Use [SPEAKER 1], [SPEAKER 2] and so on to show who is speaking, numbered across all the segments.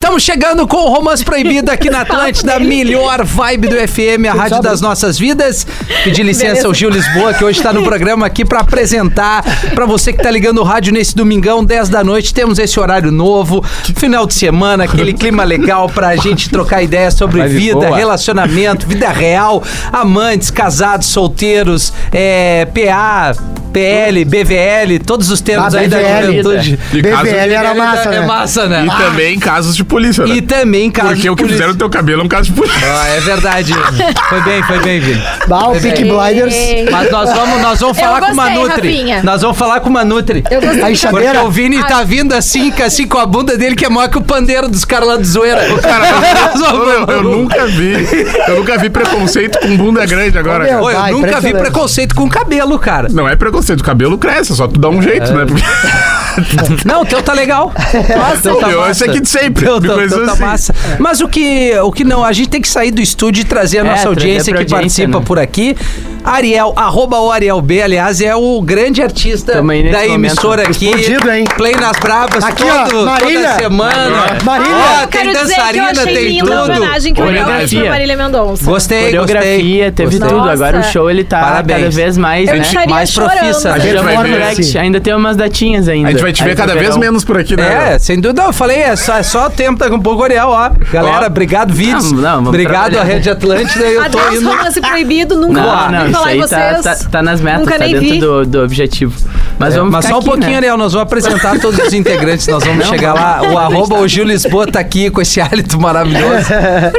[SPEAKER 1] Estamos chegando com o Romance Proibido aqui na Atlântida, a melhor vibe do FM, a rádio das nossas vidas. Pedir licença ao Gil Lisboa, que hoje está no programa aqui para apresentar. Para você que está ligando o rádio nesse domingão, 10 da noite, temos esse horário novo, final de semana, aquele clima legal para a gente trocar ideias sobre
[SPEAKER 2] Vibe
[SPEAKER 1] vida,
[SPEAKER 2] boa.
[SPEAKER 1] relacionamento, vida real, amantes, casados, solteiros, é, PA, PL, BVL, todos os termos
[SPEAKER 3] Ah,
[SPEAKER 1] aí Tá, da
[SPEAKER 3] BVL.
[SPEAKER 1] juventude.
[SPEAKER 4] E caso-
[SPEAKER 3] BVL né? era massa,
[SPEAKER 1] é
[SPEAKER 3] né?
[SPEAKER 1] massa, né?
[SPEAKER 4] E também casos de polícia, né?
[SPEAKER 1] E também, cara.
[SPEAKER 4] Porque o que fizeram no teu cabelo é um caso de polícia.
[SPEAKER 1] Ah, é verdade. foi bem, foi bem, Vini.
[SPEAKER 3] Bah, o
[SPEAKER 1] É.
[SPEAKER 3] Peaky Blinders.
[SPEAKER 1] Mas nós vamos, nós vamos
[SPEAKER 5] Eu
[SPEAKER 1] falar com
[SPEAKER 5] gostei,
[SPEAKER 1] uma Nutri.
[SPEAKER 5] Rafinha.
[SPEAKER 1] Nós vamos falar com uma Nutri.
[SPEAKER 5] Eu gostei. Ah.
[SPEAKER 3] A
[SPEAKER 1] Porque
[SPEAKER 3] enxadeira.
[SPEAKER 1] o Vini tá vindo assim, que- assim, com a bunda dele, que é maior que o pandeiro dos caras lá do zoeira. Nós vamos-
[SPEAKER 4] Eu, eu nunca vi. Eu nunca vi preconceito com bunda grande agora.
[SPEAKER 3] Ô, meu.
[SPEAKER 1] Pô, eu
[SPEAKER 3] Vai,
[SPEAKER 1] nunca vi
[SPEAKER 3] impressionante.
[SPEAKER 1] preconceito com cabelo, cara.
[SPEAKER 4] Não é preconceito, o cabelo cresce, só tu dá um jeito, né?
[SPEAKER 1] Não, o teu tá legal. Então tá Nossa, teu
[SPEAKER 4] meu, esse aqui de sempre.
[SPEAKER 1] Teu,
[SPEAKER 4] Me
[SPEAKER 1] teu,
[SPEAKER 4] coisa
[SPEAKER 1] teu tá
[SPEAKER 4] assim.
[SPEAKER 1] massa. Mas o que, o que não, a gente tem que sair do estúdio e trazer a nossa
[SPEAKER 2] É, trazer
[SPEAKER 1] audiência que
[SPEAKER 2] pra audiência,
[SPEAKER 1] participa
[SPEAKER 2] né?
[SPEAKER 1] por aqui. Ariel, arroba o Ariel B, aliás, é o grande artista
[SPEAKER 2] Tamo aí nesse
[SPEAKER 1] da
[SPEAKER 2] momento.
[SPEAKER 1] emissora aqui.
[SPEAKER 3] Explodido, hein?
[SPEAKER 1] Play nas Bravas
[SPEAKER 3] Aqui, ó,
[SPEAKER 1] todo, toda
[SPEAKER 3] Marília.
[SPEAKER 1] semana.
[SPEAKER 3] Marília.
[SPEAKER 1] Ó,
[SPEAKER 5] Eu
[SPEAKER 1] tem
[SPEAKER 5] quero dizer que eu
[SPEAKER 1] dançarina,
[SPEAKER 5] achei
[SPEAKER 1] tem
[SPEAKER 5] linda a
[SPEAKER 1] tudo.
[SPEAKER 5] homenagem que o Ariel fez
[SPEAKER 4] Coreografia.
[SPEAKER 5] pra Marília Mendonça.
[SPEAKER 1] Gostei,
[SPEAKER 2] Coreografia,
[SPEAKER 1] gostei.
[SPEAKER 2] teve
[SPEAKER 1] Gostei.
[SPEAKER 2] tudo. Agora o
[SPEAKER 5] Nossa.
[SPEAKER 2] show ele tá
[SPEAKER 1] Parabéns.
[SPEAKER 2] cada vez mais,
[SPEAKER 5] Eu
[SPEAKER 2] né?
[SPEAKER 5] estaria
[SPEAKER 1] mais
[SPEAKER 5] chorando.
[SPEAKER 1] profissa,
[SPEAKER 4] A gente
[SPEAKER 2] Já
[SPEAKER 4] vai
[SPEAKER 2] vamos
[SPEAKER 4] ver.
[SPEAKER 2] no direct.
[SPEAKER 3] Sim.
[SPEAKER 2] Ainda tem umas datinhas ainda.
[SPEAKER 4] A gente vai te
[SPEAKER 2] Aí
[SPEAKER 4] ver
[SPEAKER 2] pro
[SPEAKER 4] cada vez
[SPEAKER 2] verão.
[SPEAKER 4] menos por aqui, né?
[SPEAKER 1] É, sem dúvida. Eu falei, é só, é só o tempo, tá com um pouco Ariel, ó. Galera,
[SPEAKER 2] Ó.
[SPEAKER 1] obrigado, Vídeos.
[SPEAKER 2] Não, não, vamos
[SPEAKER 1] Obrigado à
[SPEAKER 2] trabalhar.
[SPEAKER 1] Rede Atlântida. Eu tô
[SPEAKER 5] Adeus,
[SPEAKER 1] indo.
[SPEAKER 5] romance proibido, nunca
[SPEAKER 2] Não,
[SPEAKER 5] ouvi
[SPEAKER 2] não, isso
[SPEAKER 5] falar em
[SPEAKER 2] aí tá,
[SPEAKER 5] vocês.
[SPEAKER 2] tá, tá nas metas,
[SPEAKER 5] Nunca
[SPEAKER 2] tá
[SPEAKER 5] nem
[SPEAKER 2] dentro
[SPEAKER 5] vi.
[SPEAKER 2] do, do objetivo. Mas vamos
[SPEAKER 1] Mas
[SPEAKER 2] ficar
[SPEAKER 1] só um
[SPEAKER 2] aqui,
[SPEAKER 1] pouquinho,
[SPEAKER 2] né?
[SPEAKER 1] Ariel, nós vamos apresentar todos os integrantes, nós vamos
[SPEAKER 2] Não,
[SPEAKER 1] chegar lá. O arroba, o Gil Lisboa tá aqui com esse hálito maravilhoso.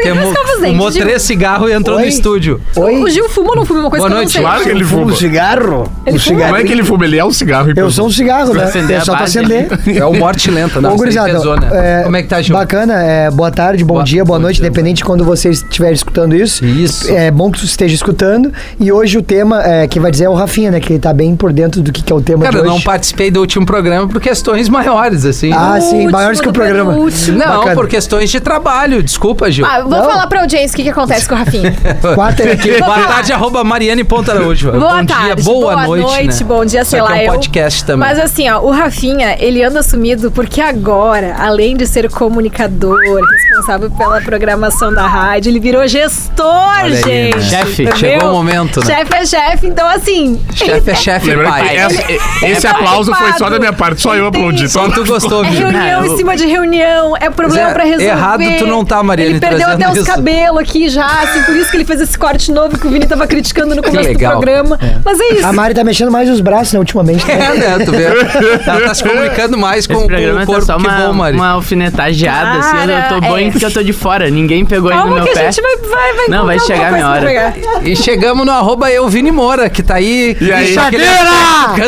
[SPEAKER 1] Temo,
[SPEAKER 5] escova os dentes,
[SPEAKER 1] fumou
[SPEAKER 5] Gil?
[SPEAKER 1] três cigarros e entrou no
[SPEAKER 3] Oi?
[SPEAKER 1] estúdio.
[SPEAKER 3] Oi?
[SPEAKER 5] O Gil fuma ou não fuma uma coisa
[SPEAKER 1] Boa
[SPEAKER 5] que
[SPEAKER 1] noite,
[SPEAKER 5] eu não
[SPEAKER 4] Claro
[SPEAKER 5] sei?
[SPEAKER 4] que ele
[SPEAKER 3] Um
[SPEAKER 4] fuma.
[SPEAKER 3] cigarro? Um cigarro.
[SPEAKER 4] Não é que ele fuma, ele é um cigarro. e
[SPEAKER 3] Eu
[SPEAKER 4] pronto.
[SPEAKER 3] sou um cigarro, né?
[SPEAKER 2] acender
[SPEAKER 3] É
[SPEAKER 2] a
[SPEAKER 3] só pra
[SPEAKER 2] base.
[SPEAKER 3] acender.
[SPEAKER 1] É o morte lenta, não,
[SPEAKER 3] Ô,
[SPEAKER 1] isso aí
[SPEAKER 3] gurizada,
[SPEAKER 1] pesou, né?
[SPEAKER 3] é,
[SPEAKER 1] Como é que tá, Gil?
[SPEAKER 3] Bacana, é, boa tarde, bom
[SPEAKER 1] Boa-
[SPEAKER 3] dia, boa
[SPEAKER 1] bom
[SPEAKER 3] noite,
[SPEAKER 1] dia,
[SPEAKER 3] independente de quando você estiver escutando isso.
[SPEAKER 1] Isso.
[SPEAKER 3] É bom que você esteja escutando. E hoje o tema, é, quem vai dizer é o Rafinha, né? Que ele tá bem por dentro do que, que é o tema
[SPEAKER 1] Cara,
[SPEAKER 3] de
[SPEAKER 1] eu
[SPEAKER 3] hoje.
[SPEAKER 1] não participei do último programa por questões maiores, assim.
[SPEAKER 3] Ah, sim,
[SPEAKER 5] Último
[SPEAKER 3] maiores que o
[SPEAKER 5] do
[SPEAKER 3] programa.
[SPEAKER 5] penúltimo.
[SPEAKER 1] não,
[SPEAKER 3] bacana.
[SPEAKER 1] por questões de trabalho, desculpa, Gil.
[SPEAKER 5] Ah, vou
[SPEAKER 3] Não.
[SPEAKER 5] falar pra audiência o que, que acontece com o Rafinha.
[SPEAKER 3] Quarta é aqui.
[SPEAKER 1] Boa
[SPEAKER 5] falar.
[SPEAKER 1] tarde, arroba Mariane Pontaraújo.
[SPEAKER 5] Boa
[SPEAKER 1] Bom
[SPEAKER 5] tarde,
[SPEAKER 1] dia, boa,
[SPEAKER 5] boa
[SPEAKER 1] noite.
[SPEAKER 5] noite,
[SPEAKER 1] né?
[SPEAKER 5] bom dia,
[SPEAKER 1] Isso
[SPEAKER 5] sei
[SPEAKER 1] aqui
[SPEAKER 5] lá,
[SPEAKER 1] É um
[SPEAKER 5] eu.
[SPEAKER 1] podcast também.
[SPEAKER 5] Mas assim, ó, o Rafinha, ele anda sumido porque agora, além de ser comunicador, responsável pela programação da rádio, ele virou gestor,
[SPEAKER 1] Olha aí, né?
[SPEAKER 5] gente.
[SPEAKER 1] Chefe,
[SPEAKER 5] entendeu?
[SPEAKER 1] chegou o momento, né?
[SPEAKER 5] Chefe é chefe, então assim.
[SPEAKER 1] Chefe é chefe,
[SPEAKER 4] Lembrando que
[SPEAKER 1] pai.
[SPEAKER 4] essa- esse
[SPEAKER 5] tá
[SPEAKER 4] aplauso foi só
[SPEAKER 5] ocupado.
[SPEAKER 4] da minha parte, só eu aplaudi.
[SPEAKER 5] Entendi.
[SPEAKER 4] Só
[SPEAKER 1] Só tu gostou,
[SPEAKER 5] É
[SPEAKER 1] Vini.
[SPEAKER 5] reunião
[SPEAKER 2] Ah,
[SPEAKER 5] em
[SPEAKER 2] eu-
[SPEAKER 5] cima de reunião, é problema
[SPEAKER 1] Mas é
[SPEAKER 5] pra resolver.
[SPEAKER 1] errado tu não tá, Mariana,
[SPEAKER 5] Ele perdeu até
[SPEAKER 1] trazendo
[SPEAKER 5] os
[SPEAKER 1] isso.
[SPEAKER 5] cabelos aqui já, assim, por isso que ele fez esse corte novo que o Vini tava criticando no começo do
[SPEAKER 1] legal.
[SPEAKER 5] programa. Mas é isso.
[SPEAKER 4] Ah,
[SPEAKER 3] A Mari tá mexendo mais os braços, né, ultimamente. né?
[SPEAKER 1] É, né? Tu vê. Ela tá se comunicando mais com,
[SPEAKER 2] Esse
[SPEAKER 1] com
[SPEAKER 2] programa
[SPEAKER 1] o
[SPEAKER 2] tá
[SPEAKER 1] corpo
[SPEAKER 2] só
[SPEAKER 1] que
[SPEAKER 2] uma,
[SPEAKER 1] bom, Mari.
[SPEAKER 2] uma alfinetageada, assim, eu
[SPEAKER 5] Cara,
[SPEAKER 2] tô bom
[SPEAKER 5] é.
[SPEAKER 2] porque eu tô de fora, ninguém pegou aí no
[SPEAKER 5] Calma
[SPEAKER 2] meu
[SPEAKER 5] que
[SPEAKER 2] pé.
[SPEAKER 5] a gente vai, vai, vai
[SPEAKER 2] Não, vai
[SPEAKER 5] encontrar
[SPEAKER 2] chegar
[SPEAKER 5] alguma
[SPEAKER 2] a minha
[SPEAKER 5] coisa pra pegar.
[SPEAKER 1] E chegamos no arroba eu, Vini Moura, que tá aí.
[SPEAKER 4] E aí?
[SPEAKER 1] com aquele
[SPEAKER 3] Brincadeira!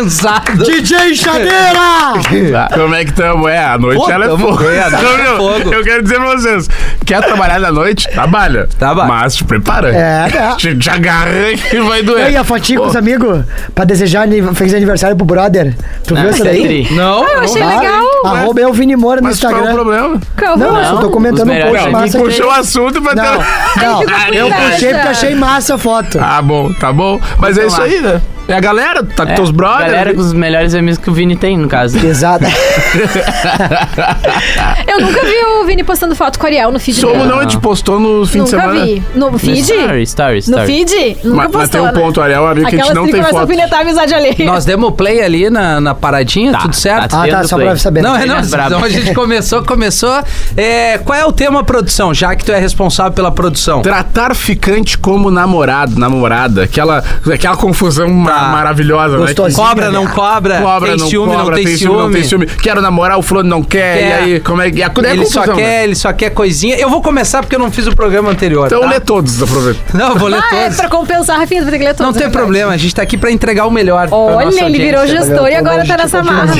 [SPEAKER 1] Cansado.
[SPEAKER 3] DJ Chadeira!
[SPEAKER 4] Como é que tamo? É, a noite
[SPEAKER 1] Pô,
[SPEAKER 4] ela é
[SPEAKER 1] tamo
[SPEAKER 4] fogo.
[SPEAKER 1] bem, a noite
[SPEAKER 4] Então,
[SPEAKER 1] é
[SPEAKER 4] meu,
[SPEAKER 1] fogo.
[SPEAKER 4] Eu quero dizer pra vocês: quer trabalhar na noite? Trabalha.
[SPEAKER 1] Trabalha.
[SPEAKER 4] Mas te prepara.
[SPEAKER 3] É, é.
[SPEAKER 4] Te, te agarra que vai doer.
[SPEAKER 3] E a fotinha com
[SPEAKER 4] Pô,
[SPEAKER 3] os amigos pra desejar aniv- feliz aniversário pro brother. Tu viu essa daí?
[SPEAKER 1] Não,
[SPEAKER 5] Eu achei
[SPEAKER 3] Ah,
[SPEAKER 5] legal.
[SPEAKER 4] Tá
[SPEAKER 3] Arroba é o Vini Moura no
[SPEAKER 4] Mas qual
[SPEAKER 5] um
[SPEAKER 4] é o
[SPEAKER 3] Instagram.
[SPEAKER 4] problema?
[SPEAKER 5] Calma,
[SPEAKER 3] Não, eu
[SPEAKER 5] vamos lá.
[SPEAKER 3] só tô
[SPEAKER 2] Os
[SPEAKER 3] comentando um
[SPEAKER 2] melhores
[SPEAKER 3] post
[SPEAKER 4] Não,
[SPEAKER 2] amigos
[SPEAKER 3] massa.
[SPEAKER 4] tu puxou o
[SPEAKER 3] aqui.
[SPEAKER 4] assunto pra
[SPEAKER 3] Não, não.
[SPEAKER 5] Ficou com
[SPEAKER 3] Eu
[SPEAKER 5] inveja.
[SPEAKER 3] puxei porque achei massa a foto.
[SPEAKER 4] Ah, bom, tá bom. Mas é
[SPEAKER 2] Então
[SPEAKER 4] isso
[SPEAKER 2] lá.
[SPEAKER 4] aí, né? É a galera, tá com teus brothers.
[SPEAKER 2] Galera com os melhores amigos que o Vini tem, no caso.
[SPEAKER 3] Pesada.
[SPEAKER 5] Eu nunca vi o Vini postando foto com o Ariel no feed
[SPEAKER 4] Somo
[SPEAKER 5] dele.
[SPEAKER 4] não, a gente postou no fim de
[SPEAKER 5] Nunca
[SPEAKER 4] semana.
[SPEAKER 5] vi. No feed?
[SPEAKER 2] Story, story,
[SPEAKER 5] No
[SPEAKER 2] story.
[SPEAKER 5] feed? Nunca
[SPEAKER 4] Mas, mas tem
[SPEAKER 5] postou, né?
[SPEAKER 4] um ponto, Ariel, amigo, que a gente
[SPEAKER 5] Aquelas
[SPEAKER 4] não
[SPEAKER 5] que
[SPEAKER 4] tem
[SPEAKER 5] começam a
[SPEAKER 4] foto.
[SPEAKER 5] alfinetar a amizade alheia.
[SPEAKER 1] Nós demos play ali na, na paradinha,
[SPEAKER 2] Tá,
[SPEAKER 1] tudo certo?
[SPEAKER 2] tá.
[SPEAKER 3] Ah, tá,
[SPEAKER 2] Pedro
[SPEAKER 3] só
[SPEAKER 2] Play.
[SPEAKER 3] pra saber.
[SPEAKER 1] Não,
[SPEAKER 3] Não,
[SPEAKER 1] é não.
[SPEAKER 2] Nas brabas.
[SPEAKER 1] Então a gente começou, começou. É, qual é o tema produção, já que tu é responsável pela produção?
[SPEAKER 4] Tratar ficante como namorado, namorada. Aquela, aquela confusão ma-
[SPEAKER 1] Tá.
[SPEAKER 4] maravilhosa,
[SPEAKER 3] Gostosinha.
[SPEAKER 4] né?
[SPEAKER 1] Cobra, não cobra?
[SPEAKER 4] Que Cobra,
[SPEAKER 1] É. tem
[SPEAKER 4] não
[SPEAKER 1] ciúme,
[SPEAKER 4] cobra,
[SPEAKER 1] não tem, ciúme?
[SPEAKER 4] não tem ciúme. Quero namorar, o fulano não quer,
[SPEAKER 1] Quer.
[SPEAKER 4] E aí, como é que... É, é
[SPEAKER 1] Ele só
[SPEAKER 4] confusão,
[SPEAKER 1] quer,
[SPEAKER 4] né?
[SPEAKER 1] ele só quer coisinha. Eu vou começar porque eu não fiz o programa anterior.
[SPEAKER 4] Então
[SPEAKER 1] tá?
[SPEAKER 4] lê todos, aproveita.
[SPEAKER 1] Não, eu vou ler
[SPEAKER 5] Ah, é
[SPEAKER 1] todos.
[SPEAKER 5] pra compensar, Rafinha, tu vai ter que ler todos.
[SPEAKER 1] Não
[SPEAKER 5] é
[SPEAKER 1] tem
[SPEAKER 5] verdade.
[SPEAKER 1] problema, a gente tá aqui pra entregar o melhor. pra nossa
[SPEAKER 5] Olha, ele
[SPEAKER 1] audiência.
[SPEAKER 5] virou gestor e agora tá nessa marra.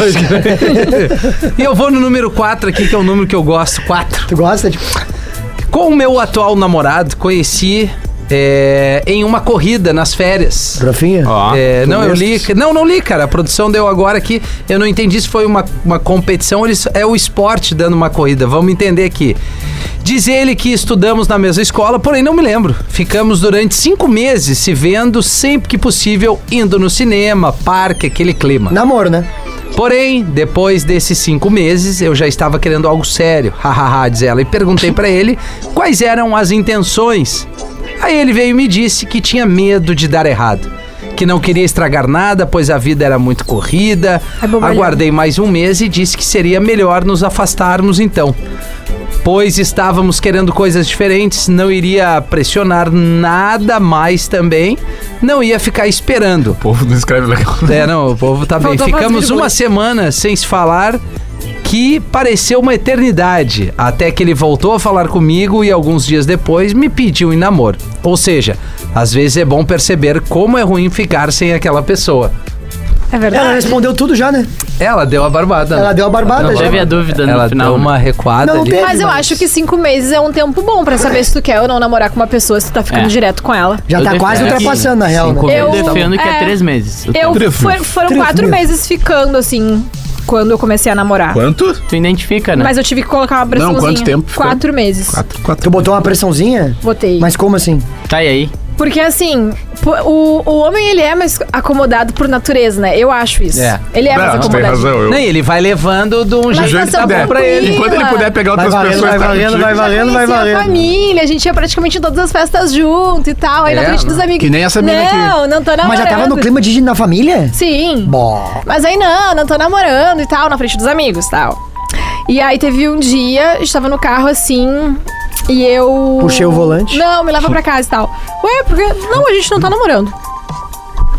[SPEAKER 1] E eu vou no número 4 aqui, que é o número que eu gosto. 4.
[SPEAKER 3] Tu gosta de.
[SPEAKER 1] Com o meu atual namorado, conheci é, em uma corrida nas férias.
[SPEAKER 3] Rafinha?
[SPEAKER 1] É, não, eu li. Não, não li, cara. A produção deu agora aqui. Eu não entendi se foi uma, uma competição. Eles, é o esporte dando uma corrida. Vamos entender aqui. Diz ele que estudamos na mesma escola, porém não me lembro. Ficamos durante cinco meses se vendo sempre que possível, indo no cinema, parque, aquele clima.
[SPEAKER 3] Namoro, né?
[SPEAKER 1] Porém, depois desses cinco meses, eu já estava querendo algo sério, hahaha, diz ela, e perguntei pra ele quais eram as intenções. Aí ele veio e me disse que tinha medo de dar errado, que não queria estragar nada, pois a vida era muito corrida.
[SPEAKER 5] É bobalhão.
[SPEAKER 1] Aguardei mais um mês e disse que seria melhor nos afastarmos então. Pois estávamos querendo coisas diferentes, não iria pressionar nada mais também, não ia ficar esperando.
[SPEAKER 4] O povo não escreve legal. né?
[SPEAKER 1] É, não, o povo tá bem.
[SPEAKER 5] Faltou umas
[SPEAKER 1] Ficamos uma
[SPEAKER 5] vírgulas.
[SPEAKER 1] semana sem se falar que pareceu uma eternidade, até que ele voltou a falar comigo e alguns dias depois me pediu em namoro. Ou seja, às vezes é bom perceber como é ruim ficar sem aquela pessoa.
[SPEAKER 5] É
[SPEAKER 3] Ela
[SPEAKER 5] verdade.
[SPEAKER 3] respondeu tudo já, né?
[SPEAKER 1] Ela deu a barbada.
[SPEAKER 3] Ela
[SPEAKER 1] né?
[SPEAKER 3] deu a barbada
[SPEAKER 1] Ela
[SPEAKER 3] já.
[SPEAKER 2] Teve a dúvida no
[SPEAKER 1] Ela
[SPEAKER 2] final. né?
[SPEAKER 1] deu uma recuada
[SPEAKER 3] Não,
[SPEAKER 1] ali.
[SPEAKER 3] teve.
[SPEAKER 5] Mas eu acho que cinco meses é um tempo bom pra saber se tu quer ou não namorar com uma pessoa, se tu tá ficando
[SPEAKER 2] É.
[SPEAKER 5] direto com ela.
[SPEAKER 3] Já
[SPEAKER 2] Eu
[SPEAKER 3] tá
[SPEAKER 2] defendo
[SPEAKER 3] quase
[SPEAKER 2] que
[SPEAKER 3] ultrapassando, na real, né?
[SPEAKER 1] cinco-
[SPEAKER 2] Eu,
[SPEAKER 5] Eu-
[SPEAKER 2] defendo que é,
[SPEAKER 5] é.
[SPEAKER 2] três meses. Eu
[SPEAKER 5] Eu
[SPEAKER 4] Três
[SPEAKER 5] for-
[SPEAKER 4] meses.
[SPEAKER 5] foram
[SPEAKER 3] Três
[SPEAKER 5] quatro
[SPEAKER 3] meses.
[SPEAKER 5] meses ficando assim quando eu comecei a namorar.
[SPEAKER 4] Quanto?
[SPEAKER 2] Tu identifica, né?
[SPEAKER 5] Mas eu tive que colocar uma pressãozinha.
[SPEAKER 4] quanto tempo ficou?
[SPEAKER 5] Quatro meses.
[SPEAKER 4] Quatro, quatro.
[SPEAKER 3] Tu botou uma pressãozinha?
[SPEAKER 5] Botei.
[SPEAKER 3] Mas como assim?
[SPEAKER 2] Tá e aí.
[SPEAKER 5] Porque assim, po- o, o homem ele é mais acomodado por natureza, né? Eu acho isso.
[SPEAKER 1] É.
[SPEAKER 5] Ele é mais
[SPEAKER 4] Não, tu tem
[SPEAKER 5] acomodado.
[SPEAKER 4] razão. Eu...
[SPEAKER 1] Nem ele vai levando de um
[SPEAKER 5] Mas
[SPEAKER 1] jeito que
[SPEAKER 5] tá
[SPEAKER 1] tá bom
[SPEAKER 5] tranquila.
[SPEAKER 1] pra ele.
[SPEAKER 4] Enquanto ele puder pegar
[SPEAKER 3] Vai
[SPEAKER 4] outras
[SPEAKER 3] valendo,
[SPEAKER 4] pessoas,
[SPEAKER 3] vai
[SPEAKER 4] tá
[SPEAKER 3] valendo,
[SPEAKER 4] contigo.
[SPEAKER 3] vai valendo, vai
[SPEAKER 5] Conhecia a
[SPEAKER 3] valendo.
[SPEAKER 5] família, a gente ia praticamente em todas as festas junto e tal, aí na
[SPEAKER 1] É,
[SPEAKER 5] frente dos
[SPEAKER 1] né?
[SPEAKER 5] amigos.
[SPEAKER 4] Que nem essa mina aqui.
[SPEAKER 5] Não, não tô namorando.
[SPEAKER 3] Mas já tava no clima de ir na família?
[SPEAKER 5] Sim.
[SPEAKER 3] Bom.
[SPEAKER 5] Mas aí não, não tô namorando e tal, na frente dos amigos e tal. E aí teve um dia, eu estava no carro assim, e eu.
[SPEAKER 3] Puxei o volante.
[SPEAKER 5] Não, me leva pra casa e tal. Ué, porque. Não, a gente não tá namorando.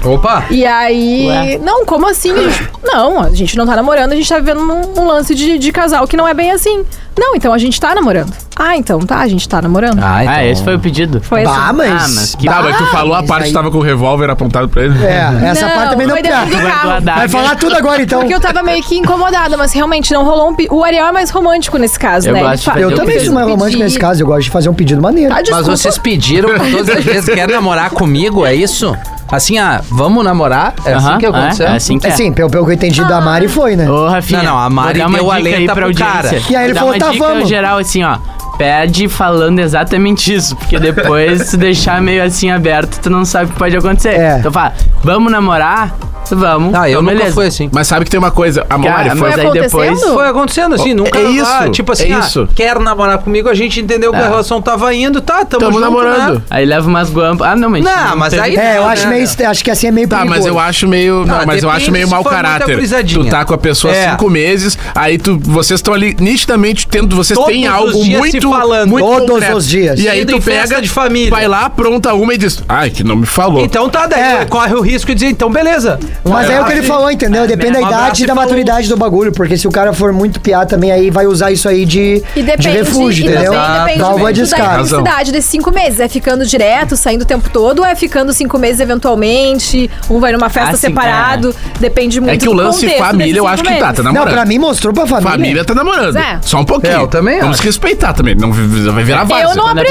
[SPEAKER 1] Opa!
[SPEAKER 5] E aí. Não, como assim? A gente- não, a gente não tá namorando, a gente tá vivendo um, um lance de, de casal que não é bem assim. Não, então a gente tá namorando. Ah, então tá, a gente tá namorando.
[SPEAKER 1] Ah,
[SPEAKER 2] Ah, esse foi o pedido.
[SPEAKER 5] Foi assim.
[SPEAKER 1] é
[SPEAKER 3] Bah, mas...
[SPEAKER 2] Ah, mas que-
[SPEAKER 4] Tá, mas tu falou a
[SPEAKER 3] isso
[SPEAKER 4] parte
[SPEAKER 3] aí.
[SPEAKER 4] que tava com o revólver apontado pra ele.
[SPEAKER 3] É, essa
[SPEAKER 5] Não,
[SPEAKER 3] parte também não
[SPEAKER 5] foi dentro do
[SPEAKER 3] piada.
[SPEAKER 5] carro.
[SPEAKER 2] Guardou a daga.
[SPEAKER 3] Vai falar tudo agora, então.
[SPEAKER 5] Porque eu tava meio que incomodada, mas realmente não rolou um. pe- O Ariel é mais romântico nesse caso,
[SPEAKER 2] Eu
[SPEAKER 5] né? Ele
[SPEAKER 2] gosto de
[SPEAKER 5] fa-
[SPEAKER 2] fazer
[SPEAKER 3] Eu
[SPEAKER 2] Eu
[SPEAKER 3] também
[SPEAKER 2] fiz
[SPEAKER 3] sou mais
[SPEAKER 5] um
[SPEAKER 3] romântico
[SPEAKER 5] pedido.
[SPEAKER 3] nesse caso, eu gosto de fazer um pedido maneiro.
[SPEAKER 5] Tá,
[SPEAKER 1] Mas
[SPEAKER 5] desculpa.
[SPEAKER 1] vocês pediram todas as vezes quer namorar comigo, é isso? Assim, ah, vamos namorar? É assim
[SPEAKER 2] Aham,
[SPEAKER 1] que aconteceu?
[SPEAKER 2] É, é assim que
[SPEAKER 3] É
[SPEAKER 2] é.
[SPEAKER 3] sim, pelo, pelo que eu entendi
[SPEAKER 5] Ah.
[SPEAKER 3] da Mari foi, né?
[SPEAKER 2] Ô, Rafinha.
[SPEAKER 1] Não, não, a Mari
[SPEAKER 2] vou dar uma
[SPEAKER 1] deu
[SPEAKER 2] dica
[SPEAKER 1] alerta
[SPEAKER 2] aí pra
[SPEAKER 1] pro
[SPEAKER 2] audiência.
[SPEAKER 1] cara.
[SPEAKER 3] E aí ele
[SPEAKER 2] Vou dar
[SPEAKER 3] falou,
[SPEAKER 2] uma
[SPEAKER 3] "Tá,
[SPEAKER 2] dica
[SPEAKER 3] vamos."
[SPEAKER 2] geral assim, ó. Pede falando exatamente isso, porque depois se deixar meio assim aberto, tu não sabe o que pode acontecer.
[SPEAKER 3] É.
[SPEAKER 2] Então fala, vamos namorar? Vamos.
[SPEAKER 1] Ah, eu
[SPEAKER 2] Então,
[SPEAKER 1] nunca
[SPEAKER 2] beleza.
[SPEAKER 1] fui assim.
[SPEAKER 4] Mas sabe que tem uma coisa, a Mari
[SPEAKER 2] Cara,
[SPEAKER 4] foi.
[SPEAKER 3] é
[SPEAKER 2] mas
[SPEAKER 5] Foi
[SPEAKER 2] aí depois.
[SPEAKER 5] acontecendo?
[SPEAKER 1] Foi acontecendo assim,
[SPEAKER 4] É
[SPEAKER 1] nunca.
[SPEAKER 4] isso,
[SPEAKER 1] ah, tipo assim,
[SPEAKER 4] é isso.
[SPEAKER 1] Ah, quer namorar comigo, a gente entendeu que
[SPEAKER 2] Tá.
[SPEAKER 1] a relação tava indo, tá, tamo,
[SPEAKER 4] Tamo
[SPEAKER 1] junto,
[SPEAKER 4] namorando.
[SPEAKER 1] né?
[SPEAKER 2] Aí leva umas guampas. Ah, não, mas.
[SPEAKER 1] Não, mas
[SPEAKER 2] teve-
[SPEAKER 1] aí-
[SPEAKER 3] É, eu acho
[SPEAKER 1] né?
[SPEAKER 3] meio. Acho que assim é meio
[SPEAKER 4] Tá, mas eu
[SPEAKER 3] perigoso.
[SPEAKER 4] acho meio. Não,
[SPEAKER 1] Ah,
[SPEAKER 4] mas eu
[SPEAKER 1] depende
[SPEAKER 4] acho meio
[SPEAKER 1] se
[SPEAKER 4] mau
[SPEAKER 1] for muita
[SPEAKER 4] caráter.
[SPEAKER 1] gurizadinha.
[SPEAKER 4] Tu tá com a pessoa há
[SPEAKER 1] É.
[SPEAKER 4] cinco meses, aí tu, vocês estão ali nitidamente tendo. Vocês
[SPEAKER 1] Todos
[SPEAKER 4] têm
[SPEAKER 1] os
[SPEAKER 4] algo
[SPEAKER 1] dias
[SPEAKER 4] muito.
[SPEAKER 1] se falando.
[SPEAKER 4] muito
[SPEAKER 3] Todos os dias.
[SPEAKER 4] E aí
[SPEAKER 1] Indo
[SPEAKER 4] tu
[SPEAKER 1] em festa
[SPEAKER 4] pega.
[SPEAKER 1] de família.
[SPEAKER 4] Vai lá, apronta uma e diz. Ai, que não me falou.
[SPEAKER 1] Então tá, daí
[SPEAKER 3] É.
[SPEAKER 1] corre o risco de dizer, então beleza.
[SPEAKER 3] Mas aí é o que ele
[SPEAKER 1] Assim,
[SPEAKER 3] falou, entendeu? Depende da
[SPEAKER 1] Um abraço
[SPEAKER 3] idade e
[SPEAKER 1] e
[SPEAKER 3] da
[SPEAKER 1] falou.
[SPEAKER 3] maturidade do bagulho. Porque se o cara for muito piá também, aí vai usar isso aí de,
[SPEAKER 5] E
[SPEAKER 3] de
[SPEAKER 5] depende,
[SPEAKER 3] refúgio,
[SPEAKER 5] e
[SPEAKER 3] entendeu?
[SPEAKER 5] também depende
[SPEAKER 3] Válvula de
[SPEAKER 5] muito da
[SPEAKER 3] escape.
[SPEAKER 5] intensidade desses cinco meses. É ficando direto, saindo o tempo todo, ou é ficando cinco meses eventualmente, um vai numa festa
[SPEAKER 2] Ah, sim,
[SPEAKER 5] separado, depende muito
[SPEAKER 4] É que o
[SPEAKER 5] do
[SPEAKER 4] lance
[SPEAKER 5] contexto
[SPEAKER 4] família, eu
[SPEAKER 5] desses
[SPEAKER 4] acho
[SPEAKER 5] cinco
[SPEAKER 4] que tá,
[SPEAKER 5] meses.
[SPEAKER 4] tá
[SPEAKER 2] né?
[SPEAKER 3] Não,
[SPEAKER 4] namorando.
[SPEAKER 3] pra mim é. mostrou pra família.
[SPEAKER 4] Família tá namorando.
[SPEAKER 5] Zé.
[SPEAKER 4] Só um pouquinho.
[SPEAKER 1] É, eu também
[SPEAKER 4] Vamos
[SPEAKER 1] acho.
[SPEAKER 4] respeitar também. Não vai virar várzea. né?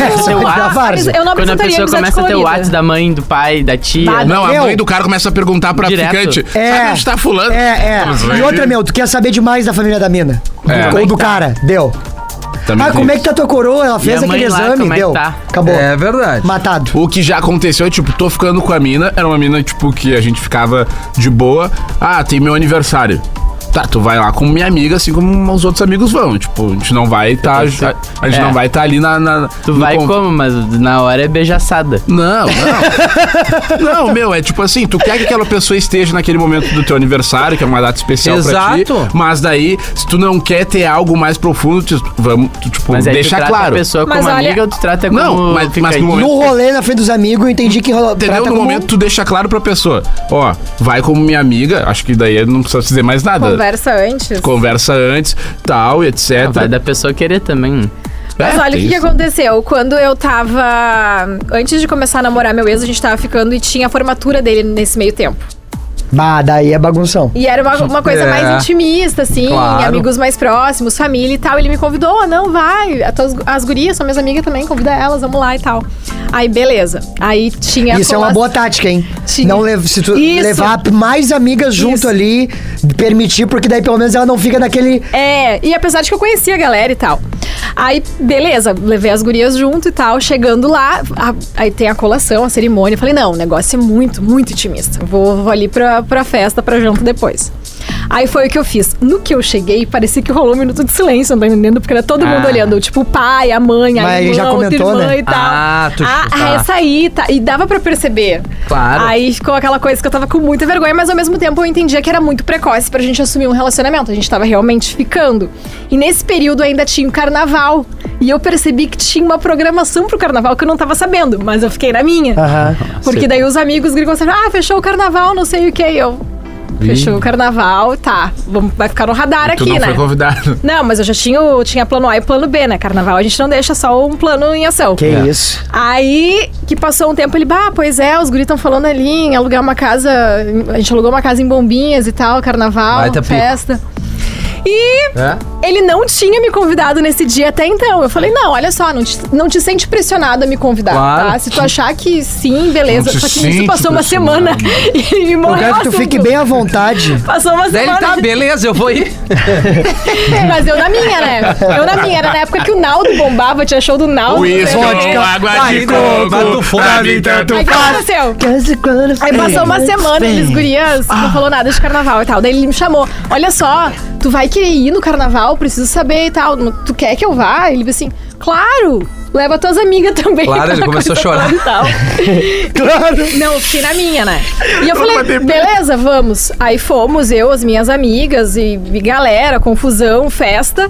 [SPEAKER 5] Eu não
[SPEAKER 2] Quando a pessoa começa a ter
[SPEAKER 5] apresento.
[SPEAKER 2] o
[SPEAKER 3] Da várzea.
[SPEAKER 5] eu não
[SPEAKER 2] Quando a
[SPEAKER 5] apresentaria
[SPEAKER 2] pessoa
[SPEAKER 5] amizade
[SPEAKER 2] começa a ter o
[SPEAKER 5] colorida.
[SPEAKER 2] WhatsApp da mãe, do pai, da tia.
[SPEAKER 5] Bah,
[SPEAKER 4] Não, a
[SPEAKER 3] Meu.
[SPEAKER 4] mãe do cara começa a perguntar pra
[SPEAKER 2] Direto.
[SPEAKER 4] ficante. Sabe onde tá fulano?
[SPEAKER 3] É, é.
[SPEAKER 4] Mas
[SPEAKER 3] E
[SPEAKER 4] aí-
[SPEAKER 3] outra, meu, tu quer saber demais da família da mina.
[SPEAKER 4] É.
[SPEAKER 3] Ou do cara. Deu.
[SPEAKER 4] Também
[SPEAKER 3] Ah, como
[SPEAKER 4] tem
[SPEAKER 3] é que tá tua coroa? Ela fez
[SPEAKER 2] a mãe
[SPEAKER 3] aquele
[SPEAKER 2] lá,
[SPEAKER 3] exame,
[SPEAKER 2] como é que
[SPEAKER 3] deu.
[SPEAKER 2] tá?
[SPEAKER 3] Acabou.
[SPEAKER 1] É verdade.
[SPEAKER 3] Matado.
[SPEAKER 4] O que já aconteceu, tipo, tô ficando com a mina, era uma mina, tipo, que a gente ficava de boa. Ah, tem meu aniversário. Tá, tu vai lá com minha amiga, assim como os outros amigos vão. Tipo, a gente não vai tá,
[SPEAKER 2] tô certo.
[SPEAKER 4] a, a gente
[SPEAKER 2] É.
[SPEAKER 4] não vai tá ali na. na-
[SPEAKER 2] Tu
[SPEAKER 4] no
[SPEAKER 2] vai
[SPEAKER 4] con-
[SPEAKER 2] como, mas na hora é beijaçada.
[SPEAKER 4] Não, não. não, meu, é tipo assim, tu quer que aquela pessoa esteja naquele momento do teu aniversário, que é uma data especial pra ti.
[SPEAKER 1] Exato.
[SPEAKER 4] Mas daí, se tu não quer ter algo mais profundo, tu, vamos, tu, tipo,
[SPEAKER 2] Mas aí tu
[SPEAKER 4] deixa
[SPEAKER 2] trata
[SPEAKER 4] claro.
[SPEAKER 2] a pessoa
[SPEAKER 5] Mas
[SPEAKER 2] como
[SPEAKER 5] olha-
[SPEAKER 2] amiga ou tu trata como
[SPEAKER 4] Não, mas- mas no
[SPEAKER 2] ficante?
[SPEAKER 4] momento-
[SPEAKER 3] No rolê na frente dos amigos, eu entendi que rola,
[SPEAKER 4] Entendeu?
[SPEAKER 5] tá
[SPEAKER 3] trata
[SPEAKER 4] No
[SPEAKER 3] como...
[SPEAKER 4] momento, tu deixa claro pra pessoa. Ó, vai como minha amiga, acho que daí não precisa dizer mais nada. Conversa,
[SPEAKER 5] Conversa antes.
[SPEAKER 4] antes, tal, e etc.
[SPEAKER 2] Ah, Vai da pessoa querer também.
[SPEAKER 5] Mas
[SPEAKER 4] É,
[SPEAKER 5] olha o que,
[SPEAKER 4] tem
[SPEAKER 5] que
[SPEAKER 4] isso.
[SPEAKER 5] aconteceu. Quando eu tava. Antes de começar a namorar meu ex, a gente tava ficando e tinha a formatura dele nesse meio tempo.
[SPEAKER 3] Bah, daí é bagunção.
[SPEAKER 5] E era uma, uma coisa
[SPEAKER 1] É.
[SPEAKER 5] mais intimista, assim,
[SPEAKER 1] Claro.
[SPEAKER 5] amigos mais próximos, família e tal. Ele me convidou, "Ah, não, vai. As, tuas- as gurias são minhas amigas também, convida elas, vamos lá e tal. Aí, beleza. Aí tinha.
[SPEAKER 3] Isso é uma
[SPEAKER 5] colas-
[SPEAKER 3] boa tática, hein?
[SPEAKER 5] Tinha.
[SPEAKER 3] Não lev- se tu
[SPEAKER 5] Isso.
[SPEAKER 3] levar mais amigas junto
[SPEAKER 5] Isso.
[SPEAKER 3] ali, permitir, porque daí pelo menos ela não fica naquele.
[SPEAKER 5] É, e apesar de que eu conhecia a galera e tal. Aí, beleza, levei as gurias junto e tal. Chegando lá, a- aí tem a colação, a cerimônia. Eu Falei, não, o negócio é muito, muito intimista. Vou, vou ali pra, pra festa, pra janta depois. Aí foi o que eu fiz. No que eu cheguei, parecia que rolou um minuto de silêncio, não tô entendendo, porque era todo mundo
[SPEAKER 2] Ah.
[SPEAKER 5] olhando. Tipo, o pai, a mãe, a
[SPEAKER 3] Mas
[SPEAKER 5] irmã,
[SPEAKER 3] já comentou,
[SPEAKER 5] outra irmã
[SPEAKER 3] né?
[SPEAKER 5] e tal.
[SPEAKER 1] Ah, tu-
[SPEAKER 5] ah,
[SPEAKER 1] tá.
[SPEAKER 5] essa aí, tá. E dava pra perceber.
[SPEAKER 1] Claro.
[SPEAKER 5] Aí ficou aquela coisa que eu tava com muita vergonha, mas ao mesmo tempo eu entendia que era muito precoce pra gente assumir um relacionamento. A gente tava realmente ficando. E nesse período ainda tinha o carnaval. E eu percebi que tinha uma programação pro carnaval que eu não tava sabendo, mas eu fiquei na minha.
[SPEAKER 4] Ah,
[SPEAKER 3] Aham.
[SPEAKER 5] Porque daí os amigos gringos disseram, ah, fechou o carnaval, não sei o que. Eu, fechou o carnaval, tá. Vamos, vai ficar no radar
[SPEAKER 4] Tu
[SPEAKER 5] aqui,
[SPEAKER 4] não
[SPEAKER 5] né?
[SPEAKER 4] foi convidado.
[SPEAKER 5] Não, mas eu já tinha, o- tinha plano A e plano B, né? Carnaval a gente não deixa só um plano em ação.
[SPEAKER 3] Que isso.
[SPEAKER 5] Aí, que passou um tempo, ele, bah, pois é, os guris estão falando ali em alugar uma casa. A gente alugou uma casa em Bombinhas e tal, carnaval,
[SPEAKER 1] Baita pico.
[SPEAKER 5] festa. E
[SPEAKER 4] É?
[SPEAKER 5] ele não tinha me convidado nesse dia até então. Eu falei, não, olha só, não te, não te sente pressionado a me convidar,
[SPEAKER 1] Claro.
[SPEAKER 5] tá? Se tu achar que sim, beleza.
[SPEAKER 4] Não te
[SPEAKER 5] Só que isso
[SPEAKER 4] sente
[SPEAKER 5] passou uma semana
[SPEAKER 4] pressionado.
[SPEAKER 5] e me
[SPEAKER 3] Eu
[SPEAKER 5] morreu
[SPEAKER 3] quero
[SPEAKER 5] o
[SPEAKER 3] que tu
[SPEAKER 5] assunto.
[SPEAKER 3] fique bem à vontade.
[SPEAKER 5] Passou uma
[SPEAKER 1] Daí ele
[SPEAKER 5] semana.
[SPEAKER 1] tá, beleza, eu vou ir.
[SPEAKER 5] Mas eu na minha, né? Eu na minha. Era na época que o Naldo bombava, tinha show do Naldo.
[SPEAKER 4] Whisky,
[SPEAKER 5] né?
[SPEAKER 3] vodka,
[SPEAKER 4] água de
[SPEAKER 1] barriga, bato
[SPEAKER 4] coco,
[SPEAKER 1] fome,
[SPEAKER 4] pra mim tanto
[SPEAKER 5] Aí o que aconteceu? Aí passou uma semana, eles gurias,
[SPEAKER 1] Ah.
[SPEAKER 5] não falou nada de carnaval e tal. Daí ele me chamou: Olha só, tu vai querer ir no carnaval? Preciso saber e tal. Tu quer que eu vá? Ele disse assim: Claro! Leva tuas amigas também.
[SPEAKER 1] Claro, ele
[SPEAKER 5] Aquela
[SPEAKER 1] começou a
[SPEAKER 5] coisa
[SPEAKER 1] chorar.
[SPEAKER 5] toda E tal. Não, eu fiquei na minha, né? E eu falei, beleza, vamos. Aí fomos, eu, as minhas amigas e, e galera, confusão, festa.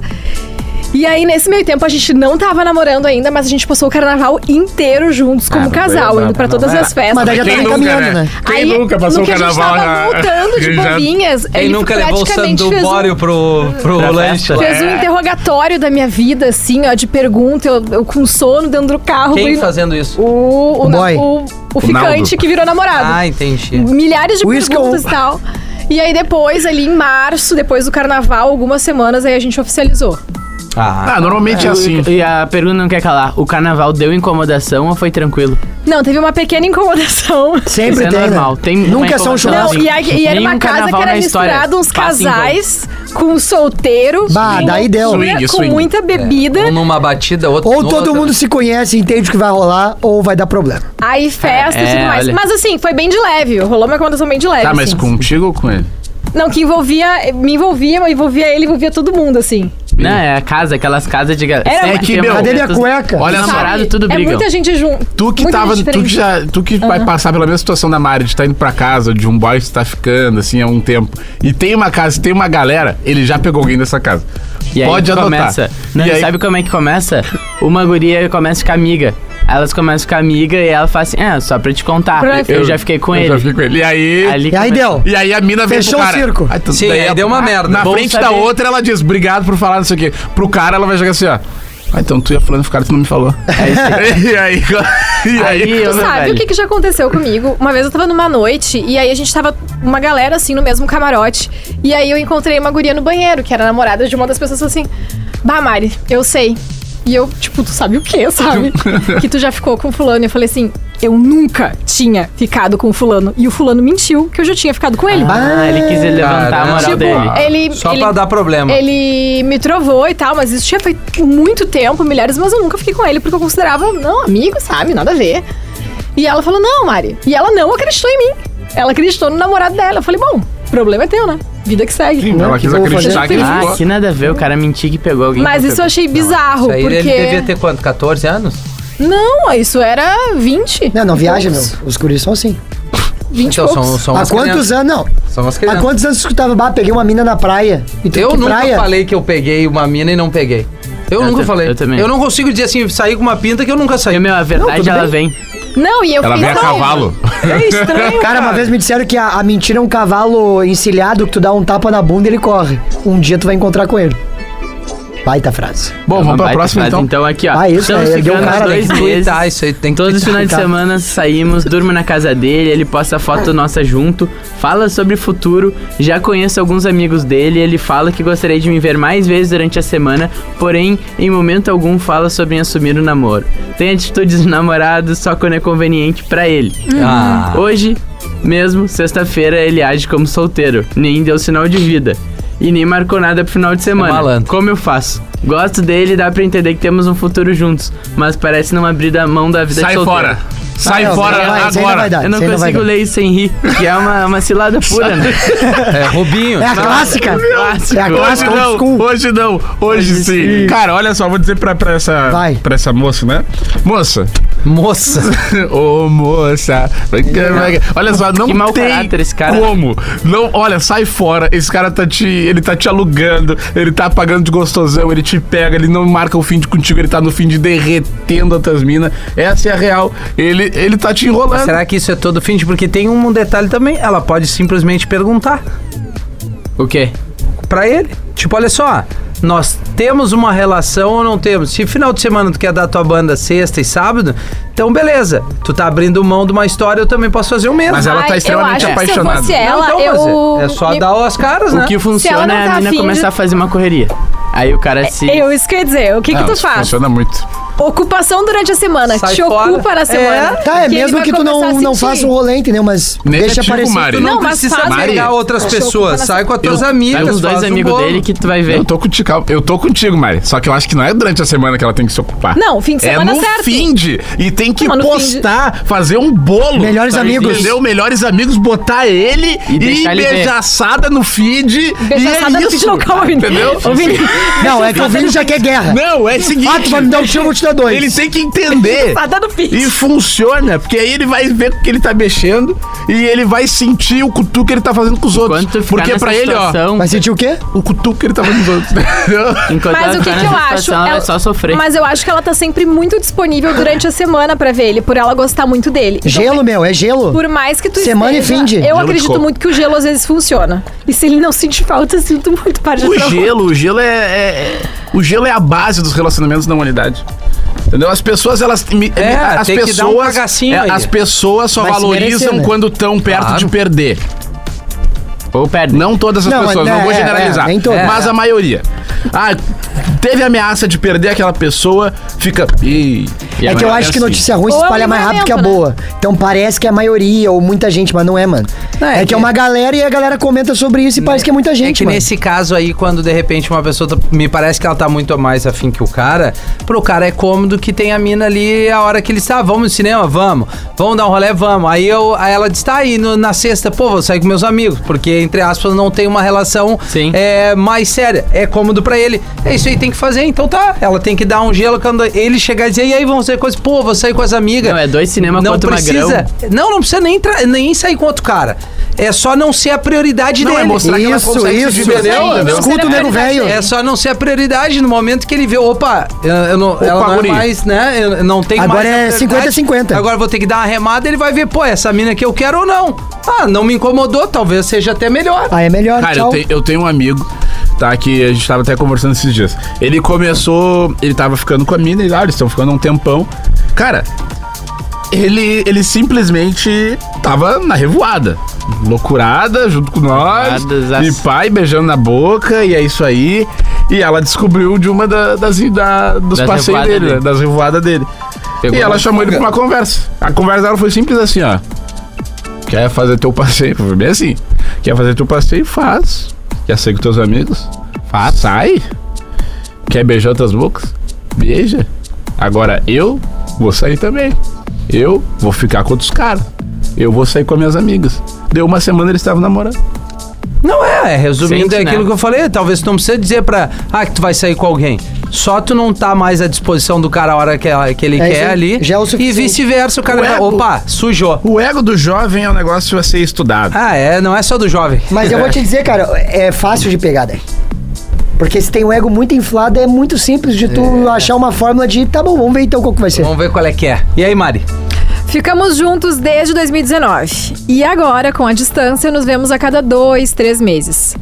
[SPEAKER 5] E aí, nesse meio tempo, a gente não tava namorando ainda, mas a gente passou o carnaval inteiro juntos como
[SPEAKER 4] Ah,
[SPEAKER 5] casal,
[SPEAKER 4] beleza,
[SPEAKER 5] indo pra
[SPEAKER 4] não
[SPEAKER 5] todas
[SPEAKER 4] é.
[SPEAKER 5] as festas.
[SPEAKER 3] Mas daí já
[SPEAKER 4] Quem
[SPEAKER 3] tava
[SPEAKER 4] nunca,
[SPEAKER 3] caminhando,
[SPEAKER 4] né?
[SPEAKER 3] né?
[SPEAKER 4] Quem
[SPEAKER 5] Aí,
[SPEAKER 4] nunca passou
[SPEAKER 5] no
[SPEAKER 4] o
[SPEAKER 5] que
[SPEAKER 4] carnaval
[SPEAKER 5] A
[SPEAKER 4] na-
[SPEAKER 5] gente tava voltando de
[SPEAKER 4] Ele já-
[SPEAKER 5] bombinhas.
[SPEAKER 1] Ele nunca levou o
[SPEAKER 5] praticamente fez um-
[SPEAKER 1] sandubório pro, pro
[SPEAKER 2] Pra
[SPEAKER 1] lanche.
[SPEAKER 2] festa.
[SPEAKER 1] lá.
[SPEAKER 5] Fez um interrogatório da minha vida, assim, ó, de pergunta, eu, eu com sono dentro do carro.
[SPEAKER 1] Quem
[SPEAKER 5] guri-
[SPEAKER 1] fazendo isso?
[SPEAKER 5] O, o,
[SPEAKER 3] O boy.
[SPEAKER 5] o, o ficante
[SPEAKER 4] Naldo.
[SPEAKER 5] que virou namorado
[SPEAKER 1] Ah, entendi.
[SPEAKER 5] um milhares de
[SPEAKER 3] Whisky
[SPEAKER 5] perguntas e tal. E aí depois, ali em março, depois do carnaval, algumas semanas, aí a gente oficializou.
[SPEAKER 1] Ah,
[SPEAKER 4] Ah, normalmente é assim.
[SPEAKER 2] E a pergunta não quer calar. O carnaval deu incomodação ou foi tranquilo?
[SPEAKER 5] Não, teve uma pequena incomodação.
[SPEAKER 3] Sempre
[SPEAKER 2] Isso
[SPEAKER 3] tem.
[SPEAKER 2] é
[SPEAKER 3] né?
[SPEAKER 2] normal. Tem uma
[SPEAKER 3] Nunca são
[SPEAKER 2] incomodação.
[SPEAKER 3] churrascos.
[SPEAKER 5] Não, e, aí- e era
[SPEAKER 2] Nenhum
[SPEAKER 5] uma casa que
[SPEAKER 2] carnaval
[SPEAKER 5] era
[SPEAKER 2] na história.
[SPEAKER 5] misturado uns
[SPEAKER 2] Passa em vão.
[SPEAKER 5] casais com solteiro.
[SPEAKER 3] Bah,
[SPEAKER 5] com
[SPEAKER 3] daí deu.
[SPEAKER 5] loucura,
[SPEAKER 4] Swing,
[SPEAKER 5] com
[SPEAKER 4] swing.
[SPEAKER 5] muita bebida.
[SPEAKER 1] um numa batida, outro
[SPEAKER 3] Ou
[SPEAKER 1] no
[SPEAKER 3] todo
[SPEAKER 1] outro.
[SPEAKER 3] mundo se conhece, entende o que vai rolar, ou vai dar problema.
[SPEAKER 5] Aí festa e
[SPEAKER 2] É,
[SPEAKER 5] tudo mais.
[SPEAKER 2] olha.
[SPEAKER 5] Mas assim, foi bem de leve. Rolou uma incomodação bem de leve.
[SPEAKER 4] Tá, mas
[SPEAKER 5] assim.
[SPEAKER 4] contigo ou com ele?
[SPEAKER 5] Não, que envolvia. Me envolvia, mas envolvia ele, envolvia todo mundo, assim.
[SPEAKER 2] Não, é a casa, aquelas casas de... galera.
[SPEAKER 5] Era-
[SPEAKER 4] É que, meu,
[SPEAKER 3] Cadê minha cueca?
[SPEAKER 4] Olha
[SPEAKER 2] Os
[SPEAKER 4] só.
[SPEAKER 2] namorados tudo
[SPEAKER 5] é
[SPEAKER 2] brigam.
[SPEAKER 5] muita gente junto.
[SPEAKER 4] Tu que
[SPEAKER 5] muita
[SPEAKER 4] tava.
[SPEAKER 5] gente
[SPEAKER 4] Tu que,
[SPEAKER 5] diferente.
[SPEAKER 4] já, tu que vai passar pela mesma situação da Mari, de tá indo pra casa de um boy que tá ficando, assim, há um tempo. E tem uma casa, tem uma galera, ele já pegou alguém dessa casa.
[SPEAKER 2] E aí
[SPEAKER 4] Pode
[SPEAKER 2] que
[SPEAKER 4] anotar.
[SPEAKER 2] começa. Não,
[SPEAKER 4] E
[SPEAKER 2] e
[SPEAKER 4] aí-
[SPEAKER 2] sabe como é que começa? Uma guria começa a ficar amiga. Aí Elas começam a ficar amiga e ela fala assim: É, só pra te contar.
[SPEAKER 5] Pra-
[SPEAKER 2] Eu, já fiquei com
[SPEAKER 4] eu
[SPEAKER 2] ele.
[SPEAKER 4] Já fiquei com ele. E aí.
[SPEAKER 2] Ali
[SPEAKER 3] E aí
[SPEAKER 2] começa-
[SPEAKER 3] deu.
[SPEAKER 4] E aí a mina veio
[SPEAKER 3] Fechou
[SPEAKER 4] pro
[SPEAKER 3] o
[SPEAKER 4] cara.
[SPEAKER 3] circo.
[SPEAKER 4] tu-
[SPEAKER 1] Sim, aí
[SPEAKER 4] a-
[SPEAKER 1] deu uma merda.
[SPEAKER 4] Na
[SPEAKER 2] Bom
[SPEAKER 4] frente da
[SPEAKER 2] saber.
[SPEAKER 4] outra, ela diz, obrigado por falar isso aqui. Pro cara, ela vai chegar assim, ó. Ah, então tu ia falando com o cara, tu não me falou. e aí... E aí...
[SPEAKER 2] É Aí eu
[SPEAKER 5] Tu
[SPEAKER 2] não,
[SPEAKER 5] sabe
[SPEAKER 2] velho.
[SPEAKER 5] o que, que já aconteceu comigo? Uma vez eu tava numa noite e aí a gente tava uma galera assim no mesmo camarote. E aí eu encontrei uma guria no banheiro, que era namorada de uma das pessoas, falou assim: Bah, Mari, eu sei. E eu, tipo, tu sabe o quê, sabe? que tu já ficou com fulano. E eu falei assim: Eu nunca tinha ficado com fulano. E o fulano mentiu que eu já tinha ficado com ele.
[SPEAKER 2] Ah, ele quis levantar a moral
[SPEAKER 1] Caramba.
[SPEAKER 2] dele.
[SPEAKER 5] Tipo, ele.
[SPEAKER 1] Só
[SPEAKER 5] ele-
[SPEAKER 1] pra dar problema.
[SPEAKER 5] ele me trovou e tal, mas isso já foi muito tempo, milhares, mas eu nunca fiquei com ele, porque eu considerava, não, amigo, sabe, nada a ver. E ela falou, não, Mari. E ela não acreditou em mim. Ela acreditou no namorado dela. Eu falei, bom, problema é teu, né? Vida que segue.
[SPEAKER 4] Sim,
[SPEAKER 3] é
[SPEAKER 4] ela
[SPEAKER 3] que
[SPEAKER 4] quis
[SPEAKER 3] eu vou
[SPEAKER 4] acreditar
[SPEAKER 5] fazer?
[SPEAKER 4] que ele
[SPEAKER 2] Ah,
[SPEAKER 4] ficou.
[SPEAKER 2] que nada a ver, o cara mentir que pegou alguém.
[SPEAKER 5] Mas
[SPEAKER 2] que
[SPEAKER 5] isso eu
[SPEAKER 2] pegou.
[SPEAKER 5] achei bizarro,
[SPEAKER 1] tá Isso aí
[SPEAKER 5] porque...
[SPEAKER 1] ele devia ter quanto? 14 anos?
[SPEAKER 5] Não, isso era 20.
[SPEAKER 3] Não, não viaja, meu.
[SPEAKER 5] Poucos.
[SPEAKER 3] Os guris são assim.
[SPEAKER 5] 20 e
[SPEAKER 1] Então
[SPEAKER 5] poucos.
[SPEAKER 1] são, são
[SPEAKER 3] Há
[SPEAKER 1] umas
[SPEAKER 3] quantos
[SPEAKER 1] crianças.
[SPEAKER 3] anos? Não.
[SPEAKER 1] São umas
[SPEAKER 3] Há
[SPEAKER 1] crianças.
[SPEAKER 3] quantos anos tu escutava? Bah, peguei uma mina na praia. E tu,
[SPEAKER 1] Eu
[SPEAKER 3] que
[SPEAKER 1] nunca
[SPEAKER 3] praia?
[SPEAKER 1] falei que eu peguei uma mina e não peguei. Eu,
[SPEAKER 2] Eu
[SPEAKER 1] nunca
[SPEAKER 2] tam-
[SPEAKER 1] falei.
[SPEAKER 2] eu também.
[SPEAKER 1] não consigo dizer assim, sair com uma pinta que eu nunca saí.
[SPEAKER 5] é-
[SPEAKER 2] E, meu, a
[SPEAKER 3] Não,
[SPEAKER 2] verdade
[SPEAKER 3] tudo
[SPEAKER 2] ela
[SPEAKER 3] bem.
[SPEAKER 2] vem.
[SPEAKER 5] Não, e eu
[SPEAKER 4] Ela
[SPEAKER 5] fiquei
[SPEAKER 4] veio a
[SPEAKER 5] estranho.
[SPEAKER 4] cavalo.
[SPEAKER 1] É estranho.
[SPEAKER 3] Cara, uma vez me disseram que a, a mentira é um cavalo encilhado que tu dá um tapa na bunda e ele corre. Um dia tu vai encontrar com ele. Baita frase.
[SPEAKER 4] Bom,
[SPEAKER 2] Uma
[SPEAKER 4] vamos pra
[SPEAKER 2] baita
[SPEAKER 4] próxima,
[SPEAKER 2] frase.
[SPEAKER 4] então.
[SPEAKER 2] aqui, ó.
[SPEAKER 3] Ah, isso,
[SPEAKER 2] Estamos
[SPEAKER 3] é, deu
[SPEAKER 2] ficando
[SPEAKER 3] cara, tem
[SPEAKER 2] há dois
[SPEAKER 1] Tem que
[SPEAKER 2] meses.
[SPEAKER 1] tweetar isso aí, tem que
[SPEAKER 2] Todos os
[SPEAKER 1] tweetar.
[SPEAKER 2] finais de
[SPEAKER 3] Tá.
[SPEAKER 2] semana saímos, durmo na casa dele, ele posta foto nossa junto, fala sobre futuro, já conheço alguns amigos dele, ele fala que gostaria de me ver mais vezes durante a semana, porém, em momento algum fala sobre assumir o namoro. Tem atitudes de namorado só quando é conveniente pra ele.
[SPEAKER 1] Ah.
[SPEAKER 2] Hoje, mesmo, sexta-feira, ele age como solteiro, nem deu sinal de vida. E nem marcou nada pro final de semana.
[SPEAKER 1] malandro.
[SPEAKER 2] Como eu faço? Gosto dele e dá pra entender que temos um futuro juntos, mas parece não abrir da mão da vida
[SPEAKER 4] Sai
[SPEAKER 2] de solteiro.
[SPEAKER 4] fora. Sai
[SPEAKER 3] não,
[SPEAKER 4] fora
[SPEAKER 3] isso aí não
[SPEAKER 4] agora.
[SPEAKER 3] vai dar.
[SPEAKER 2] Eu não
[SPEAKER 3] Isso aí não vai
[SPEAKER 2] consigo
[SPEAKER 3] dar.
[SPEAKER 2] ler isso sem rir, que é uma, uma cilada pura, né?
[SPEAKER 1] É, Robinho.
[SPEAKER 3] É a clássica.
[SPEAKER 2] Clássico.
[SPEAKER 3] É a
[SPEAKER 4] Hoje
[SPEAKER 3] clássica old
[SPEAKER 4] não,
[SPEAKER 3] school.
[SPEAKER 4] hoje não, hoje,
[SPEAKER 2] Hoje
[SPEAKER 4] sim.
[SPEAKER 2] sim.
[SPEAKER 4] Cara, olha só, vou dizer pra, pra, essa,
[SPEAKER 3] Vai.
[SPEAKER 4] pra essa moça, né? Moça,
[SPEAKER 1] Moça.
[SPEAKER 4] ô moça, vai que- vai que- olha só, não
[SPEAKER 2] Que mau
[SPEAKER 4] tem
[SPEAKER 2] caráter esse cara.
[SPEAKER 4] como. Não, olha, sai fora, esse cara tá te, ele tá te alugando, ele tá pagando de gostosão, ele te pega, ele não marca o fim de contigo, ele tá no fim de derretendo outras minas. Essa é a real. Ele, ele tá te enrolando.
[SPEAKER 1] Será que isso é todo fim de... Porque tem um detalhe também. Ela pode simplesmente perguntar
[SPEAKER 2] O quê?
[SPEAKER 1] pra ele. Tipo, olha só, nós temos uma relação ou não temos? Se final de semana tu quer dar tua banda sexta e sábado, então beleza. Tu tá abrindo mão de uma história, eu também posso fazer o mesmo.
[SPEAKER 4] Mas ela tá
[SPEAKER 5] Ai,
[SPEAKER 4] extremamente
[SPEAKER 5] eu acho
[SPEAKER 4] apaixonada.
[SPEAKER 5] Que se eu fosse
[SPEAKER 1] Não,
[SPEAKER 5] ela,
[SPEAKER 1] então,
[SPEAKER 5] eu.
[SPEAKER 1] mas é- é só
[SPEAKER 5] me-
[SPEAKER 1] dar as caras, né?
[SPEAKER 2] O que funciona
[SPEAKER 5] não
[SPEAKER 2] é
[SPEAKER 5] tá
[SPEAKER 2] a mina
[SPEAKER 5] afim
[SPEAKER 2] começar
[SPEAKER 5] de-
[SPEAKER 2] a fazer uma correria. Aí o cara se.
[SPEAKER 5] É, Eu, isso quer dizer, o que, que
[SPEAKER 4] Não,
[SPEAKER 5] tu
[SPEAKER 4] isso
[SPEAKER 5] faz?
[SPEAKER 4] Funciona muito.
[SPEAKER 5] Ocupação durante a semana.
[SPEAKER 1] Sai
[SPEAKER 5] te
[SPEAKER 1] fora.
[SPEAKER 5] ocupa na semana.
[SPEAKER 3] Tá, é
[SPEAKER 5] ele
[SPEAKER 3] mesmo
[SPEAKER 5] vai
[SPEAKER 3] que tu
[SPEAKER 5] começar
[SPEAKER 3] não,
[SPEAKER 5] a
[SPEAKER 3] não
[SPEAKER 5] sentir.
[SPEAKER 3] faça o rolê, entendeu? Mas deixa
[SPEAKER 4] Negativo,
[SPEAKER 3] aparecer.
[SPEAKER 4] Mari.
[SPEAKER 1] Tu não,
[SPEAKER 5] Não, mas
[SPEAKER 1] precisa
[SPEAKER 5] faz-
[SPEAKER 1] pegar
[SPEAKER 4] Mari,
[SPEAKER 1] outras
[SPEAKER 5] deixa eu
[SPEAKER 1] pessoas.
[SPEAKER 5] ocupar
[SPEAKER 1] Sai com as tuas
[SPEAKER 2] Sai
[SPEAKER 1] amigas,
[SPEAKER 2] uns
[SPEAKER 1] faz
[SPEAKER 2] dois
[SPEAKER 1] um
[SPEAKER 2] amigos
[SPEAKER 1] bolo.
[SPEAKER 2] dele que tu vai ver.
[SPEAKER 4] Eu tô contigo, eu tô contigo, Mari. Só que eu acho que não é durante a semana que ela tem que se ocupar.
[SPEAKER 5] Não, fim de semana
[SPEAKER 4] é no
[SPEAKER 5] certo.
[SPEAKER 4] fim de. E tem que
[SPEAKER 5] Mas no fim
[SPEAKER 4] postar, fazer um bolo.
[SPEAKER 3] Melhores amigos.
[SPEAKER 4] Entendeu? Melhores amigos, botar ele e,
[SPEAKER 2] deixar ele ver.
[SPEAKER 4] beijaçada no feed.
[SPEAKER 5] Beijaçada
[SPEAKER 4] e é
[SPEAKER 5] no
[SPEAKER 4] isso,
[SPEAKER 5] feed, não, calma, Vini.
[SPEAKER 4] Entendeu?
[SPEAKER 5] Ô, Vini,
[SPEAKER 3] Não, é que o Vini já quer guerra.
[SPEAKER 4] Não, é o seguinte.
[SPEAKER 3] Ah, tu vai me dar um tiro, eu vou te dar dois.
[SPEAKER 4] Ele tem que entender.
[SPEAKER 5] Beijaçada no feed.
[SPEAKER 4] E funciona, porque aí ele vai ver o que ele tá mexendo e ele vai sentir o cutu que ele tá fazendo com os outros.
[SPEAKER 2] Enquanto tu ficar
[SPEAKER 4] porque
[SPEAKER 2] nessa
[SPEAKER 4] pra ele, ó,
[SPEAKER 2] situação,
[SPEAKER 3] Vai sentir o quê?
[SPEAKER 4] o cutu que ele tá fazendo com os outros. entendeu?
[SPEAKER 2] enquanto
[SPEAKER 5] Mas
[SPEAKER 2] ela
[SPEAKER 5] o que,
[SPEAKER 2] ficar
[SPEAKER 5] que eu
[SPEAKER 2] nessa
[SPEAKER 5] acho? é
[SPEAKER 2] situação, Ela
[SPEAKER 4] é
[SPEAKER 2] vai só sofrer.
[SPEAKER 5] Mas eu acho que ela tá sempre muito disponível durante a semana pra ver ele, por ela gostar muito dele. Então,
[SPEAKER 3] Gelo, meu, é gelo.
[SPEAKER 5] Por mais que tu
[SPEAKER 3] Semana e
[SPEAKER 5] esteja,
[SPEAKER 3] fim de-
[SPEAKER 5] Eu
[SPEAKER 4] de
[SPEAKER 5] acredito
[SPEAKER 4] coco.
[SPEAKER 5] muito que o gelo às vezes funciona. E se ele não sente falta, eu sinto muito parte
[SPEAKER 4] O
[SPEAKER 5] de troca.
[SPEAKER 4] gelo, o gelo é, é- é- O gelo é a base dos relacionamentos na humanidade. Entendeu? As pessoas, elas. me-
[SPEAKER 1] É,
[SPEAKER 4] as
[SPEAKER 1] tem que dar um
[SPEAKER 4] pessoas. é,
[SPEAKER 1] cagacinho aí.
[SPEAKER 4] as pessoas só
[SPEAKER 3] Vai se
[SPEAKER 4] valorizam
[SPEAKER 3] merecer, né?
[SPEAKER 4] quando estão perto
[SPEAKER 1] Claro.
[SPEAKER 4] de perder.
[SPEAKER 2] Ou perde.
[SPEAKER 4] Não todas as
[SPEAKER 3] Não,
[SPEAKER 4] pessoas,
[SPEAKER 3] é,
[SPEAKER 4] não vou
[SPEAKER 3] é,
[SPEAKER 4] generalizar.
[SPEAKER 3] é, nem todas.
[SPEAKER 4] mas a maioria. Ah, teve ameaça de perder aquela pessoa, fica. Ih,
[SPEAKER 2] E
[SPEAKER 3] É que eu
[SPEAKER 4] agora
[SPEAKER 3] acho
[SPEAKER 4] é
[SPEAKER 3] que
[SPEAKER 4] assim.
[SPEAKER 3] notícia ruim se
[SPEAKER 5] Ou é um
[SPEAKER 3] espalha mais rápido que a boa.
[SPEAKER 5] livramento,
[SPEAKER 3] Então parece que é a maioria ou muita gente, mas não é, mano.
[SPEAKER 1] Não, é
[SPEAKER 3] É que é
[SPEAKER 1] que-
[SPEAKER 3] uma galera e a galera comenta sobre isso e parece que é muita
[SPEAKER 1] É
[SPEAKER 3] gente,
[SPEAKER 1] que
[SPEAKER 3] mano.
[SPEAKER 1] nesse caso aí, quando de repente uma pessoa tá- me parece que ela tá muito mais afim que o cara, pro cara é cômodo que tem a mina ali a hora que ele está, "Ah, vamos no cinema, vamos, vamos dar um rolê, vamos. Aí eu, aí ela diz, tá aí no- na sexta, pô, vou sair com meus amigos, porque entre aspas não tem uma relação
[SPEAKER 2] Sim.
[SPEAKER 1] é, mais séria, é cômodo pra ele. É isso aí, tem que fazer, então tá. Ela tem que dar um gelo quando ele chegar e dizer, e aí vamos fazer coisa, pô, vou sair com as amigas.
[SPEAKER 2] Não, é dois cinema
[SPEAKER 1] não
[SPEAKER 2] contra o
[SPEAKER 1] precisa,
[SPEAKER 2] Magrão.
[SPEAKER 1] Não, não precisa nem, tra- nem sair com outro cara. É só não ser a prioridade
[SPEAKER 4] Não,
[SPEAKER 1] dele.
[SPEAKER 4] é mostrar que ela
[SPEAKER 3] Isso,
[SPEAKER 4] consegue
[SPEAKER 3] isso,
[SPEAKER 4] se
[SPEAKER 1] entendeu?
[SPEAKER 4] divertir,
[SPEAKER 3] né?
[SPEAKER 5] Não,
[SPEAKER 4] entendeu?
[SPEAKER 5] será
[SPEAKER 3] Escuta o nego
[SPEAKER 5] prioridade
[SPEAKER 3] velho.
[SPEAKER 5] dele.
[SPEAKER 1] É só não ser a prioridade no momento que ele vê, opa, eu- eu não, ela não é
[SPEAKER 4] guri.
[SPEAKER 1] mais, né? Eu não tem
[SPEAKER 3] Agora
[SPEAKER 1] mais. a
[SPEAKER 3] é
[SPEAKER 1] prioridade.
[SPEAKER 3] 50-50.
[SPEAKER 1] Agora eu vou ter que dar uma remada, ele vai ver, pô, essa mina que eu quero ou não. Ah, não me incomodou, talvez seja até melhor.
[SPEAKER 3] Ah, é melhor,
[SPEAKER 4] Cara, eu,
[SPEAKER 3] tchau.
[SPEAKER 4] te- eu tenho um amigo, tá? Que a gente tava até conversando esses dias. Ele começou. Ele tava ficando com a mina e lá, eles estão ficando há um tempão. Cara, ele, ele simplesmente tava na revoada. Loucurada, junto com nós.
[SPEAKER 2] Loucuradas,
[SPEAKER 4] E
[SPEAKER 2] as-
[SPEAKER 4] pai beijando na boca, e é isso aí. E ela descobriu de uma da- das, da- dos
[SPEAKER 2] Das
[SPEAKER 4] passeios
[SPEAKER 2] revoadas
[SPEAKER 4] dele,
[SPEAKER 2] dele.
[SPEAKER 4] né, das revoadas dele.
[SPEAKER 2] Pegou
[SPEAKER 4] e ela
[SPEAKER 2] uma
[SPEAKER 4] chamou ele pra uma conversa. A conversa dela foi simples assim, ó. Quer fazer teu passeio? Foi bem assim. Quer fazer teu passeio? Faz. Quer sair com teus amigos? Faz. Sai. Quer beijar outras bocas? Beija. Agora eu vou sair também. Eu vou ficar com outros caras. Eu vou sair com as minhas amigas. Deu uma semana eles estavam namorando.
[SPEAKER 1] Não é, é, resumindo,
[SPEAKER 2] Sente,
[SPEAKER 1] é aquilo
[SPEAKER 2] né?
[SPEAKER 1] que eu falei, talvez tu não precisa dizer pra, ah, que tu vai sair com alguém. Só tu não tá mais à disposição do cara a hora que, ela- que ele
[SPEAKER 3] É,
[SPEAKER 1] quer
[SPEAKER 3] isso
[SPEAKER 1] ali.
[SPEAKER 3] já é o
[SPEAKER 1] e
[SPEAKER 3] suficiente.
[SPEAKER 1] vice-versa, o cara
[SPEAKER 4] Ué,
[SPEAKER 1] vai,
[SPEAKER 4] pô.
[SPEAKER 1] opa, sujou.
[SPEAKER 4] O ego do jovem é um negócio a ser estudado.
[SPEAKER 1] Ah, é, não é só do jovem.
[SPEAKER 3] Mas eu vou te dizer, cara, é fácil de pegar daí. Porque se tem um ego muito inflado, é muito simples de tu achar uma fórmula de, tá É. bom, vamos ver então qual que vai ser.
[SPEAKER 1] Vamos ver qual é que é. E aí, Mari?
[SPEAKER 5] Ficamos juntos desde 2019. E agora, com a distância, nos vemos a cada dois, três meses.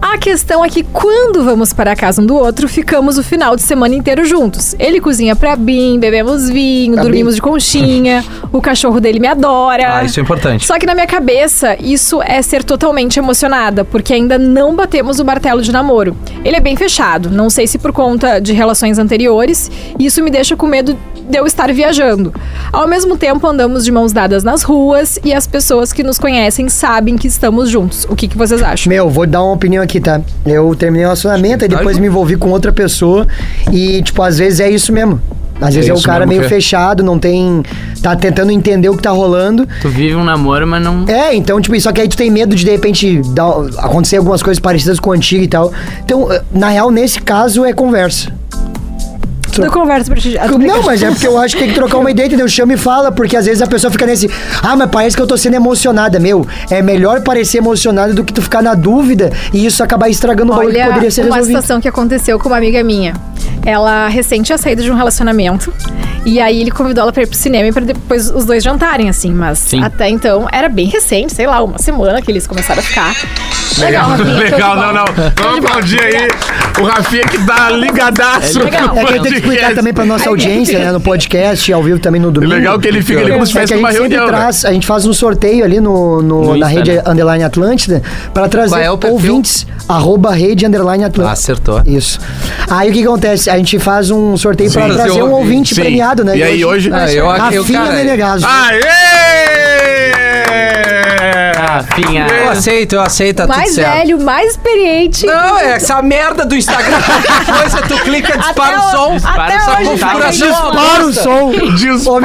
[SPEAKER 5] A questão é que quando vamos para a casa um do outro, ficamos o final de semana inteiro juntos. Ele cozinha pra mim, bebemos vinho,
[SPEAKER 3] Pra
[SPEAKER 5] dormimos
[SPEAKER 3] mim.
[SPEAKER 5] de conchinha, o cachorro dele me adora.
[SPEAKER 1] Ah, isso é importante.
[SPEAKER 5] Só que na minha cabeça, isso é ser totalmente emocionada, porque ainda não batemos o martelo de namoro. Ele é bem fechado, não sei se por conta de relações anteriores, e isso me deixa com medo de eu estar viajando. Ao mesmo tempo, andamos de mãos dadas nas ruas e as pessoas que nos conhecem sabem que estamos juntos. O que, que vocês acham?
[SPEAKER 3] Meu, vou dar uma opinião aqui, tá? Eu terminei o relacionamento e depois me envolvi com outra pessoa. E, tipo, às vezes é isso mesmo. Às vezes é, o
[SPEAKER 4] isso
[SPEAKER 3] cara
[SPEAKER 4] mesmo
[SPEAKER 3] meio
[SPEAKER 4] que é.
[SPEAKER 3] fechado, não tem. tá tentando entender o que tá rolando.
[SPEAKER 2] Tu vive um namoro, mas não.
[SPEAKER 3] É, então, tipo, só que aí tu tem medo de, de repente, dar- acontecer algumas coisas parecidas com o antigo e tal. Então, na real, nesse caso, é conversa.
[SPEAKER 5] Eu converso pra ti.
[SPEAKER 3] Não, mas é porque eu acho que tem que trocar uma ideia, entendeu? Chama e fala, porque às vezes a pessoa fica nesse. Ah, mas parece que eu tô sendo emocionada, meu. É melhor parecer emocionada do que tu ficar na dúvida e isso acabar estragando o bagulho que
[SPEAKER 5] Olha,
[SPEAKER 3] poderia ser
[SPEAKER 5] uma
[SPEAKER 3] resolvido.
[SPEAKER 5] situação que aconteceu com uma amiga minha. Ela recente tinha saído de um relacionamento. E aí ele convidou ela pra ir pro cinema e pra depois os dois jantarem, assim. Mas até então era bem recente, sei lá, uma semana que eles começaram a ficar. Legal, Rafinha, show de
[SPEAKER 4] Tá Legal,
[SPEAKER 5] bola.
[SPEAKER 4] não, não. Vamos aplaudir aí o Rafinha que tá ligadaço no
[SPEAKER 5] Legal.
[SPEAKER 3] É que eu tenho que explicar
[SPEAKER 4] podcast.
[SPEAKER 3] também pra nossa audiência, né? No podcast, ao vivo também no domingo.
[SPEAKER 4] Legal que ele fica ali como se
[SPEAKER 3] É que
[SPEAKER 4] tivesse
[SPEAKER 3] a
[SPEAKER 4] uma
[SPEAKER 3] gente sempre
[SPEAKER 4] reunião. né?
[SPEAKER 3] traz, a gente faz um sorteio ali no, no-
[SPEAKER 2] No
[SPEAKER 3] na
[SPEAKER 2] Insta,
[SPEAKER 3] rede
[SPEAKER 2] né?
[SPEAKER 3] Underline Atlântida pra trazer
[SPEAKER 1] Qual é o perfil?
[SPEAKER 3] ouvintes, arroba rede Underline Atlântida.
[SPEAKER 1] Acertou.
[SPEAKER 3] Isso. Aí o que acontece? A gente faz um sorteio pra
[SPEAKER 1] Sim.
[SPEAKER 3] trazer
[SPEAKER 1] Trazer
[SPEAKER 3] um
[SPEAKER 1] um
[SPEAKER 3] ouvinte
[SPEAKER 4] Sim.
[SPEAKER 3] premiado, né?
[SPEAKER 4] E aí hoje.
[SPEAKER 1] Ah, eu- eu-
[SPEAKER 3] Rafinha
[SPEAKER 1] cara,
[SPEAKER 3] Menegaso.
[SPEAKER 4] Aê!
[SPEAKER 2] Rafinha.
[SPEAKER 3] É,
[SPEAKER 1] Eu
[SPEAKER 3] assim,
[SPEAKER 1] aceito, eu aceito, tá
[SPEAKER 5] mais
[SPEAKER 1] tudo certo.
[SPEAKER 5] velho, mais experiente.
[SPEAKER 1] Não, é essa merda do Instagram. Que coisa, tu clica, dispara o som.
[SPEAKER 2] Para o
[SPEAKER 5] Até
[SPEAKER 2] som,
[SPEAKER 5] hoje,
[SPEAKER 2] tá?
[SPEAKER 5] tá
[SPEAKER 1] Brasil,
[SPEAKER 5] melhor.
[SPEAKER 3] Para o som. Ô, meu,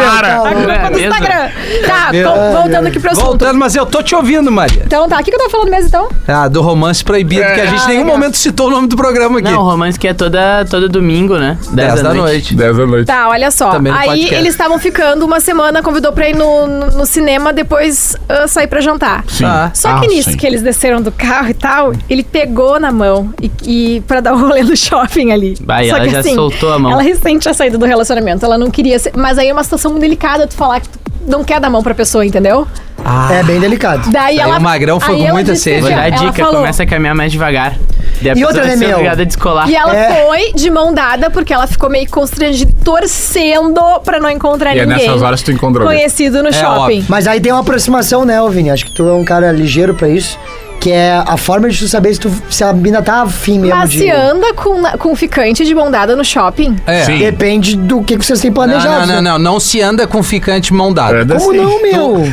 [SPEAKER 4] Dispara!
[SPEAKER 3] calma.
[SPEAKER 2] É
[SPEAKER 5] Culpa do
[SPEAKER 2] mesmo?
[SPEAKER 5] Instagram. Tá,
[SPEAKER 1] Meu-
[SPEAKER 5] vol- voltando aqui pro assunto.
[SPEAKER 1] Voltando, mas eu tô te ouvindo, Maria.
[SPEAKER 5] Então tá, o que, que eu tava falando mesmo então?
[SPEAKER 1] Ah, do romance proibido, que a gente em nenhum momento citou o nome do programa aqui.
[SPEAKER 2] Não, o romance que é toda, todo domingo, né?
[SPEAKER 1] 10 da noite.
[SPEAKER 4] 10 da noite.
[SPEAKER 5] Tá, olha só.
[SPEAKER 1] Também no
[SPEAKER 5] Aí
[SPEAKER 1] podcast.
[SPEAKER 5] eles estavam ficando uma semana, convidou pra ir no, no, no cinema, depois ah, sair pra jantar.
[SPEAKER 4] Sim.
[SPEAKER 1] Ah.
[SPEAKER 5] Tá. Só que
[SPEAKER 4] Ah,
[SPEAKER 5] nisso
[SPEAKER 4] sim.
[SPEAKER 5] que eles desceram do carro e tal, ele pegou na mão e, e para dar um rolê no shopping ali.
[SPEAKER 2] Bah, e
[SPEAKER 5] Só
[SPEAKER 2] ela
[SPEAKER 5] que assim,
[SPEAKER 2] já soltou a mão.
[SPEAKER 5] Ela recente tinha saído do relacionamento, ela não queria ser, mas aí é uma situação muito delicada tu falar que tu não quer dar mão pra pessoa, entendeu?
[SPEAKER 4] Ah!
[SPEAKER 3] É bem delicado.
[SPEAKER 5] Daí
[SPEAKER 1] Daí
[SPEAKER 5] ela
[SPEAKER 1] o Magrão foi
[SPEAKER 5] aí
[SPEAKER 1] com
[SPEAKER 5] ela
[SPEAKER 1] muita
[SPEAKER 5] disse
[SPEAKER 1] sede.
[SPEAKER 5] assim,
[SPEAKER 2] Vou
[SPEAKER 5] ó,
[SPEAKER 2] dar a
[SPEAKER 5] ela
[SPEAKER 2] dica,
[SPEAKER 5] falou-
[SPEAKER 2] começa a caminhar mais devagar. Daí a pessoa
[SPEAKER 3] outra,
[SPEAKER 2] vai
[SPEAKER 3] né,
[SPEAKER 2] ser
[SPEAKER 3] meu?
[SPEAKER 2] obrigada a descolar.
[SPEAKER 5] E ela
[SPEAKER 3] É.
[SPEAKER 5] foi de mão dada porque ela ficou meio constrangida, torcendo pra não encontrar
[SPEAKER 4] E é
[SPEAKER 5] ninguém.
[SPEAKER 4] nessas horas que tu encontra alguém.
[SPEAKER 5] Conhecido
[SPEAKER 2] É,
[SPEAKER 5] no shopping.
[SPEAKER 1] óbvio.
[SPEAKER 3] Mas aí tem uma aproximação, né, ô, Vini? Acho que tu é um cara ligeiro pra isso. Que é a forma de tu saber se, tu, se a mina tá afim mesmo.
[SPEAKER 5] Mas
[SPEAKER 3] de-
[SPEAKER 5] se anda com, com ficante de mão dada no shopping?
[SPEAKER 1] É.
[SPEAKER 4] Sim.
[SPEAKER 3] Depende do que, que vocês têm
[SPEAKER 1] Não,
[SPEAKER 3] planejado.
[SPEAKER 1] não, não,
[SPEAKER 3] né?
[SPEAKER 1] não. Não se anda com ficante mão dada.
[SPEAKER 4] Nada
[SPEAKER 3] Como
[SPEAKER 4] assim.
[SPEAKER 3] não, meu?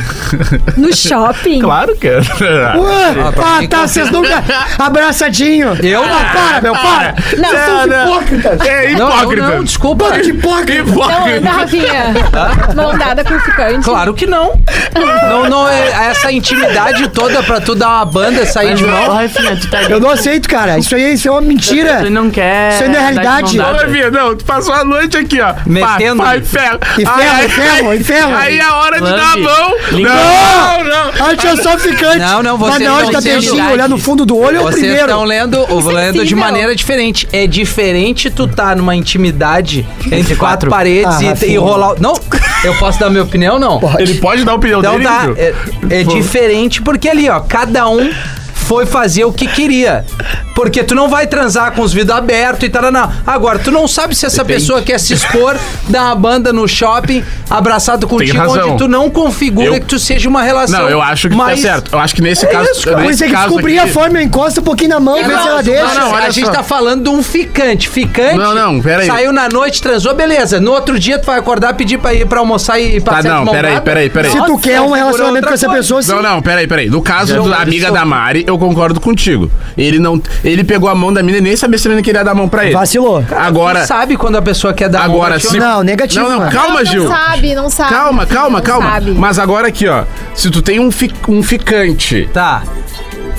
[SPEAKER 5] No shopping?
[SPEAKER 4] Claro que é.
[SPEAKER 3] Ué,
[SPEAKER 1] Ah, pra
[SPEAKER 3] ah,
[SPEAKER 1] mim que
[SPEAKER 3] tá,
[SPEAKER 1] eu-
[SPEAKER 3] vocês nunca. Abraçadinho.
[SPEAKER 1] É. Eu não.
[SPEAKER 3] Ah, para, meu, para.
[SPEAKER 5] Não,
[SPEAKER 3] Vocês são
[SPEAKER 4] não.
[SPEAKER 3] hipócritas.
[SPEAKER 4] É
[SPEAKER 1] Não,
[SPEAKER 4] hipócrita. É
[SPEAKER 1] não, não, desculpa.
[SPEAKER 3] Bando de hipócrita.
[SPEAKER 5] Não anda,
[SPEAKER 4] Hipócrita.
[SPEAKER 5] Então, Rafinha. Mão dada com ficante.
[SPEAKER 1] Claro que não. Não, não é essa intimidade toda pra tu dar uma banda, sair de
[SPEAKER 2] Ô,
[SPEAKER 1] mão.
[SPEAKER 2] Rafinha, tu tá
[SPEAKER 3] Eu não aceito, cara. Isso aí isso é uma mentira.
[SPEAKER 2] Tu não quer.
[SPEAKER 3] Isso aí não é
[SPEAKER 2] dar
[SPEAKER 3] realidade.
[SPEAKER 2] de mão
[SPEAKER 4] Não,
[SPEAKER 2] dada.
[SPEAKER 4] Levinha, não, tu passou a noite aqui, ó.
[SPEAKER 1] Metendo.
[SPEAKER 4] Pá, pá, ferro.
[SPEAKER 3] E ferro,
[SPEAKER 4] Aí-
[SPEAKER 3] e ferro, e ferro.
[SPEAKER 4] Aí é a hora de dar a
[SPEAKER 2] Lambe.
[SPEAKER 4] mão.
[SPEAKER 2] Limpa.
[SPEAKER 4] Não, não.
[SPEAKER 3] Antes eu sou ficante.
[SPEAKER 1] Não, não,
[SPEAKER 3] Mas
[SPEAKER 1] vocês
[SPEAKER 3] na hora de
[SPEAKER 1] não
[SPEAKER 3] dar
[SPEAKER 1] têm
[SPEAKER 3] beijinho,
[SPEAKER 1] habilidade.
[SPEAKER 3] olhar no fundo do olho é o
[SPEAKER 1] Vocês
[SPEAKER 3] primeiro.
[SPEAKER 1] estão lendo, ou lendo de
[SPEAKER 5] Insensível.
[SPEAKER 1] maneira diferente. É diferente tu tá numa intimidade entre quatro
[SPEAKER 2] quatro.
[SPEAKER 1] paredes
[SPEAKER 3] Ah,
[SPEAKER 1] e- e,
[SPEAKER 3] Rafinha.
[SPEAKER 1] rolar. o- Não, eu posso dar minha opinião não?
[SPEAKER 4] Ele pode dar opinião
[SPEAKER 1] Então
[SPEAKER 4] dele,
[SPEAKER 1] tá,
[SPEAKER 4] viu?
[SPEAKER 1] é, é
[SPEAKER 4] Pô.
[SPEAKER 1] diferente porque ali, ó, cada um foi fazer o que queria. Porque tu não vai transar com os vidros abertos e tal, não. Agora, tu não sabe se essa pessoa quer se expor, dar uma banda no shopping, abraçado contigo,
[SPEAKER 4] razão.
[SPEAKER 1] onde tu não configura
[SPEAKER 4] Eu-
[SPEAKER 1] que tu seja uma relação.
[SPEAKER 4] Não, eu acho que
[SPEAKER 1] mais-
[SPEAKER 4] tá certo. Eu acho que nesse caso.
[SPEAKER 1] isso, cara.
[SPEAKER 4] nesse
[SPEAKER 3] Por isso é que
[SPEAKER 4] caso
[SPEAKER 3] descobri a
[SPEAKER 4] aqui-
[SPEAKER 3] forma, eu encosto um pouquinho na mão, ver se ela deixa.
[SPEAKER 1] Não, não,
[SPEAKER 4] olha
[SPEAKER 1] a gente
[SPEAKER 4] só.
[SPEAKER 1] tá falando de um ficante. Ficante.
[SPEAKER 4] Não, não, pera aí.
[SPEAKER 1] Saiu na noite, transou, beleza. No outro dia tu vai acordar, pedir pra ir pra almoçar e
[SPEAKER 4] Tá,
[SPEAKER 1] passar de
[SPEAKER 4] não,
[SPEAKER 1] mão
[SPEAKER 4] peraí,
[SPEAKER 1] dada.
[SPEAKER 4] peraí, peraí.
[SPEAKER 3] Se tu
[SPEAKER 1] Nossa,
[SPEAKER 3] quer um
[SPEAKER 1] segura
[SPEAKER 3] relacionamento
[SPEAKER 1] outra
[SPEAKER 3] com essa
[SPEAKER 1] coisa.
[SPEAKER 3] pessoa, sim.
[SPEAKER 4] Não, não, peraí, peraí. No
[SPEAKER 1] é
[SPEAKER 4] caso
[SPEAKER 1] um
[SPEAKER 4] da amiga da Mari, eu concordo contigo. Ele não. Ele pegou a mão da mina e nem sabia se ele queria dar a mão pra ele.
[SPEAKER 3] Vacilou.
[SPEAKER 4] Agora.
[SPEAKER 1] Tu sabe quando a pessoa quer dar
[SPEAKER 4] Agora
[SPEAKER 1] mão pra ti
[SPEAKER 4] sim.
[SPEAKER 3] Não, negativo,
[SPEAKER 4] Não, não,
[SPEAKER 3] mano.
[SPEAKER 4] calma,
[SPEAKER 5] não
[SPEAKER 4] Gil.
[SPEAKER 5] sabe, não sabe.
[SPEAKER 4] Calma, calma,
[SPEAKER 5] Não
[SPEAKER 4] calma.
[SPEAKER 5] sabe.
[SPEAKER 4] Mas agora aqui, ó. Se tu tem um, fi- um ficante
[SPEAKER 1] ou não? Tá.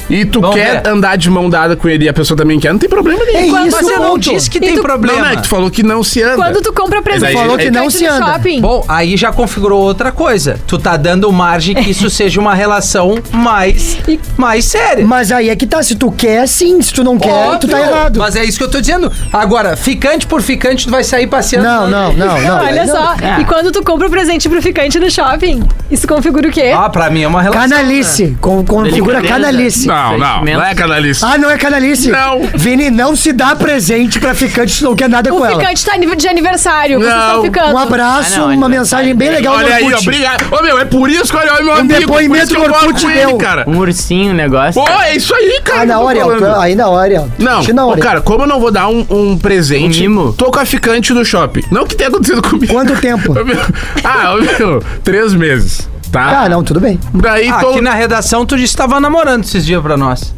[SPEAKER 4] e tu
[SPEAKER 1] Vamos
[SPEAKER 4] quer
[SPEAKER 1] ver.
[SPEAKER 4] andar de mão dada com ele e a pessoa também quer, não tem problema nenhum.
[SPEAKER 3] É isso, Então,
[SPEAKER 1] Mas eu não
[SPEAKER 3] ponto.
[SPEAKER 1] disse que
[SPEAKER 5] E
[SPEAKER 1] tem
[SPEAKER 5] tu-
[SPEAKER 1] problema.
[SPEAKER 4] Não, não, é que tu falou que não se anda.
[SPEAKER 5] Quando tu compra presente,
[SPEAKER 4] Mas aí-
[SPEAKER 3] Falou que não se
[SPEAKER 5] no
[SPEAKER 3] anda.
[SPEAKER 5] shopping.
[SPEAKER 1] Bom, aí já configurou outra coisa. Tu tá dando margem que isso seja uma relação mais,
[SPEAKER 5] E-
[SPEAKER 1] mais séria.
[SPEAKER 3] Mas aí é que tá, se tu quer, sim. Se tu não quer, tu tá
[SPEAKER 1] Óbvio,
[SPEAKER 3] errado.
[SPEAKER 1] Mas é isso que eu tô dizendo. Agora, ficante por ficante, tu vai sair passeando.
[SPEAKER 3] Não, não, não, não.
[SPEAKER 5] Olha
[SPEAKER 3] Não.
[SPEAKER 5] só,
[SPEAKER 2] É.
[SPEAKER 5] e quando tu compra o presente pro ficante no shopping, isso configura o quê?
[SPEAKER 1] Ah, pra mim é uma relação.
[SPEAKER 3] Canalice. Com, configura
[SPEAKER 2] Delicadeza.
[SPEAKER 3] canalice.
[SPEAKER 4] Não, Não, não.
[SPEAKER 2] Sentimento.
[SPEAKER 4] Não é canalice.
[SPEAKER 3] Ah, não é canalice?
[SPEAKER 4] Não.
[SPEAKER 3] Vini, não se dá presente pra ficante, se não quer é nada com
[SPEAKER 5] O
[SPEAKER 3] ela.
[SPEAKER 5] ficante tá de aniversário, vocês
[SPEAKER 4] Não.
[SPEAKER 5] estão ficando.
[SPEAKER 3] Um abraço,
[SPEAKER 2] Ah, não,
[SPEAKER 3] uma
[SPEAKER 2] ele-
[SPEAKER 3] mensagem bem legal no
[SPEAKER 4] olha aí,
[SPEAKER 3] Orkut.
[SPEAKER 4] obrigado. Ô, meu, é por isso que olha, olha meu
[SPEAKER 3] Um
[SPEAKER 4] amigo. por
[SPEAKER 3] depoimento
[SPEAKER 4] isso que
[SPEAKER 3] do
[SPEAKER 4] eu moro
[SPEAKER 3] Orkut
[SPEAKER 4] com ele,
[SPEAKER 3] deu.
[SPEAKER 4] cara.
[SPEAKER 2] Um ursinho, um negócio.
[SPEAKER 4] Pô, é isso aí,
[SPEAKER 3] Ah,
[SPEAKER 4] cara. que eu
[SPEAKER 3] na
[SPEAKER 4] tô
[SPEAKER 3] hora,
[SPEAKER 4] falando.
[SPEAKER 3] tu- aí na hora. ó.
[SPEAKER 4] Não,
[SPEAKER 3] Te na
[SPEAKER 4] ô,
[SPEAKER 3] hora.
[SPEAKER 4] cara, como eu não vou dar um, um presente,
[SPEAKER 2] Um mimo?
[SPEAKER 4] tô com a ficante do shopping. Não que tenha acontecido comigo.
[SPEAKER 3] Quanto tempo?
[SPEAKER 4] Ô, meu, ah, ô, meu, três meses, tá?
[SPEAKER 3] Ah, não, tudo bem.
[SPEAKER 4] Daí tô...
[SPEAKER 1] Aqui na redação, tu disse que tava namorando esses dias pra nós.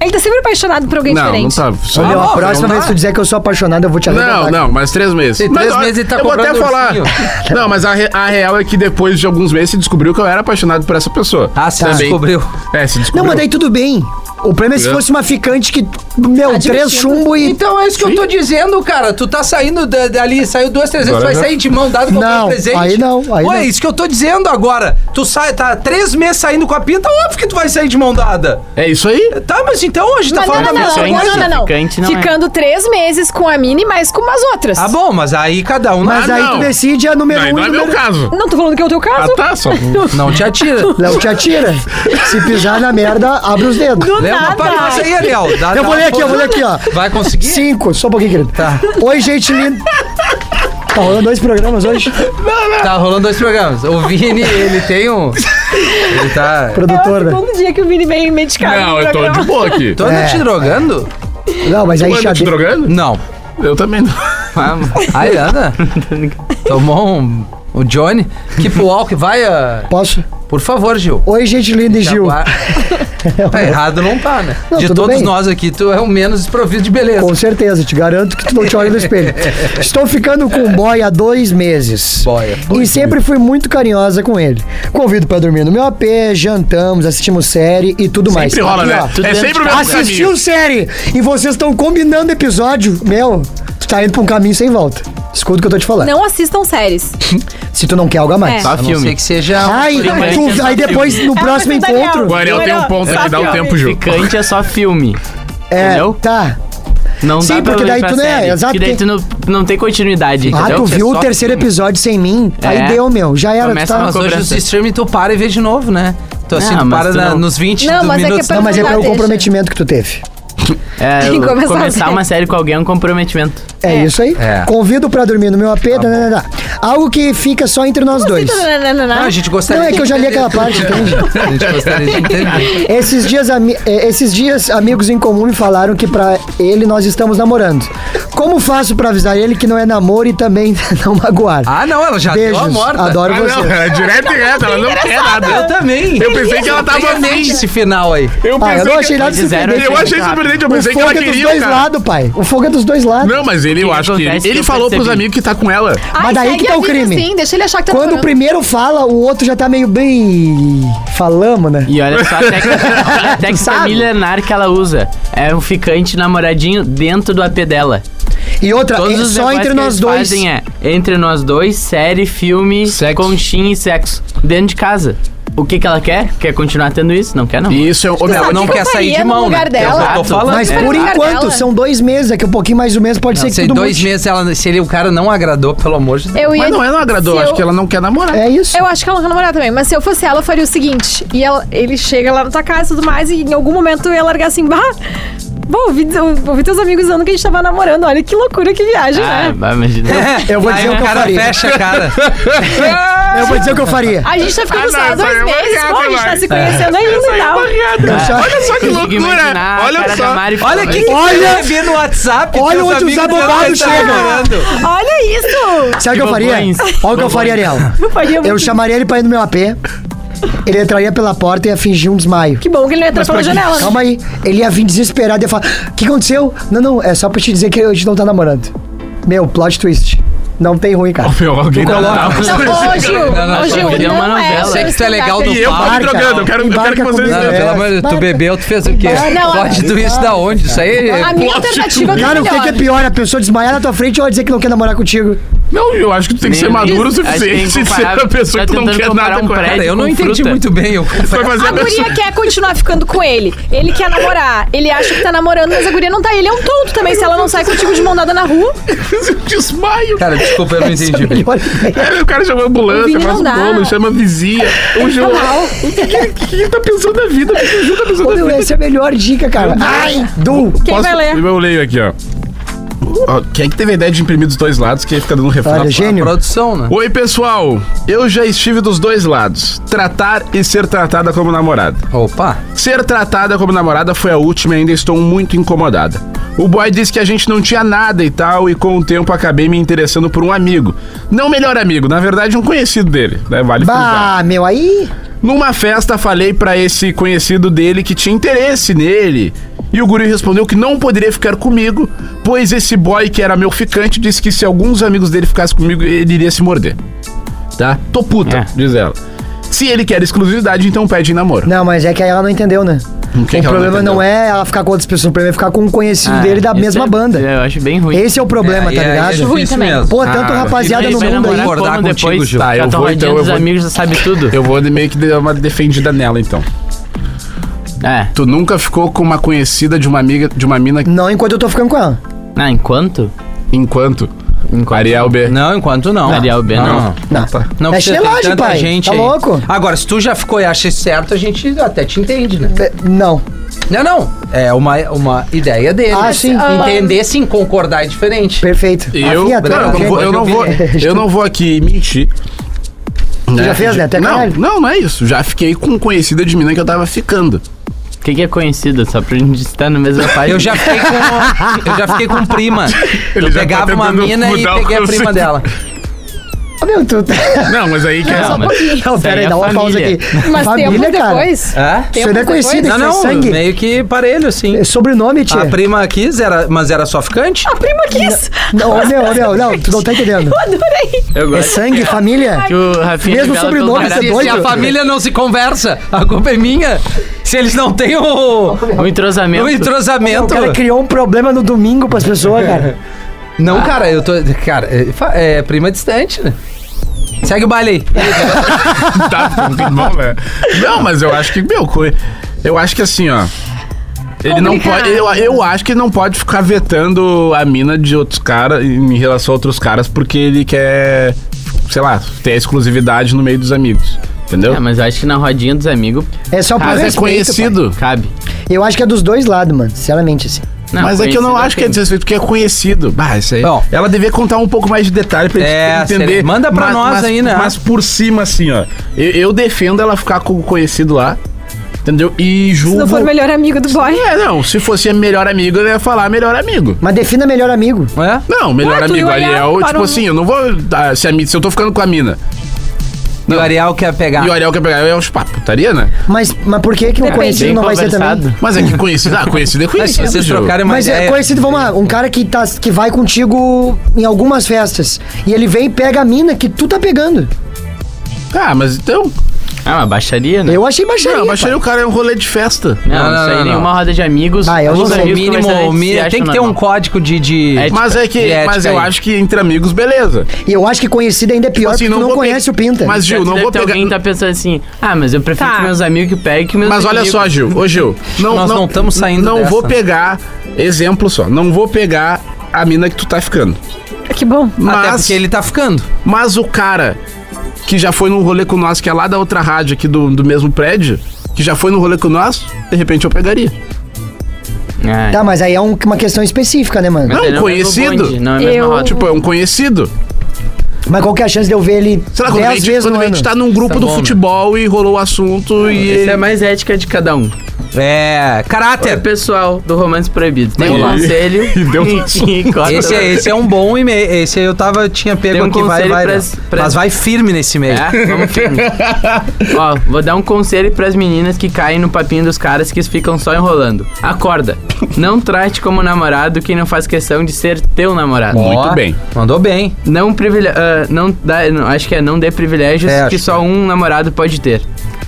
[SPEAKER 5] Ele tá sempre apaixonado por alguém
[SPEAKER 4] Não, não
[SPEAKER 5] diferente.
[SPEAKER 4] tá. Só...
[SPEAKER 3] Olha, é
[SPEAKER 1] Ah,
[SPEAKER 3] a
[SPEAKER 1] não,
[SPEAKER 3] próxima
[SPEAKER 1] não dá.
[SPEAKER 3] vez que tu dizer que eu sou apaixonado, eu vou te
[SPEAKER 4] Não,
[SPEAKER 3] arrebentar.
[SPEAKER 4] não, mas três meses.
[SPEAKER 1] Tem
[SPEAKER 4] Mas,
[SPEAKER 1] três
[SPEAKER 4] ó,
[SPEAKER 1] meses ele tá
[SPEAKER 4] Eu vou até
[SPEAKER 1] comprando
[SPEAKER 3] um
[SPEAKER 4] falar.
[SPEAKER 1] ursinho.
[SPEAKER 4] Não, mas a, re- a real é que depois de alguns meses se descobriu que eu era apaixonado por essa pessoa.
[SPEAKER 1] Ah, se
[SPEAKER 4] Também.
[SPEAKER 1] descobriu.
[SPEAKER 4] É, se descobriu.
[SPEAKER 3] Não, mas daí tudo bem. O problema é se
[SPEAKER 4] É.
[SPEAKER 3] fosse uma ficante que,
[SPEAKER 5] Tá
[SPEAKER 3] meu, três chumbo e...
[SPEAKER 1] Então é isso que eu tô dizendo, cara. Tu tá saindo da- dali, saiu duas, três vezes, tu vai
[SPEAKER 4] Agora já-
[SPEAKER 1] sair de mão dada com
[SPEAKER 3] Não,
[SPEAKER 1] o presente.
[SPEAKER 3] aí não, aí
[SPEAKER 1] Ué,
[SPEAKER 3] não.
[SPEAKER 1] isso que eu tô dizendo agora. Tu sai, tá três meses saindo com a pinta, óbvio que tu vai sair de mão dada.
[SPEAKER 4] É isso aí?
[SPEAKER 1] Tá, mas então hoje tá
[SPEAKER 5] Mas não,
[SPEAKER 1] falando
[SPEAKER 5] não,
[SPEAKER 1] da
[SPEAKER 5] não,
[SPEAKER 1] mesma
[SPEAKER 5] não,
[SPEAKER 1] coisa.
[SPEAKER 5] não, não, não.
[SPEAKER 2] Ficante não é.
[SPEAKER 5] Ficando três meses com a Mini, mas com umas outras.
[SPEAKER 1] Ah, bom, mas aí cada um...
[SPEAKER 3] Mas
[SPEAKER 4] Ah,
[SPEAKER 3] aí
[SPEAKER 4] não.
[SPEAKER 3] tu decide a número
[SPEAKER 4] Não, e
[SPEAKER 3] um
[SPEAKER 4] não
[SPEAKER 3] e
[SPEAKER 4] é
[SPEAKER 3] número...
[SPEAKER 4] meu caso.
[SPEAKER 5] Não tô falando que é o teu
[SPEAKER 4] Ah,
[SPEAKER 5] caso.
[SPEAKER 4] tá, só.
[SPEAKER 1] Não te atira.
[SPEAKER 3] Léo te atira. Se pisar na merda, abre os dedos.
[SPEAKER 5] Do
[SPEAKER 1] Leva uma
[SPEAKER 5] nada.
[SPEAKER 1] parada isso aí, Ariel. Dá-
[SPEAKER 3] Eu
[SPEAKER 1] dá
[SPEAKER 3] vou
[SPEAKER 1] uma
[SPEAKER 3] ler aqui, eu vou ler aqui, ó.
[SPEAKER 1] Vai conseguir?
[SPEAKER 3] Cinco, só um pouquinho, querido.
[SPEAKER 1] Tá.
[SPEAKER 3] Oi, gente linda. Tá rolando dois programas hoje,
[SPEAKER 1] Tá rolando dois programas. O Vini, ele tem um... Ele tá...
[SPEAKER 3] produtor, né?
[SPEAKER 5] Todo um dia que o Vini vem medicado.
[SPEAKER 4] Não,
[SPEAKER 5] no
[SPEAKER 3] tá
[SPEAKER 4] eu tô
[SPEAKER 5] programa.
[SPEAKER 4] de boa aqui.
[SPEAKER 1] Tu anda
[SPEAKER 3] É.
[SPEAKER 1] te drogando?
[SPEAKER 3] Não, mas aí
[SPEAKER 4] Tu anda te
[SPEAKER 3] xadrez.
[SPEAKER 4] drogando?
[SPEAKER 1] Não.
[SPEAKER 4] Eu também não.
[SPEAKER 1] Aí, Ana. Tomou um... O Johnny. Keep walk, vai... ah,
[SPEAKER 3] Posso?
[SPEAKER 1] Por favor, Gil.
[SPEAKER 3] Oi, gente linda e Gil.
[SPEAKER 1] Jaguar. Tá errado não tá, né?
[SPEAKER 3] Não,
[SPEAKER 1] de
[SPEAKER 3] tudo
[SPEAKER 1] todos
[SPEAKER 3] bem.
[SPEAKER 1] nós aqui, tu é o menos desprovido de beleza.
[SPEAKER 3] Com certeza, te garanto que tu não te olha no espelho. Estou ficando com um boy há dois meses.
[SPEAKER 1] Boia.
[SPEAKER 3] E sempre fui muito carinhosa com ele. Convido pra dormir no meu AP, jantamos, assistimos série e tudo mais.
[SPEAKER 4] Sempre rola,
[SPEAKER 3] Aqui,
[SPEAKER 4] né?
[SPEAKER 3] ó,
[SPEAKER 2] Tudo
[SPEAKER 4] É
[SPEAKER 2] bem.
[SPEAKER 4] sempre o mesmo
[SPEAKER 3] Assistiu
[SPEAKER 4] caminho.
[SPEAKER 3] série e vocês estão combinando episódio, meu, tu tá indo pra um caminho sem volta. Escuta o que eu tô te falando.
[SPEAKER 5] Não assistam séries.
[SPEAKER 3] Se tu não quer algo a mais.
[SPEAKER 5] É.
[SPEAKER 2] Só
[SPEAKER 1] A não ser
[SPEAKER 2] filme.
[SPEAKER 1] que seja. um-
[SPEAKER 3] Ai,
[SPEAKER 2] Não, mas
[SPEAKER 3] tu-
[SPEAKER 2] tem
[SPEAKER 3] aí
[SPEAKER 2] só
[SPEAKER 3] depois no
[SPEAKER 5] É,
[SPEAKER 3] próximo
[SPEAKER 5] mas o Daniel-
[SPEAKER 3] encontro.
[SPEAKER 4] O Ariel tem um ponto
[SPEAKER 5] Só
[SPEAKER 4] aqui, dá um
[SPEAKER 5] filme.
[SPEAKER 4] tempo, Ju.
[SPEAKER 2] Ficante é só filme.
[SPEAKER 3] É,
[SPEAKER 2] Entendeu?
[SPEAKER 3] tá.
[SPEAKER 2] Não
[SPEAKER 3] Sim,
[SPEAKER 2] dá pra
[SPEAKER 3] porque
[SPEAKER 2] ver
[SPEAKER 3] daí
[SPEAKER 2] pra
[SPEAKER 3] tu não é,
[SPEAKER 2] série,
[SPEAKER 3] exato,
[SPEAKER 2] Que daí
[SPEAKER 3] porque-
[SPEAKER 2] tu não, não tem continuidade,
[SPEAKER 3] Ah,
[SPEAKER 2] entendeu?
[SPEAKER 3] tu
[SPEAKER 1] Que é
[SPEAKER 3] viu o
[SPEAKER 1] só
[SPEAKER 3] terceiro episódio sem mim?
[SPEAKER 2] É.
[SPEAKER 3] Aí deu, meu. Já era. Tu
[SPEAKER 2] Começa
[SPEAKER 3] tá...
[SPEAKER 1] Mas hoje
[SPEAKER 2] cobrança.
[SPEAKER 1] os streaming tu para e vê de novo, né? Tu assim,
[SPEAKER 2] Não,
[SPEAKER 1] tu
[SPEAKER 2] mas
[SPEAKER 1] para
[SPEAKER 2] tu
[SPEAKER 1] na-
[SPEAKER 2] não-
[SPEAKER 1] nos 20
[SPEAKER 5] Não,
[SPEAKER 1] do
[SPEAKER 5] mas é que
[SPEAKER 1] minutos.
[SPEAKER 5] pra-
[SPEAKER 3] Não, mas é pelo
[SPEAKER 5] Deixa.
[SPEAKER 3] compromeento que tu teve.
[SPEAKER 2] É,
[SPEAKER 5] Tem que começar
[SPEAKER 2] começar,
[SPEAKER 5] a série.
[SPEAKER 2] uma série com alguém é um comprometimento.
[SPEAKER 3] É, isso aí.
[SPEAKER 1] É.
[SPEAKER 3] Convido pra dormir no meu AP. nananã. Algo que fica só entre nós dois.
[SPEAKER 5] tá
[SPEAKER 1] Ah, a gente gostaria
[SPEAKER 3] Não, é que eu já li
[SPEAKER 1] entender
[SPEAKER 3] aquela
[SPEAKER 1] tudo,
[SPEAKER 3] parte,
[SPEAKER 1] né?
[SPEAKER 3] entende?
[SPEAKER 1] A gente gostaria de entender.
[SPEAKER 3] Esses dias, ami- eh, esses dias, amigos em comum me falaram que pra ele nós estamos namorando. Como faço pra avisar ele que não é namoro e também não magoar?
[SPEAKER 1] Ah, não, ela já deu a
[SPEAKER 3] Beijos,
[SPEAKER 1] morta.
[SPEAKER 3] adoro
[SPEAKER 4] Ah, não,
[SPEAKER 3] você.
[SPEAKER 4] é direto e reto, ela não quer
[SPEAKER 1] Eu
[SPEAKER 4] nada.
[SPEAKER 1] também.
[SPEAKER 4] Eu pensei que ela tava
[SPEAKER 1] bem
[SPEAKER 4] afim.
[SPEAKER 1] esse final aí.
[SPEAKER 4] Eu
[SPEAKER 3] Ah, eu não
[SPEAKER 4] pensei
[SPEAKER 3] achei
[SPEAKER 4] que...
[SPEAKER 3] nada né?
[SPEAKER 2] de zero
[SPEAKER 4] Eu achei
[SPEAKER 2] Cara,
[SPEAKER 4] surpreendente, eu
[SPEAKER 3] O
[SPEAKER 4] pensei que
[SPEAKER 3] fogo
[SPEAKER 4] ela
[SPEAKER 3] é dos
[SPEAKER 4] queria,
[SPEAKER 3] dois
[SPEAKER 4] cara.
[SPEAKER 3] lados, pai. O fogo é dos dois lados.
[SPEAKER 4] Não, mas ele,
[SPEAKER 2] O que
[SPEAKER 4] eu
[SPEAKER 2] que
[SPEAKER 4] acho que ele,
[SPEAKER 2] acontece que
[SPEAKER 4] ele
[SPEAKER 2] eu
[SPEAKER 4] falou pros
[SPEAKER 2] percebi?
[SPEAKER 4] amigos que tá com ela.
[SPEAKER 3] Mas daí que tá o crime.
[SPEAKER 5] Sim, deixa ele achar que tá
[SPEAKER 3] Quando o
[SPEAKER 5] namorando.
[SPEAKER 3] primeiro fala, o outro já tá meio bem. Falamos, né?
[SPEAKER 2] E olha só a técnica, a técnica
[SPEAKER 3] sabe?
[SPEAKER 2] milenar que ela usa. É um ficante namoradinho dentro do AP dela.
[SPEAKER 3] E outra,
[SPEAKER 2] Todos
[SPEAKER 3] é
[SPEAKER 2] os
[SPEAKER 3] só
[SPEAKER 2] negócios
[SPEAKER 3] entre
[SPEAKER 2] que
[SPEAKER 3] nós
[SPEAKER 2] eles
[SPEAKER 3] dois.
[SPEAKER 2] fazem é entre nós dois, série, filme,
[SPEAKER 4] Sexo.
[SPEAKER 2] conchinha e sexo. Dentro de casa. O que que ela quer? Quer continuar tendo isso? Não quer, não.
[SPEAKER 4] E isso é... Ô, meu,
[SPEAKER 1] Ela não
[SPEAKER 5] que eu
[SPEAKER 1] quer sair
[SPEAKER 5] faria
[SPEAKER 1] de
[SPEAKER 5] no
[SPEAKER 1] mão, né?
[SPEAKER 5] lugar dela?
[SPEAKER 1] Eu tô falando.
[SPEAKER 3] Mas
[SPEAKER 2] É.
[SPEAKER 3] por
[SPEAKER 5] É.
[SPEAKER 3] enquanto,
[SPEAKER 5] Dela.
[SPEAKER 3] são dois meses, daqui a pouquinho mais ou menos pode
[SPEAKER 1] Não,
[SPEAKER 3] ser que
[SPEAKER 1] se
[SPEAKER 3] tudo
[SPEAKER 1] dois
[SPEAKER 3] mude.
[SPEAKER 1] meses, ela, se ele, o cara não agradou, pelo amor de Deus.
[SPEAKER 5] Eu ia...
[SPEAKER 4] Mas não, ela não agradou,
[SPEAKER 5] se
[SPEAKER 4] acho
[SPEAKER 5] eu-
[SPEAKER 4] que ela não quer namorar.
[SPEAKER 3] É isso.
[SPEAKER 5] Eu acho que ela não quer namorar também, mas se eu fosse ela, eu faria o seguinte: e ela- ele chega lá na tua casa e tudo mais, e em algum momento eu ia largar assim, bah, vou ouvir, eu ouvi teus amigos dizendo que a gente tava namorando, olha que loucura, que viagem,
[SPEAKER 2] Ah,
[SPEAKER 5] né?
[SPEAKER 2] vai, imagina.
[SPEAKER 3] É, Eu vou
[SPEAKER 1] Aí
[SPEAKER 3] dizer o
[SPEAKER 1] o
[SPEAKER 3] é. que eu
[SPEAKER 1] cara
[SPEAKER 3] faria.
[SPEAKER 1] fecha a cara.
[SPEAKER 3] Eu vou dizer o que eu faria.
[SPEAKER 5] A gente tá ficando
[SPEAKER 4] Ah,
[SPEAKER 5] só
[SPEAKER 4] não,
[SPEAKER 5] há dois
[SPEAKER 4] saiu
[SPEAKER 5] meses,
[SPEAKER 4] barriada,
[SPEAKER 5] pô, a gente tá
[SPEAKER 4] vai.
[SPEAKER 5] se conhecendo ainda e tal.
[SPEAKER 4] Tá
[SPEAKER 2] É.
[SPEAKER 3] Eu só-
[SPEAKER 4] Olha só que
[SPEAKER 2] Eu consigo
[SPEAKER 4] loucura.
[SPEAKER 2] imaginar a cara
[SPEAKER 4] Olha
[SPEAKER 2] da
[SPEAKER 4] só.
[SPEAKER 2] Mari
[SPEAKER 1] Olha
[SPEAKER 2] falando.
[SPEAKER 1] quem
[SPEAKER 3] Olha-
[SPEAKER 1] olha, vê no WhatsApp.
[SPEAKER 3] Olha
[SPEAKER 1] teus
[SPEAKER 3] onde os
[SPEAKER 1] amigos dizendo
[SPEAKER 3] abobados
[SPEAKER 1] que tá
[SPEAKER 3] chegam.
[SPEAKER 1] namorando.
[SPEAKER 5] Olha isso!
[SPEAKER 3] Sabe o que eu faria?
[SPEAKER 2] bobões.
[SPEAKER 3] Olha o que eu faria, Ariel.
[SPEAKER 5] Eu faria
[SPEAKER 3] Eu
[SPEAKER 5] muito.
[SPEAKER 3] chamaria ele pra ir no meu AP. Ele entraria pela porta e ia fingir um desmaio.
[SPEAKER 5] Que bom que ele não entrou pela janela. né?
[SPEAKER 3] Calma aí. Ele ia vir desesperado e ia falar: O que aconteceu? Não, não, é só pra te dizer que a gente não tá namorando. Meu, plot twist. Não tem ruim, cara.
[SPEAKER 4] Meu, alguém tá
[SPEAKER 5] Não, ô, Gil,
[SPEAKER 1] Não, não,
[SPEAKER 5] ô,
[SPEAKER 1] só
[SPEAKER 5] Gil,
[SPEAKER 2] porque é uma
[SPEAKER 5] não é
[SPEAKER 2] novela.
[SPEAKER 5] sobre
[SPEAKER 1] Sexo é legal do
[SPEAKER 5] stand-up.
[SPEAKER 4] E eu tô me
[SPEAKER 3] Marca,
[SPEAKER 4] drogando, eu quero, eu quero que
[SPEAKER 3] embarca
[SPEAKER 4] vocês...
[SPEAKER 3] comigo.
[SPEAKER 1] Não, não,
[SPEAKER 3] É,
[SPEAKER 1] pelo amor de Deus, tu
[SPEAKER 3] marca.
[SPEAKER 1] bebeu, tu fez o quê?
[SPEAKER 5] Não,
[SPEAKER 1] Plot
[SPEAKER 5] olha,
[SPEAKER 1] twist da onde? Isso aí.
[SPEAKER 5] A minha
[SPEAKER 4] Plot
[SPEAKER 5] alternativa é
[SPEAKER 4] twist.
[SPEAKER 5] que é
[SPEAKER 3] Cara, o que que é
[SPEAKER 5] melhor.
[SPEAKER 3] pior? A pessoa desmaiar na tua frente ou ela dizer que não quer namorar contigo?
[SPEAKER 4] Não, eu acho que tu tem que
[SPEAKER 2] Nem-
[SPEAKER 4] ser maduro o
[SPEAKER 2] Acho que tem que
[SPEAKER 4] suficiente de ser
[SPEAKER 2] comparar-
[SPEAKER 4] a pessoa que
[SPEAKER 2] tá
[SPEAKER 4] tu não
[SPEAKER 2] tentando
[SPEAKER 4] quer
[SPEAKER 2] comparar
[SPEAKER 4] nada
[SPEAKER 2] um
[SPEAKER 4] com ela.
[SPEAKER 1] Cara,
[SPEAKER 2] prédio
[SPEAKER 1] eu
[SPEAKER 2] com
[SPEAKER 1] não entendi
[SPEAKER 2] fruta.
[SPEAKER 1] muito bem. Eu confesso.
[SPEAKER 4] Vai fazer
[SPEAKER 5] A
[SPEAKER 4] a pessoa...
[SPEAKER 5] guria quer continuar ficando com ele. Ele quer namorar. Ele acha que tá namorando, mas a guria não tá. Ele é um tonto também. Se ela não sai contigo de mão dada na rua,
[SPEAKER 4] Eu um desmaio.
[SPEAKER 1] Cara, desculpa, eu não entendi bem.
[SPEAKER 3] Melhor ideia.
[SPEAKER 4] É, o cara chama
[SPEAKER 5] O
[SPEAKER 4] ambulância,
[SPEAKER 5] Vini
[SPEAKER 4] faz
[SPEAKER 5] não
[SPEAKER 4] um
[SPEAKER 5] dá. tá
[SPEAKER 4] bolo, chama vizinha, um jornal. O que que o que que ele tá pensando da vida? O que que o Ju tá pensando
[SPEAKER 3] Ô,
[SPEAKER 4] da
[SPEAKER 3] meu,
[SPEAKER 4] vida?
[SPEAKER 3] essa é a melhor dica, cara. Ai, Du.
[SPEAKER 5] quem
[SPEAKER 4] Posso-
[SPEAKER 5] vai ler?
[SPEAKER 4] Eu leio aqui, ó. Ó, Quem é que teve a ideia de imprimir dos dois lados que fica dando um reflexo?
[SPEAKER 3] Olha, gênio.
[SPEAKER 1] Produção, né?
[SPEAKER 4] Oi, pessoal. Eu já estive dos dois lados. Tratar e ser tratada como namorada.
[SPEAKER 1] Opa.
[SPEAKER 4] Ser tratada como namorada foi a última e ainda estou muito incomodada. O boy disse que a gente não tinha nada e tal, e com o tempo acabei me interessando por um amigo. Não melhor amigo, na verdade um conhecido dele, né? Vale frisar.
[SPEAKER 3] Bah, meu, aí...
[SPEAKER 4] Numa festa, falei pra esse conhecido dele que tinha interesse nele. E o guri respondeu que não poderia ficar comigo, pois esse boy que era meu ficante disse que se alguns amigos dele ficassem comigo, ele iria se morder. Tá? Tô puta,
[SPEAKER 2] É.
[SPEAKER 4] diz ela. Se ele quer exclusividade, então pede em namoro.
[SPEAKER 3] Não, mas é que aí ela não entendeu, né?
[SPEAKER 4] O que
[SPEAKER 3] o
[SPEAKER 4] que ela
[SPEAKER 3] problema
[SPEAKER 4] entendeu?
[SPEAKER 3] não é ela ficar com outras pessoas, o problema é ficar com um
[SPEAKER 1] Ah,
[SPEAKER 3] conhecido dele da
[SPEAKER 2] isso
[SPEAKER 3] mesma
[SPEAKER 2] é-
[SPEAKER 3] banda.
[SPEAKER 2] Eu acho bem ruim.
[SPEAKER 3] Esse é o problema,
[SPEAKER 1] É,
[SPEAKER 3] tá
[SPEAKER 1] é, é
[SPEAKER 3] ligado?
[SPEAKER 1] difícil
[SPEAKER 5] também.
[SPEAKER 1] mesmo. Ah,
[SPEAKER 3] Pô, tanto rapaziada
[SPEAKER 2] Ele
[SPEAKER 3] no
[SPEAKER 2] vai
[SPEAKER 3] mundo aí.
[SPEAKER 2] namorar
[SPEAKER 1] Concordar
[SPEAKER 2] como
[SPEAKER 1] contigo,
[SPEAKER 2] depois?
[SPEAKER 1] Ju.
[SPEAKER 4] Tá,
[SPEAKER 2] Já
[SPEAKER 4] eu
[SPEAKER 2] tão
[SPEAKER 4] vou, então,
[SPEAKER 2] rodeando
[SPEAKER 4] eu
[SPEAKER 2] os
[SPEAKER 4] vou-
[SPEAKER 2] amigos, já sabe tudo.
[SPEAKER 4] Eu vou meio que dar uma defendida nela, então.
[SPEAKER 2] É.
[SPEAKER 4] Tu nunca ficou com uma conhecida de uma amiga, de uma mina
[SPEAKER 3] Não enquanto eu tô ficando com ela.
[SPEAKER 2] Ah, enquanto?
[SPEAKER 4] enquanto? Ariel B.
[SPEAKER 1] Não, enquanto não.
[SPEAKER 2] Ariel B, não.
[SPEAKER 3] Não.
[SPEAKER 1] Não
[SPEAKER 3] É
[SPEAKER 1] precisa ter
[SPEAKER 3] chelagem,
[SPEAKER 1] tanta
[SPEAKER 3] pai.
[SPEAKER 1] gente
[SPEAKER 3] Tá
[SPEAKER 1] aí.
[SPEAKER 3] louco?
[SPEAKER 1] Agora, se tu já ficou e acha isso certo, a gente até te entende, né?
[SPEAKER 3] É, Não.
[SPEAKER 1] Não, não. É uma, uma ideia dele.
[SPEAKER 3] Ah, sim.
[SPEAKER 1] Entender, sim. Concordar é diferente.
[SPEAKER 3] Perfeito.
[SPEAKER 4] Eu,
[SPEAKER 3] Rafinha,
[SPEAKER 4] não,
[SPEAKER 3] tá-
[SPEAKER 4] eu não vou, eu não vou, eu não vou aqui mentir. Né?
[SPEAKER 3] já fez, né? Até
[SPEAKER 4] não,
[SPEAKER 3] caralho.
[SPEAKER 4] não, não é isso. Já fiquei com conhecida de mina que eu tava ficando.
[SPEAKER 2] O que, que é conhecido? Só pra gente estar na mesma página.
[SPEAKER 1] Eu já fiquei com. eu já fiquei com prima.
[SPEAKER 4] Ele
[SPEAKER 1] eu
[SPEAKER 4] já tá
[SPEAKER 1] pegava uma
[SPEAKER 4] tentando
[SPEAKER 1] mina e
[SPEAKER 4] mudar o
[SPEAKER 1] peguei a
[SPEAKER 4] conceito.
[SPEAKER 1] prima dela.
[SPEAKER 3] Ah, Meu, tu...
[SPEAKER 4] Não, mas aí que é.
[SPEAKER 2] Não, mas-
[SPEAKER 3] Não, pera aí,
[SPEAKER 2] é
[SPEAKER 3] dá uma pausa
[SPEAKER 2] família.
[SPEAKER 3] aqui.
[SPEAKER 5] um Mas
[SPEAKER 3] Família,
[SPEAKER 5] tempo
[SPEAKER 3] cara.
[SPEAKER 5] depois.
[SPEAKER 1] Hã?
[SPEAKER 3] Isso aí não é
[SPEAKER 5] Tempo depois.
[SPEAKER 3] conhecido,
[SPEAKER 1] Não,
[SPEAKER 3] isso é
[SPEAKER 1] não,
[SPEAKER 3] sangue.
[SPEAKER 1] meio que parelho, assim.
[SPEAKER 3] É Ah, Sobrenome,
[SPEAKER 1] A
[SPEAKER 4] Ah,
[SPEAKER 3] tia.
[SPEAKER 1] prima quis, era, mas era só ficante?
[SPEAKER 5] A prima quis.
[SPEAKER 3] Não, ô, meu, ô, meu, não, tu não tá entendendo.
[SPEAKER 5] Eu adorei.
[SPEAKER 2] Eu
[SPEAKER 3] É
[SPEAKER 2] gosto.
[SPEAKER 3] sangue, família?
[SPEAKER 2] que o Rafinha
[SPEAKER 3] Mesmo
[SPEAKER 2] revela
[SPEAKER 3] sobrenome,
[SPEAKER 2] todos os
[SPEAKER 3] você é
[SPEAKER 1] Se, se
[SPEAKER 3] doido?
[SPEAKER 1] a família não se conversa, a culpa é minha. Se eles não têm o,
[SPEAKER 2] O entrosamento.
[SPEAKER 1] o
[SPEAKER 3] O
[SPEAKER 1] entrosamento.
[SPEAKER 3] cara criou um problema no domingo pras pessoas, cara.
[SPEAKER 1] Não, cara, eu tô. Cara, é, fa- é prima distante, né? Segue o baile aí.
[SPEAKER 4] Tá, tá bom, né? Não, mas eu acho que, meu, co- eu acho que assim, ó. Ele não
[SPEAKER 5] Complicado.
[SPEAKER 4] pode. Eu, eu acho que ele não pode ficar vetando a mina de outros caras em relação a outros caras, porque ele quer, sei lá, ter a exclusividade no meio dos amigos. Entendeu?
[SPEAKER 2] É, mas eu acho que na rodinha dos amigos
[SPEAKER 3] É só por
[SPEAKER 4] mas é
[SPEAKER 3] respeito,
[SPEAKER 4] conhecido.
[SPEAKER 2] cabe.
[SPEAKER 3] pai. Eu acho que é dos dois lados, mano. Sinceramente, assim.
[SPEAKER 4] mas é que eu não
[SPEAKER 2] conhecido
[SPEAKER 4] acho que é
[SPEAKER 2] tem.
[SPEAKER 4] desrespeito, porque é conhecido. Bah, isso aí.
[SPEAKER 1] Bom.
[SPEAKER 4] ela devia contar um pouco mais de detalhe pra gente
[SPEAKER 1] É,
[SPEAKER 4] entender.
[SPEAKER 1] seria- manda pra
[SPEAKER 4] Mas-
[SPEAKER 1] nós
[SPEAKER 4] mas-
[SPEAKER 1] aí, né?
[SPEAKER 4] Mas por cima, assim, ó. Eu, eu defendo ela ficar com o conhecido lá. Entendeu? E
[SPEAKER 5] Se
[SPEAKER 4] julgo.
[SPEAKER 5] não for o melhor amigo do boy.
[SPEAKER 4] É, não. Se fosse a melhor amiga, eu ia falar melhor amigo.
[SPEAKER 3] Mas defina melhor amigo.
[SPEAKER 1] É?
[SPEAKER 4] Não, melhor
[SPEAKER 5] Ué, tu
[SPEAKER 4] amigo
[SPEAKER 5] ia
[SPEAKER 4] ali é
[SPEAKER 5] olhar
[SPEAKER 4] o.
[SPEAKER 5] para
[SPEAKER 4] Tipo
[SPEAKER 5] um-
[SPEAKER 4] assim, eu não vou. ah, se, a, mi- se eu tô ficando com a mina
[SPEAKER 1] E o Ariel quer pegar.
[SPEAKER 4] e o Ariel quer pegar, eu ia chupar putaria, né?
[SPEAKER 3] Mas, mas por que que um
[SPEAKER 5] Depende.
[SPEAKER 3] conhecido
[SPEAKER 2] Bem
[SPEAKER 3] não vai ser
[SPEAKER 2] conversado.
[SPEAKER 3] também?
[SPEAKER 4] Mas é que conhecido. ah, conhecido é
[SPEAKER 1] Mas se
[SPEAKER 4] conhecido.
[SPEAKER 1] vocês
[SPEAKER 4] Ju.
[SPEAKER 1] trocarem uma
[SPEAKER 3] Mas é
[SPEAKER 1] ideia.
[SPEAKER 3] conhecido, vamos lá, um cara que, tá, que vai contigo em algumas festas e ele vem e pega a mina que tu tá pegando.
[SPEAKER 4] Ah, mas então.
[SPEAKER 2] Ah, mas baixaria, né?
[SPEAKER 3] Eu achei baixaria.
[SPEAKER 4] Não, mas aí o cara é um rolê de festa.
[SPEAKER 2] Não,
[SPEAKER 1] Não, não,
[SPEAKER 2] isso aí
[SPEAKER 1] não, não.
[SPEAKER 2] nenhuma roda de amigos.
[SPEAKER 3] Ah, eu
[SPEAKER 2] Todos
[SPEAKER 3] não sei.
[SPEAKER 2] os
[SPEAKER 1] O
[SPEAKER 2] amigos
[SPEAKER 1] mínimo,
[SPEAKER 2] começam a
[SPEAKER 1] o
[SPEAKER 2] se
[SPEAKER 1] mínimo-
[SPEAKER 2] acham
[SPEAKER 1] tem que ter um
[SPEAKER 2] normal.
[SPEAKER 1] código de. de-
[SPEAKER 2] É, tipo,
[SPEAKER 4] Mas é que.
[SPEAKER 1] de ética
[SPEAKER 4] mas eu
[SPEAKER 1] aí.
[SPEAKER 4] acho que entre amigos, beleza.
[SPEAKER 3] pai. E eu acho que conhecido ainda é pior
[SPEAKER 4] assim,
[SPEAKER 3] porque tu
[SPEAKER 4] não
[SPEAKER 3] não
[SPEAKER 4] vou
[SPEAKER 3] conhece
[SPEAKER 4] pe-
[SPEAKER 3] o Pinta.
[SPEAKER 4] Mas, Gil,
[SPEAKER 2] Certo,
[SPEAKER 4] não
[SPEAKER 2] deve
[SPEAKER 4] vou
[SPEAKER 2] ter
[SPEAKER 4] pegar.
[SPEAKER 2] Alguém tá pensando assim, ah, mas eu prefiro
[SPEAKER 5] Tá.
[SPEAKER 2] que meus amigos que peguem que meus
[SPEAKER 4] Mas olha
[SPEAKER 2] inimigos."
[SPEAKER 4] só, Gil. Ô, Gil. Não,
[SPEAKER 1] Nós não tamo saindo
[SPEAKER 4] Não
[SPEAKER 1] dessa.
[SPEAKER 4] vou pegar. Exemplo só. Não vou pegar a mina que tu tá ficando.
[SPEAKER 5] Que bom.
[SPEAKER 1] Até
[SPEAKER 4] Mas,
[SPEAKER 1] porque ele tá ficando.
[SPEAKER 4] mas o cara que já foi num rolê com nós, que é lá da outra rádio aqui do, do mesmo prédio, que já foi num rolê com nós, de repente eu pegaria.
[SPEAKER 2] Ah,
[SPEAKER 3] Tá, mas aí é um- uma questão específica, né, mano?
[SPEAKER 2] mas
[SPEAKER 4] não,
[SPEAKER 2] aí é o mesmo
[SPEAKER 4] conhecido.
[SPEAKER 2] bonde, Não é a mesma
[SPEAKER 5] Eu-
[SPEAKER 2] roda.
[SPEAKER 4] Tipo, é um conhecido.
[SPEAKER 3] Mas qual que é a chance de eu ver ele
[SPEAKER 4] Sei lá, quando a
[SPEAKER 3] 10
[SPEAKER 4] gente,
[SPEAKER 3] vezes
[SPEAKER 4] quando
[SPEAKER 3] no
[SPEAKER 4] a
[SPEAKER 3] ano?
[SPEAKER 4] gente tá num grupo
[SPEAKER 1] Tá
[SPEAKER 4] do
[SPEAKER 1] bom, né?
[SPEAKER 4] futebol e rolou o assunto
[SPEAKER 3] Tipo,
[SPEAKER 4] e.
[SPEAKER 2] Isso
[SPEAKER 4] ele-
[SPEAKER 2] é mais ética de cada um.
[SPEAKER 1] É.
[SPEAKER 2] É
[SPEAKER 1] Caráter.
[SPEAKER 2] pessoal do Romance Proibido. Tem um
[SPEAKER 4] Entendi.
[SPEAKER 2] conselho.
[SPEAKER 4] E deu-
[SPEAKER 2] que corta-
[SPEAKER 1] Esse é, esse é um bom e-mail. Esse eu tava, tinha pego
[SPEAKER 2] Tem um
[SPEAKER 1] aqui, vai,
[SPEAKER 2] conselho
[SPEAKER 1] vai.
[SPEAKER 2] pras-
[SPEAKER 1] né?
[SPEAKER 2] pras-
[SPEAKER 1] Mas vai firme nesse e-mail.
[SPEAKER 2] É, vamos firme. Ó, vou dar um conselho pras meninas que caem no papinho dos caras que ficam só enrolando. Acorda. Não trate como namorado quem não faz questão de ser teu namorado.
[SPEAKER 1] Ó,
[SPEAKER 4] Muito bem.
[SPEAKER 1] Mandou bem.
[SPEAKER 2] Não privilé, ah, não dá, não, acho que é não dê privilégios
[SPEAKER 1] É, acho
[SPEAKER 2] que
[SPEAKER 1] que
[SPEAKER 2] só um namorado pode ter.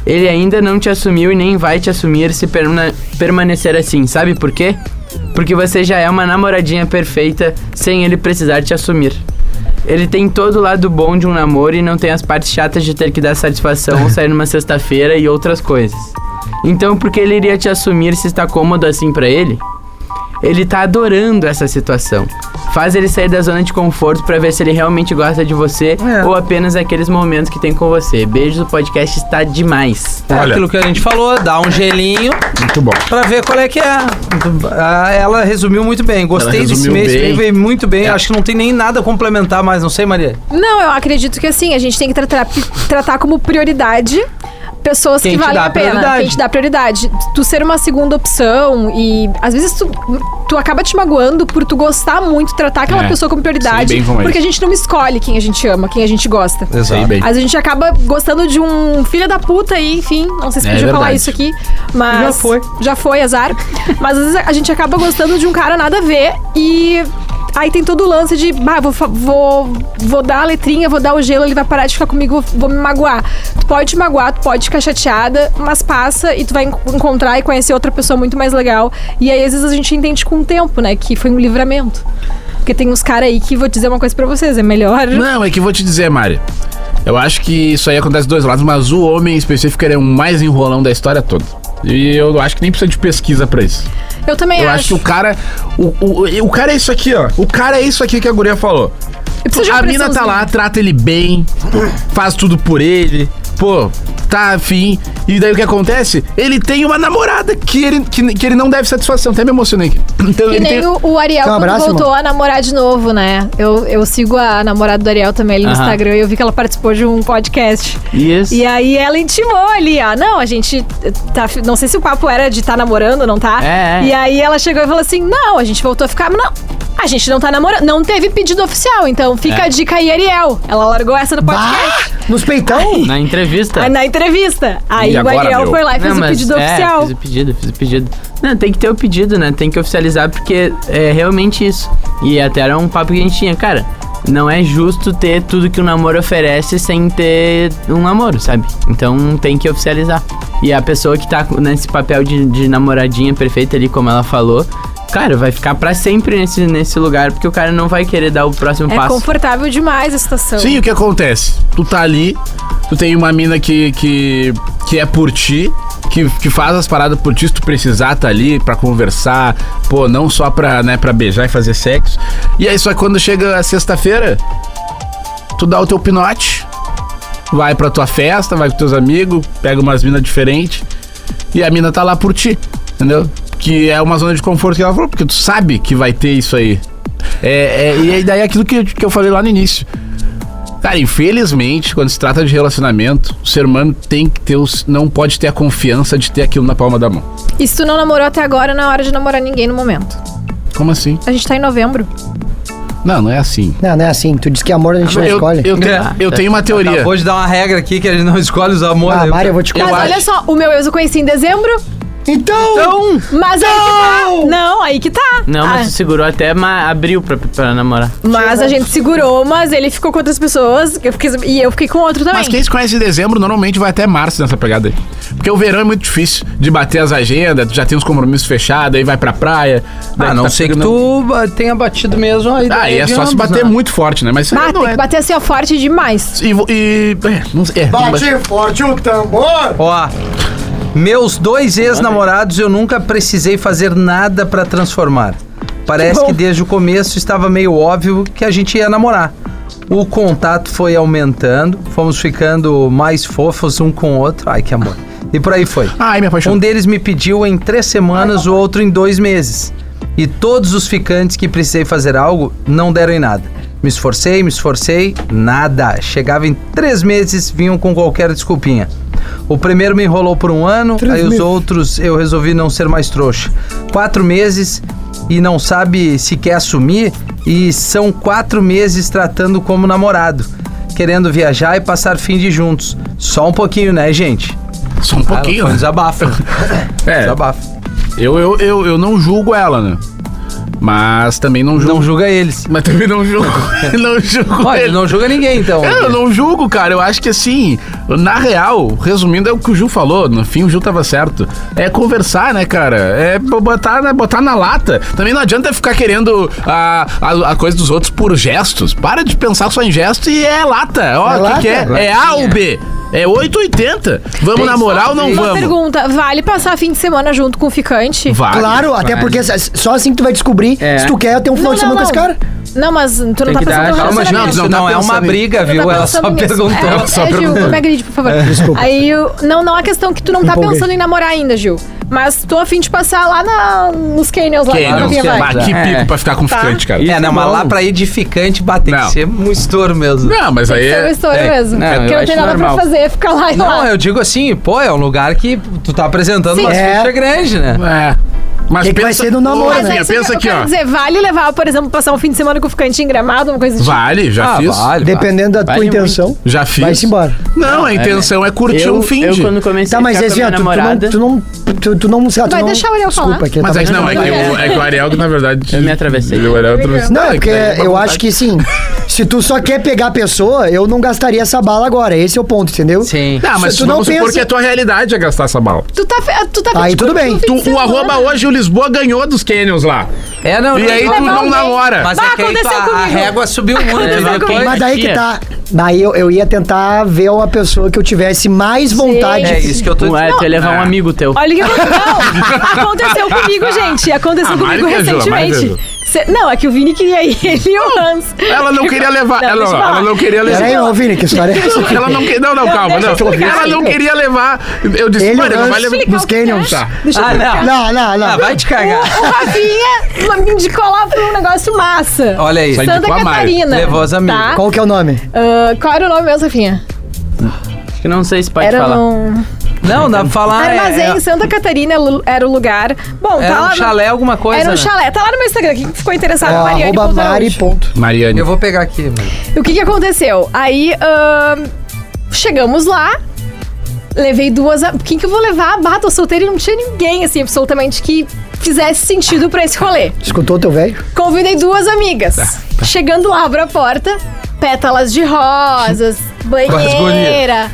[SPEAKER 2] Ele ainda não te assumiu e nem vai te assumir se perna- permanecer assim. Sabe por quê? Porque você já é uma namoradinha perfeita sem ele precisar te assumir. Ele tem todo o lado bom de um namoro e não tem as partes chatas de ter que dar satisfação, sair numa sexta-feira e outras coisas. Então, por que ele iria te assumir se está cômodo assim pra ele? Ele tá adorando essa situação. Faz ele sair da zona de conforto pra ver se ele realmente gosta de você ou apenas aqueles momentos que tem com você. Beijos, o podcast está demais.
[SPEAKER 1] É
[SPEAKER 4] Olha.
[SPEAKER 1] aquilo que a gente falou, dá um gelinho
[SPEAKER 4] Muito bom.
[SPEAKER 1] pra ver qual é que é. Ah, Ela resumiu muito bem. Gostei
[SPEAKER 4] Ela
[SPEAKER 1] desse
[SPEAKER 4] resumiu
[SPEAKER 1] mês,
[SPEAKER 4] bem.
[SPEAKER 1] bem. veio muito bem.
[SPEAKER 4] É.
[SPEAKER 1] Acho que não tem nem nada a complementar mais, não sei, Maria.
[SPEAKER 5] Não, eu acredito que assim, a gente tem que tratar, tratar como prioridade pessoas
[SPEAKER 1] Quem
[SPEAKER 5] que
[SPEAKER 1] te
[SPEAKER 5] valem
[SPEAKER 1] dá
[SPEAKER 5] a pena.
[SPEAKER 1] prioridade.
[SPEAKER 5] Quem te dá prioridade. Tu ser uma segunda opção e às vezes tu, tu acaba te magoando por tu gostar muito, tratar aquela
[SPEAKER 4] É,
[SPEAKER 5] pessoa como prioridade.
[SPEAKER 4] sei bem como é
[SPEAKER 5] porque a
[SPEAKER 4] isso.
[SPEAKER 5] gente não escolhe quem a gente ama, quem a gente gosta.
[SPEAKER 4] Sei bem.
[SPEAKER 5] Às vezes a gente acaba gostando de um filho da puta aí, enfim, não sei se
[SPEAKER 4] É
[SPEAKER 5] podia falar
[SPEAKER 4] verdade.
[SPEAKER 5] isso aqui, mas...
[SPEAKER 1] Já foi.
[SPEAKER 5] Já foi, azar. mas às vezes a gente acaba gostando de um cara nada a ver e... Aí tem todo o lance de, bah, vou, fa- vou, vou dar a letrinha, vou dar o gelo, ele vai parar de ficar comigo, vou, vou me magoar. Tu pode te magoar, tu pode ficar chateada, mas passa e tu vai en- encontrar e conhecer outra pessoa muito mais legal. E aí, às vezes, a gente entende com o tempo, né, que foi um livramento. Porque tem uns caras aí que, vou dizer uma coisa pra vocês, é melhor...
[SPEAKER 4] Não, é que eu vou te dizer, Mari. Eu acho que isso aí acontece dos dois lados, mas o homem em específico ele é o mais enrolão da história toda. E eu acho que nem precisa de pesquisa pra isso.
[SPEAKER 5] Eu também
[SPEAKER 4] Eu acho
[SPEAKER 5] acho.
[SPEAKER 4] que um o cara. O, o, o cara é isso aqui, ó. O cara é isso aqui que a guria falou.
[SPEAKER 5] Eu preciso de uma
[SPEAKER 4] a mina tá
[SPEAKER 5] pressãozinha.
[SPEAKER 4] lá, trata ele bem, faz tudo por ele, pô, tá afim. E daí o que acontece? Ele tem uma namorada que ele, que, que ele não deve satisfação. Até me emocionei aqui. Então
[SPEAKER 5] Que
[SPEAKER 4] ele
[SPEAKER 5] nem
[SPEAKER 4] tem.
[SPEAKER 5] o, o Ariel
[SPEAKER 3] Quer um
[SPEAKER 5] quando
[SPEAKER 3] abraço,
[SPEAKER 5] voltou a namorar de novo, né? Eu, eu sigo a namorada do Ariel também ali no
[SPEAKER 2] Aham.
[SPEAKER 5] Instagram e eu vi que ela participou de um podcast.
[SPEAKER 2] Isso.
[SPEAKER 5] E é- aí ela intimou ali, ó. Não, a gente tá. Não sei se o papo era de tá namorando, não tá?
[SPEAKER 2] É, é.
[SPEAKER 5] E aí ela chegou e falou assim: não, a gente voltou a ficar. Não, a gente não tá namorando. Não teve pedido oficial, então
[SPEAKER 2] É.
[SPEAKER 5] fica a dica aí, Ariel. Ela largou essa no podcast.
[SPEAKER 3] Nos peitão?
[SPEAKER 2] Na entrevista.
[SPEAKER 5] aí Na entrevista. Aí
[SPEAKER 4] E
[SPEAKER 5] o
[SPEAKER 4] agora,
[SPEAKER 5] Ariel
[SPEAKER 4] meu?
[SPEAKER 5] foi lá e fez
[SPEAKER 2] Não,
[SPEAKER 5] o
[SPEAKER 2] mas-
[SPEAKER 5] pedido
[SPEAKER 2] é,
[SPEAKER 5] oficial.
[SPEAKER 2] Fiz o pedido, fiz o pedido. Não, tem que ter o pedido, né? Tem que oficializar porque é realmente isso. E até era um papo que a gente tinha, cara. Não é justo ter tudo que o namoro oferece sem ter um namoro, sabe? Então tem que oficializar. E a pessoa que tá com- nesse papel de, de namoradinha perfeita ali, como ela falou, cara, vai ficar pra sempre nesse, nesse lugar, porque o cara não vai querer dar o próximo
[SPEAKER 5] É
[SPEAKER 2] um passo.
[SPEAKER 5] confortável demais a situação.
[SPEAKER 4] Sim, o que acontece? Tu tá ali, tu tem uma mina que, que, que é por ti, que, que faz as paradas por ti, se tu precisar tá ali pra conversar, pô, não só pra, né, pra beijar e fazer sexo. E aí, só que quando chega a sexta-feira, tu dá o teu pinote, vai pra tua festa, vai com teus amigos, pega umas minas diferentes, e a mina tá lá por ti, entendeu? Que é uma zona de conforto que ela falou, porque tu sabe que vai ter isso aí. É, é, e aí daí é aquilo que, que eu falei lá no início. Cara, infelizmente, quando se trata de relacionamento, o ser humano tem que ter os, não pode ter a confiança de ter aquilo na palma da mão.
[SPEAKER 5] E se tu não namorou até agora, não é hora de namorar ninguém no momento.
[SPEAKER 4] Como assim?
[SPEAKER 5] A gente tá em novembro.
[SPEAKER 4] Não, não é assim.
[SPEAKER 3] Não, não é assim. Tu disse que amor a gente não
[SPEAKER 4] eu,
[SPEAKER 3] escolhe.
[SPEAKER 4] eu tenho,
[SPEAKER 1] É.
[SPEAKER 4] eu tenho uma teoria.
[SPEAKER 1] Acabou de dar uma regra aqui que a gente não escolhe os amores.
[SPEAKER 3] Ah, Mari, eu vou te
[SPEAKER 5] mas
[SPEAKER 3] contar.
[SPEAKER 5] olha só, o meu ex eu conheci em dezembro,
[SPEAKER 3] Então,
[SPEAKER 5] mas aí que tá. Não, aí que tá.
[SPEAKER 2] Não, mas tu
[SPEAKER 5] Ah,
[SPEAKER 2] segurou até ma- abril pra, pra namorar.
[SPEAKER 5] mas a gente segurou, mas ele ficou com outras pessoas eu fiquei- e eu fiquei com outro também.
[SPEAKER 4] Mas quem se conhece em dezembro normalmente vai até março nessa pegada aí. Porque o verão é muito difícil de bater as agendas, tu já tem os compromissos fechados, aí vai pra praia. daí
[SPEAKER 1] Ah,
[SPEAKER 4] tu
[SPEAKER 1] não
[SPEAKER 4] tá
[SPEAKER 1] sei que
[SPEAKER 4] pegando-
[SPEAKER 1] tu ba- tenha batido mesmo aí.
[SPEAKER 4] Ah,
[SPEAKER 1] daí
[SPEAKER 4] e é só se
[SPEAKER 1] adianta,
[SPEAKER 4] bater
[SPEAKER 1] né?
[SPEAKER 4] muito forte, né? Mas isso aí
[SPEAKER 5] Bate,
[SPEAKER 4] não é.
[SPEAKER 5] Bater assim, ó, forte demais.
[SPEAKER 4] E, vo- e. É, não sei. É, não bate-
[SPEAKER 3] forte o tambor.
[SPEAKER 1] Ó. Meus dois ex-namorados eu nunca precisei fazer nada pra transformar. Parece que, desde o começo estava meio óbvio que a gente ia namorar. O contato foi aumentando, fomos ficando mais fofos um com o outro. Ai, que amor. E por aí foi.
[SPEAKER 4] Ai, me apaixonei.
[SPEAKER 1] Um deles me pediu em três semanas, o outro em dois meses. E todos os ficantes que precisei fazer algo não deram em nada. Me esforcei, me esforcei, nada. Chegava em três meses, vinham com qualquer desculpinha. O primeiro me enrolou por um ano, aí os outros eu resolvi não ser mais trouxa. Quatro meses e não sabe se quer assumir, e são quatro meses tratando como namorado, querendo viajar e passar fim de juntos. Só um pouquinho, né, gente?
[SPEAKER 4] Só um pouquinho,
[SPEAKER 1] Ah,
[SPEAKER 4] né?
[SPEAKER 1] Desabafo.
[SPEAKER 4] É.
[SPEAKER 1] Desabafo.
[SPEAKER 4] Eu, eu, eu, eu não julgo ela, né? Mas também não julgo.
[SPEAKER 1] Não julga eles.
[SPEAKER 4] Mas também não julgo. não julgo.
[SPEAKER 1] Olha,
[SPEAKER 4] ele.
[SPEAKER 1] não julga ninguém, então.
[SPEAKER 4] É, eu não julgo, cara. Eu acho que assim, na real, resumindo, é o que o Ju falou. No fim, o Ju tava certo. É conversar, né, cara? É bo- botar, na- botar na lata. Também não adianta ficar querendo a, a, a coisa dos outros por gestos. Para de pensar só em gestos e é lata. Ó,
[SPEAKER 3] É
[SPEAKER 4] o que
[SPEAKER 3] lata?
[SPEAKER 4] que é? É A ou B? É 880. Vamos na moral ou não
[SPEAKER 5] Uma
[SPEAKER 4] vamos?
[SPEAKER 5] pergunta, vale passar fim de semana junto com o ficante?
[SPEAKER 4] Vale.
[SPEAKER 3] Claro, até porque só assim que tu vai descobrir
[SPEAKER 2] É.
[SPEAKER 3] se tu quer ter um final
[SPEAKER 5] Não,
[SPEAKER 3] de
[SPEAKER 5] não,
[SPEAKER 3] semana com
[SPEAKER 5] não.
[SPEAKER 3] esse cara.
[SPEAKER 5] Não, mas tu não tá
[SPEAKER 2] que dar-
[SPEAKER 5] pensando no
[SPEAKER 2] calma,
[SPEAKER 1] Calma, não,
[SPEAKER 5] relacionamento.
[SPEAKER 1] isso
[SPEAKER 4] Não,
[SPEAKER 1] não,
[SPEAKER 4] tá
[SPEAKER 1] é uma
[SPEAKER 4] pensando em-
[SPEAKER 1] briga, viu? Ela só
[SPEAKER 5] pensando nisso.
[SPEAKER 1] perguntou.
[SPEAKER 5] É,
[SPEAKER 1] Ela só
[SPEAKER 5] é, Gil,
[SPEAKER 1] perguntou.
[SPEAKER 5] me agride, por favor.
[SPEAKER 3] É, desculpa.
[SPEAKER 5] Aí, eu- não, não, a questão é que tu não tá
[SPEAKER 3] Empolguei.
[SPEAKER 5] pensando em namorar ainda, Gil. Mas tô afim de passar lá na, nos Canyons, lá
[SPEAKER 4] Quem
[SPEAKER 5] na
[SPEAKER 4] não?
[SPEAKER 5] minha
[SPEAKER 4] Bah,
[SPEAKER 5] vibe.
[SPEAKER 4] que
[SPEAKER 1] É.
[SPEAKER 4] pico pra ficar com ficante, cara.
[SPEAKER 1] É, não, mas lá pra edificante, bater tem que
[SPEAKER 4] Não.
[SPEAKER 1] ser um estouro mesmo.
[SPEAKER 4] Não, mas aí.
[SPEAKER 5] Isso é uma
[SPEAKER 4] é-
[SPEAKER 5] história
[SPEAKER 1] é,
[SPEAKER 5] mesmo.
[SPEAKER 2] não,
[SPEAKER 5] porque
[SPEAKER 2] eu
[SPEAKER 5] não tem
[SPEAKER 2] acho
[SPEAKER 5] nada
[SPEAKER 2] normal.
[SPEAKER 5] pra fazer, ficar lá e
[SPEAKER 1] Não,
[SPEAKER 5] lá.
[SPEAKER 1] eu digo assim, pô, é um lugar que tu tá apresentando
[SPEAKER 5] Sim.
[SPEAKER 1] uma
[SPEAKER 3] É.
[SPEAKER 1] ficha grande, né?
[SPEAKER 4] É. Mas
[SPEAKER 3] Que que vai ser no namoro,
[SPEAKER 4] Ô,
[SPEAKER 3] né?
[SPEAKER 4] Rafinha,
[SPEAKER 5] isso que
[SPEAKER 4] Pensa
[SPEAKER 5] assim, eu
[SPEAKER 4] aqui,
[SPEAKER 5] quero
[SPEAKER 4] ó.
[SPEAKER 5] dizer, vale levar, por exemplo, passar um fim de semana com o ficante em gramado, uma coisa assim.
[SPEAKER 4] Vale,
[SPEAKER 2] Ah,
[SPEAKER 4] já fiz.
[SPEAKER 1] Ah, vale, vale.
[SPEAKER 3] Dependendo da tua
[SPEAKER 2] Vale
[SPEAKER 3] intenção.
[SPEAKER 4] Já fiz.
[SPEAKER 3] Vai-se embora.
[SPEAKER 4] Não, a intenção é, curtir
[SPEAKER 2] né? eu,
[SPEAKER 4] um fim
[SPEAKER 2] eu
[SPEAKER 4] de.
[SPEAKER 2] quando comecei
[SPEAKER 3] Tá, mas
[SPEAKER 2] a ficar
[SPEAKER 3] assim,
[SPEAKER 2] com a
[SPEAKER 3] ó,
[SPEAKER 2] minha
[SPEAKER 3] tu, tu não.
[SPEAKER 2] namorada,
[SPEAKER 3] Tu não. Tu, tu não, sei lá, tu
[SPEAKER 5] Vai
[SPEAKER 3] não-
[SPEAKER 5] deixar o Ariel falar?
[SPEAKER 3] Desculpa, que ele tá
[SPEAKER 4] Mas
[SPEAKER 3] tava-
[SPEAKER 4] é que não, é que, o, é que o Ariel, na verdade.
[SPEAKER 2] Eu me atravessei.
[SPEAKER 4] Ele- O Ariel atravessou.
[SPEAKER 3] Não, é porque
[SPEAKER 4] que-
[SPEAKER 3] eu acho que sim. Se tu só quer pegar a pessoa, eu não gastaria essa bala agora. Esse é o ponto, entendeu?
[SPEAKER 1] Sim.
[SPEAKER 4] Não, mas
[SPEAKER 3] Se tu
[SPEAKER 4] tu
[SPEAKER 3] não
[SPEAKER 4] vamos supor
[SPEAKER 3] pensa-
[SPEAKER 4] que a tua realidade é gastar essa bala.
[SPEAKER 5] Tu tá, fe- tu tá
[SPEAKER 3] Aí
[SPEAKER 5] fe-
[SPEAKER 3] tudo
[SPEAKER 5] tu-
[SPEAKER 3] bem.
[SPEAKER 4] Tu,
[SPEAKER 5] tu- fim de
[SPEAKER 4] o
[SPEAKER 5] semana.
[SPEAKER 4] arroba hoje, o Lisboa ganhou dos Canyons lá.
[SPEAKER 1] É, não,
[SPEAKER 4] E aí tu
[SPEAKER 5] levar
[SPEAKER 4] não É,
[SPEAKER 5] alguém.
[SPEAKER 4] namora.
[SPEAKER 1] Mas
[SPEAKER 5] Bah,
[SPEAKER 1] é que aí tu,
[SPEAKER 5] aconteceu
[SPEAKER 1] a, a
[SPEAKER 5] comigo.
[SPEAKER 1] régua subiu muito,
[SPEAKER 2] Aconteceu
[SPEAKER 1] né?
[SPEAKER 2] comigo.
[SPEAKER 1] Depois-
[SPEAKER 3] Mas daí que
[SPEAKER 2] Tia.
[SPEAKER 3] tá.
[SPEAKER 4] é.
[SPEAKER 3] Daí eu, eu ia tentar ver uma pessoa que eu tivesse mais vontade.
[SPEAKER 1] É isso que eu tô
[SPEAKER 2] Ué,
[SPEAKER 1] dizendo.
[SPEAKER 2] tu ia levar um amigo teu.
[SPEAKER 5] Olha o que aconteceu. aconteceu comigo, gente. Aconteceu
[SPEAKER 4] Ah, A Mari
[SPEAKER 5] comigo
[SPEAKER 4] viajou, a Mari
[SPEAKER 5] recentemente. Cê- não, é que o Vini queria ir, ele e o Hans.
[SPEAKER 4] Ela não queria levar.
[SPEAKER 5] Não,
[SPEAKER 4] ela,
[SPEAKER 5] deixa eu
[SPEAKER 4] ela
[SPEAKER 5] falar.
[SPEAKER 4] não queria levar.
[SPEAKER 3] Peraí, ô Vini, que história é essa?
[SPEAKER 4] Ela não queria. Não, não, calma.
[SPEAKER 5] deixa eu
[SPEAKER 4] não.
[SPEAKER 5] explicar.
[SPEAKER 4] Ela não queria levar. Eu disse,
[SPEAKER 3] Ele é
[SPEAKER 4] olha, não vai
[SPEAKER 3] antes-
[SPEAKER 4] levar.
[SPEAKER 3] Nos Canyons.
[SPEAKER 4] Tá.
[SPEAKER 5] Deixa eu
[SPEAKER 1] Ah,
[SPEAKER 5] explicar.
[SPEAKER 1] não.
[SPEAKER 3] Não, não, não.
[SPEAKER 1] Ah, vai te cagar.
[SPEAKER 5] O Rafinha uma- me indicou lá pra um negócio massa.
[SPEAKER 1] Olha aí.
[SPEAKER 4] Sai de
[SPEAKER 5] Santa
[SPEAKER 4] com a Mari.
[SPEAKER 5] Catarina.
[SPEAKER 1] Levou as amigas.
[SPEAKER 5] Tá?
[SPEAKER 3] Qual que é o nome?
[SPEAKER 5] Ah, qual era o nome mesmo, Rafinha?
[SPEAKER 2] Acho que não sei se pode
[SPEAKER 5] Era
[SPEAKER 2] falar.
[SPEAKER 5] um
[SPEAKER 1] Não, dá pra falar. é-
[SPEAKER 5] armazém em
[SPEAKER 1] é-
[SPEAKER 5] Santa Catarina lu- era o lugar. Bom, tá
[SPEAKER 1] Era
[SPEAKER 5] lá
[SPEAKER 1] um
[SPEAKER 5] no-
[SPEAKER 1] chalé, alguma coisa.
[SPEAKER 5] Era um
[SPEAKER 1] né?
[SPEAKER 5] chalé. Tá lá no meu Instagram. Quem ficou
[SPEAKER 1] Ah,
[SPEAKER 5] interessado,
[SPEAKER 3] É,
[SPEAKER 5] Mariane.
[SPEAKER 3] arroba
[SPEAKER 5] ponto
[SPEAKER 3] Mari.
[SPEAKER 5] Araújo.
[SPEAKER 3] Ponto.
[SPEAKER 4] Mariane.
[SPEAKER 1] Eu vou pegar aqui, mano.
[SPEAKER 5] O que que aconteceu? Aí, ahn, chegamos lá, levei duas... a- Quem que eu vou levar? Bah, tô solteira e não tinha ninguém, assim, absolutamente que fizesse sentido pra esse rolê.
[SPEAKER 3] Escutou teu velho?
[SPEAKER 5] Convidei duas amigas.
[SPEAKER 4] Tá,
[SPEAKER 5] Chegando lá, abro a porta, pétalas de rosas, banheira,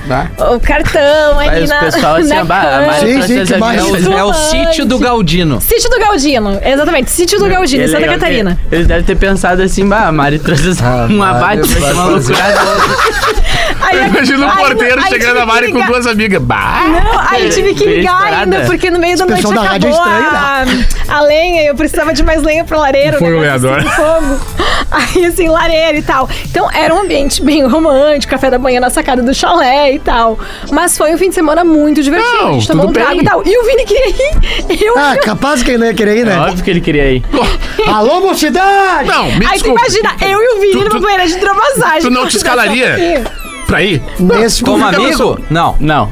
[SPEAKER 5] o cartão ali
[SPEAKER 2] Mas o
[SPEAKER 5] na,
[SPEAKER 2] pessoal assim,
[SPEAKER 5] na
[SPEAKER 2] ah, bah, a Mari
[SPEAKER 5] cama.
[SPEAKER 3] Sim,
[SPEAKER 2] trouxe
[SPEAKER 3] sim,
[SPEAKER 2] as
[SPEAKER 3] que
[SPEAKER 2] amigas.
[SPEAKER 3] mais-
[SPEAKER 1] É o sítio do Galdino.
[SPEAKER 5] Sítio do Galdino, exatamente, Sítio do Galdino,
[SPEAKER 2] E é
[SPEAKER 5] em Santa
[SPEAKER 2] legal que
[SPEAKER 5] Catarina.
[SPEAKER 2] Eles devem ter pensado assim, bah, a Mari trouxe um abate, vai ser uma loucura.
[SPEAKER 5] Aí,
[SPEAKER 4] Imagina o
[SPEAKER 5] aí-
[SPEAKER 4] porteiro
[SPEAKER 5] aí
[SPEAKER 4] chegando
[SPEAKER 5] tive
[SPEAKER 4] na Mari
[SPEAKER 5] que
[SPEAKER 4] com
[SPEAKER 5] ligar-
[SPEAKER 4] duas amigas. Bah!
[SPEAKER 5] Não, aí eu tive que
[SPEAKER 2] Bem
[SPEAKER 5] ligar
[SPEAKER 2] estourada.
[SPEAKER 5] ainda, porque no meio da
[SPEAKER 3] Esse
[SPEAKER 5] noite
[SPEAKER 3] pessoal da rádio é
[SPEAKER 5] acabou a, a lenha e eu precisava de mais lenha pra lareira.
[SPEAKER 4] Foi
[SPEAKER 5] né?
[SPEAKER 4] o lenhador.
[SPEAKER 5] Assim, fogo. Aí, assim, lareira e tal. Então, era um ambiente bem romântico, café da manhã na sacada do chalé e tal. Mas foi um fim de semana muito divertido.
[SPEAKER 4] Não,
[SPEAKER 5] a gente tomou
[SPEAKER 4] tudo
[SPEAKER 5] um trago
[SPEAKER 4] bem.
[SPEAKER 5] e tal. E o Vini queria ir. Eu...
[SPEAKER 3] Ah, capaz que ele não ia querer ir,
[SPEAKER 2] É
[SPEAKER 3] né?
[SPEAKER 2] óbvio que ele queria ir.
[SPEAKER 3] Alô, mocidade!
[SPEAKER 4] Não, me
[SPEAKER 5] Aí tu
[SPEAKER 4] desculpa.
[SPEAKER 5] imagina, eu e o Vini
[SPEAKER 4] Tu-
[SPEAKER 5] numa
[SPEAKER 4] tu-
[SPEAKER 5] banheira de hidromassagem.
[SPEAKER 4] tu não te escalaria? Pra ir?
[SPEAKER 3] Nesse
[SPEAKER 1] Como
[SPEAKER 4] Fica
[SPEAKER 1] amigo? Não.
[SPEAKER 2] Não.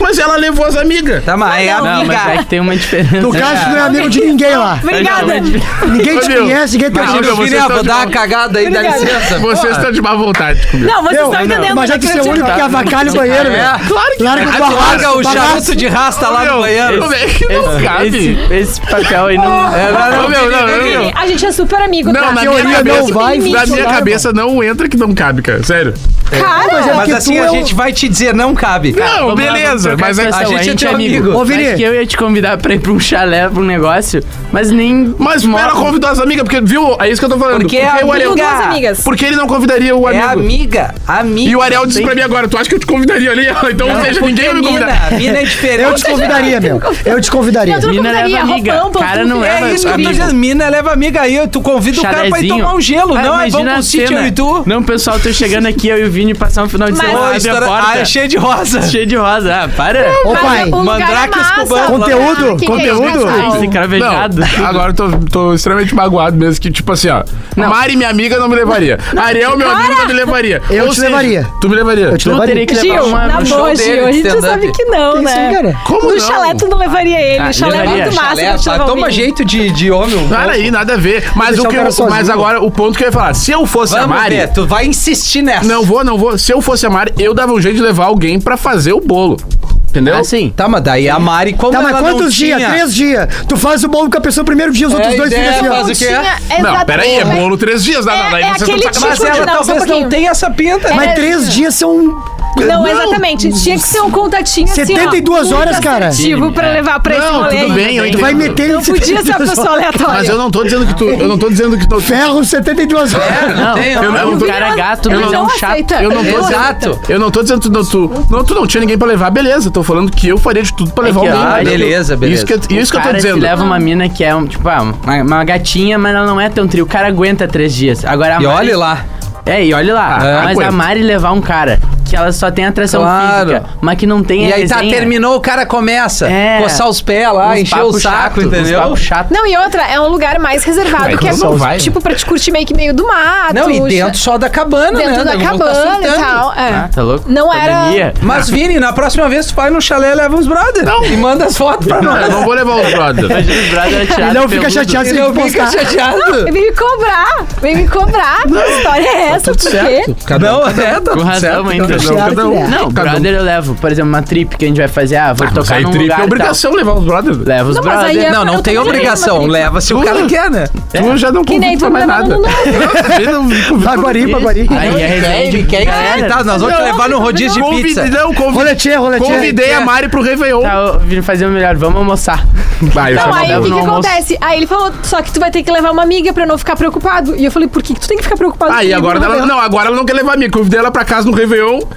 [SPEAKER 4] Mas ela levou as amigas.
[SPEAKER 1] Tá, mas é
[SPEAKER 2] Não,
[SPEAKER 1] amiga.
[SPEAKER 2] mas é que tem uma diferença.
[SPEAKER 3] No caso, tu não é amigo de ninguém lá.
[SPEAKER 5] Obrigada.
[SPEAKER 2] É realmente-
[SPEAKER 3] Ninguém te
[SPEAKER 4] Ô, meu,
[SPEAKER 3] conhece, ninguém tem
[SPEAKER 4] mas,
[SPEAKER 3] amigo.
[SPEAKER 4] ô, meu,
[SPEAKER 1] Filha,
[SPEAKER 4] vocês
[SPEAKER 1] vou
[SPEAKER 4] tão de
[SPEAKER 1] dar
[SPEAKER 4] má-
[SPEAKER 1] uma cagada aí, dá
[SPEAKER 5] Obrigada.
[SPEAKER 1] licença.
[SPEAKER 4] Vocês
[SPEAKER 1] Porra.
[SPEAKER 4] estão de má vontade comigo.
[SPEAKER 5] Não, vocês
[SPEAKER 3] Meu,
[SPEAKER 5] estão entendendo.
[SPEAKER 3] Mas já
[SPEAKER 5] né,
[SPEAKER 3] que
[SPEAKER 5] que
[SPEAKER 3] você é
[SPEAKER 5] eu
[SPEAKER 3] o único
[SPEAKER 5] tinha-
[SPEAKER 3] que avacalha o banheiro,
[SPEAKER 1] É,
[SPEAKER 3] velho.
[SPEAKER 4] Claro que
[SPEAKER 3] Larga
[SPEAKER 4] não.
[SPEAKER 3] tua
[SPEAKER 1] Larga o
[SPEAKER 3] raça,
[SPEAKER 1] charuto de rasta Tá lá no
[SPEAKER 4] Ô, meu,
[SPEAKER 1] banheiro.
[SPEAKER 4] Como é que não
[SPEAKER 2] Esse,
[SPEAKER 4] cabe?
[SPEAKER 2] esse papel aí não.
[SPEAKER 5] Ah,
[SPEAKER 1] É, não, não,
[SPEAKER 4] Ô, meu, não,
[SPEAKER 1] não,
[SPEAKER 4] não,
[SPEAKER 1] não.
[SPEAKER 4] não.
[SPEAKER 5] A gente é super amigo,
[SPEAKER 4] Não,
[SPEAKER 5] tá?
[SPEAKER 4] na
[SPEAKER 3] teoria
[SPEAKER 4] minha cabeça,
[SPEAKER 3] não vai,
[SPEAKER 4] na
[SPEAKER 3] limite,
[SPEAKER 4] minha
[SPEAKER 3] larga.
[SPEAKER 4] cabeça não entra que não cabe, cara. Sério.
[SPEAKER 5] Cara,
[SPEAKER 3] mas é
[SPEAKER 1] Mas
[SPEAKER 3] que
[SPEAKER 1] assim
[SPEAKER 3] tu
[SPEAKER 1] a
[SPEAKER 3] é o-
[SPEAKER 1] gente vai te dizer, não cabe.
[SPEAKER 4] Não,
[SPEAKER 2] Vamos lá,
[SPEAKER 4] beleza.
[SPEAKER 2] vamos trocar
[SPEAKER 4] Mas é
[SPEAKER 2] situação,
[SPEAKER 1] a gente é teu amigo.
[SPEAKER 3] Ô, Vini.
[SPEAKER 2] Acho que eu ia te convidar pra ir pra um chalé, pra um negócio, mas nem.
[SPEAKER 4] Mas
[SPEAKER 2] moram.
[SPEAKER 4] ela convidou as amigas, porque, viu? É isso que eu tô falando.
[SPEAKER 1] Porque é
[SPEAKER 4] o Ariel.
[SPEAKER 5] duas
[SPEAKER 1] amiga.
[SPEAKER 5] amigas.
[SPEAKER 4] Porque ele não convidaria o
[SPEAKER 1] É
[SPEAKER 4] amigo.
[SPEAKER 1] amiga, amiga.
[SPEAKER 4] E o Ariel disse pra mim agora: Tu acha que eu te convidaria ali? Então, ou seja, ninguém vai me convidar.
[SPEAKER 1] A mina é diferente.
[SPEAKER 3] Eu te convidaria, meu. Eu te convidaria.
[SPEAKER 5] Eu não
[SPEAKER 2] Mina leva
[SPEAKER 5] convidaria
[SPEAKER 2] amiga,
[SPEAKER 5] roupão, pantufa,
[SPEAKER 2] cara não
[SPEAKER 5] é
[SPEAKER 2] leva
[SPEAKER 1] É isso que eu tô
[SPEAKER 2] amigo.
[SPEAKER 1] dizendo. Mina leva amiga aí. Tu convida o cara pra ir
[SPEAKER 2] Chalezinho.
[SPEAKER 1] tomar um gelo.
[SPEAKER 2] Ah,
[SPEAKER 1] Não, é
[SPEAKER 2] imagina
[SPEAKER 1] vamos pro
[SPEAKER 2] a
[SPEAKER 1] sítio
[SPEAKER 2] cena.
[SPEAKER 1] eu e tu.
[SPEAKER 2] Não, pessoal, tô chegando aqui, eu e o Vini passar um final de
[SPEAKER 5] Mas-
[SPEAKER 2] semana.
[SPEAKER 1] Pô, a
[SPEAKER 2] abre
[SPEAKER 1] história
[SPEAKER 2] a porta,
[SPEAKER 1] ah, é cheia de rosa.
[SPEAKER 2] cheio de rosa. Ah, para.
[SPEAKER 3] Ô,
[SPEAKER 5] Mas
[SPEAKER 3] pai,
[SPEAKER 5] o lugar
[SPEAKER 1] Mandrake
[SPEAKER 5] é massa.
[SPEAKER 1] Escobar.
[SPEAKER 3] Conteúdo,
[SPEAKER 5] que
[SPEAKER 3] conteúdo.
[SPEAKER 5] é
[SPEAKER 2] Ai,
[SPEAKER 5] legal.
[SPEAKER 2] esse cravejado.
[SPEAKER 4] Não, agora eu tô, tô extremamente magoado mesmo que, tipo assim, ó. Mari, minha amiga, não me levaria. Ariel, meu amigo, não me levaria.
[SPEAKER 3] Eu
[SPEAKER 4] Ou
[SPEAKER 3] te levaria.
[SPEAKER 4] Tu me levaria.
[SPEAKER 3] Eu te
[SPEAKER 2] Tu teria
[SPEAKER 3] levaria.
[SPEAKER 2] que levar
[SPEAKER 5] Gil,
[SPEAKER 2] uma
[SPEAKER 5] na
[SPEAKER 2] no show
[SPEAKER 5] boa,
[SPEAKER 1] dele,
[SPEAKER 5] Gil, a gente já
[SPEAKER 1] stand-up.
[SPEAKER 5] sabe que não,
[SPEAKER 3] Que isso,
[SPEAKER 5] né?
[SPEAKER 3] cara?
[SPEAKER 4] Como
[SPEAKER 5] no
[SPEAKER 4] não?
[SPEAKER 5] chalé tu não levaria ele.
[SPEAKER 2] Ah,
[SPEAKER 5] o chalé é
[SPEAKER 2] levaria.
[SPEAKER 5] muito massa.
[SPEAKER 1] Chalé,
[SPEAKER 5] que tu
[SPEAKER 1] pá,
[SPEAKER 5] vai
[SPEAKER 1] Toma
[SPEAKER 5] ouvir.
[SPEAKER 4] né?
[SPEAKER 1] jeito de, de homem. um
[SPEAKER 4] Cara,
[SPEAKER 1] pouco.
[SPEAKER 4] aí, nada a ver. Mas,
[SPEAKER 3] Deixar
[SPEAKER 4] o
[SPEAKER 3] o
[SPEAKER 4] que
[SPEAKER 3] cara
[SPEAKER 4] eu,
[SPEAKER 3] sozinho.
[SPEAKER 4] mas agora, o ponto que eu ia falar. Se eu fosse a
[SPEAKER 1] Vamos
[SPEAKER 4] Mari...
[SPEAKER 1] ver, tu vai insistir nessa.
[SPEAKER 4] Não vou, não vou. Se eu fosse a Mari, eu dava um jeito de levar alguém pra fazer o bolo. Entendeu?
[SPEAKER 2] Assim.
[SPEAKER 1] Tá, mas daí a Mari, como
[SPEAKER 3] Tá, mas
[SPEAKER 1] ela não
[SPEAKER 3] quantos
[SPEAKER 1] tinha...
[SPEAKER 3] dias? Três dias. Tu faz o bolo com a pessoa no primeiro dia, os outros
[SPEAKER 1] É,
[SPEAKER 3] dois
[SPEAKER 1] ideia,
[SPEAKER 3] ficam assim, ó.
[SPEAKER 1] faz o quê?
[SPEAKER 4] Não, peraí, é
[SPEAKER 5] bom.
[SPEAKER 4] bolo três dias. Não, não,
[SPEAKER 6] É-
[SPEAKER 4] daí tá
[SPEAKER 6] é
[SPEAKER 4] vocês
[SPEAKER 6] aquele
[SPEAKER 4] estão
[SPEAKER 1] Mas
[SPEAKER 6] Só um
[SPEAKER 1] ela
[SPEAKER 6] pouquinho, não, só um
[SPEAKER 1] talvez não
[SPEAKER 6] pouquinho.
[SPEAKER 1] tenha essa pinta.
[SPEAKER 3] Mas
[SPEAKER 6] É.
[SPEAKER 3] três dias são. um
[SPEAKER 6] Não, exatamente. Tinha que ser um contatinho assim, ó,
[SPEAKER 3] 72 horas,
[SPEAKER 6] muito
[SPEAKER 3] cara.
[SPEAKER 6] assertivo
[SPEAKER 2] é.
[SPEAKER 6] pra levar pra esse
[SPEAKER 4] Não,
[SPEAKER 6] rolê
[SPEAKER 4] tudo
[SPEAKER 6] aí.
[SPEAKER 4] bem, eu
[SPEAKER 3] Tu vai
[SPEAKER 4] entendo.
[SPEAKER 3] meter ele em
[SPEAKER 6] Não podia ser a
[SPEAKER 3] 72
[SPEAKER 6] pessoa
[SPEAKER 3] horas.
[SPEAKER 6] aleatória.
[SPEAKER 4] Mas eu não tô dizendo que tu. Eu não tô dizendo que tu.
[SPEAKER 3] Ferro 72 horas.
[SPEAKER 2] Não,
[SPEAKER 1] tem,
[SPEAKER 2] eu
[SPEAKER 4] não.
[SPEAKER 2] não, o cara é gato,
[SPEAKER 4] Eu
[SPEAKER 2] mas é
[SPEAKER 4] não
[SPEAKER 2] um chato.
[SPEAKER 6] aceito.
[SPEAKER 4] Eu não tô
[SPEAKER 1] Exato.
[SPEAKER 4] Então, Eu não tô dizendo que tu, tu- não, tu não tinha ninguém pra levar, beleza. Tô falando que eu faria de tudo pra levar
[SPEAKER 2] que,
[SPEAKER 4] alguém.
[SPEAKER 2] ah,
[SPEAKER 4] entendeu?
[SPEAKER 1] beleza, beleza.
[SPEAKER 4] Isso que, eu- isso
[SPEAKER 2] O
[SPEAKER 4] que eu tô
[SPEAKER 2] cara te
[SPEAKER 4] dizendo.
[SPEAKER 2] leva uma mina que é, um, tipo, ah, uma, uma gatinha, mas ela não é tão trio. O cara aguenta três dias. Agora a
[SPEAKER 1] E
[SPEAKER 2] Mari-
[SPEAKER 1] olhe lá.
[SPEAKER 2] É, e olha lá.
[SPEAKER 1] Ah,
[SPEAKER 2] mas
[SPEAKER 4] aguenta.
[SPEAKER 2] a Mari levar um cara que ela só tem atração
[SPEAKER 1] Claro.
[SPEAKER 2] física, mas que não tem
[SPEAKER 1] E
[SPEAKER 2] a
[SPEAKER 1] aí tá,
[SPEAKER 2] resenha.
[SPEAKER 1] terminou, o cara começa.
[SPEAKER 2] É.
[SPEAKER 1] Coçar os pés lá,
[SPEAKER 2] Uns
[SPEAKER 1] encher
[SPEAKER 2] papo
[SPEAKER 1] o saco,
[SPEAKER 2] chato, uns
[SPEAKER 1] entendeu?
[SPEAKER 2] papo chato.
[SPEAKER 5] Não, e outra, é um lugar mais reservado,
[SPEAKER 4] Aí
[SPEAKER 5] que é
[SPEAKER 4] tu não vai,
[SPEAKER 5] tipo pra te curtir meio que meio do mato.
[SPEAKER 1] Não, e
[SPEAKER 5] já-
[SPEAKER 1] dentro só da cabana, né?
[SPEAKER 5] dentro da
[SPEAKER 1] Não tá
[SPEAKER 5] cabana e
[SPEAKER 1] surtando.
[SPEAKER 5] tal. é.
[SPEAKER 2] Ah, tá louco?
[SPEAKER 5] Não era-
[SPEAKER 2] Pandemia.
[SPEAKER 1] Mas, Vini, na próxima vez tu vai no chalé e leva uns brother. E manda as fotos pra
[SPEAKER 4] Não,
[SPEAKER 1] nós.
[SPEAKER 4] eu não vou levar os brother.
[SPEAKER 2] Imagina o brother atirado,
[SPEAKER 3] Ele não fica
[SPEAKER 2] peludo.
[SPEAKER 3] chateado se
[SPEAKER 1] Não
[SPEAKER 3] ele
[SPEAKER 1] fica
[SPEAKER 3] postar.
[SPEAKER 1] chateado.
[SPEAKER 5] Vem me cobrar, vem me cobrar. que história é essa? Por quê?
[SPEAKER 1] Cada um, é, tá
[SPEAKER 2] Com
[SPEAKER 1] tudo
[SPEAKER 2] razão
[SPEAKER 1] certo,
[SPEAKER 2] ainda.
[SPEAKER 1] cada um.
[SPEAKER 3] Claro que é.
[SPEAKER 2] Não,
[SPEAKER 4] Cada um.
[SPEAKER 2] brother eu levo. Por exemplo, uma trip que a gente vai fazer. Ah, vou
[SPEAKER 4] Mas
[SPEAKER 2] tocar
[SPEAKER 4] aí
[SPEAKER 2] num
[SPEAKER 4] trip
[SPEAKER 2] lugar
[SPEAKER 4] é
[SPEAKER 2] e
[SPEAKER 4] obrigação levar os brother.
[SPEAKER 2] tal. Leva os
[SPEAKER 5] Não, mas
[SPEAKER 2] brother.
[SPEAKER 5] aí é-
[SPEAKER 1] Não, não
[SPEAKER 5] Eu
[SPEAKER 1] tem
[SPEAKER 5] também,
[SPEAKER 1] obrigação.
[SPEAKER 5] Rodrigo.
[SPEAKER 1] Leva se o cara quer, né?
[SPEAKER 2] É.
[SPEAKER 4] Tu já não
[SPEAKER 5] Que nem
[SPEAKER 4] convido pra mais
[SPEAKER 5] tu leva
[SPEAKER 4] nada.
[SPEAKER 5] no-
[SPEAKER 4] Eu não me convido pra
[SPEAKER 3] Baguari, baguari.
[SPEAKER 2] Aí é resenha de
[SPEAKER 1] E
[SPEAKER 2] galera.
[SPEAKER 1] tá, nós vamos te levar no rodízio de
[SPEAKER 4] Convidei-
[SPEAKER 1] pizza.
[SPEAKER 4] Não, convidei,
[SPEAKER 3] Roletinha, roletinha.
[SPEAKER 4] convidei a Mari pro Réveillon.
[SPEAKER 2] Tá, eu vim fazer o melhor. Vamos almoçar.
[SPEAKER 4] Vai, eu
[SPEAKER 5] Não,
[SPEAKER 4] chamo
[SPEAKER 5] aí
[SPEAKER 4] ela.
[SPEAKER 5] o que,
[SPEAKER 2] no
[SPEAKER 5] que
[SPEAKER 2] almoço.
[SPEAKER 5] acontece? Aí ele falou, só que tu vai ter que levar uma amiga pra eu não ficar preocupado. E eu falei, por que, que tu tem que ficar preocupado?
[SPEAKER 4] Aí
[SPEAKER 5] comigo,
[SPEAKER 4] Ah, agora ela
[SPEAKER 5] Rodrigo?
[SPEAKER 4] não, agora ela não quer levar a mim. Convidei ela pra casa no Réveillon.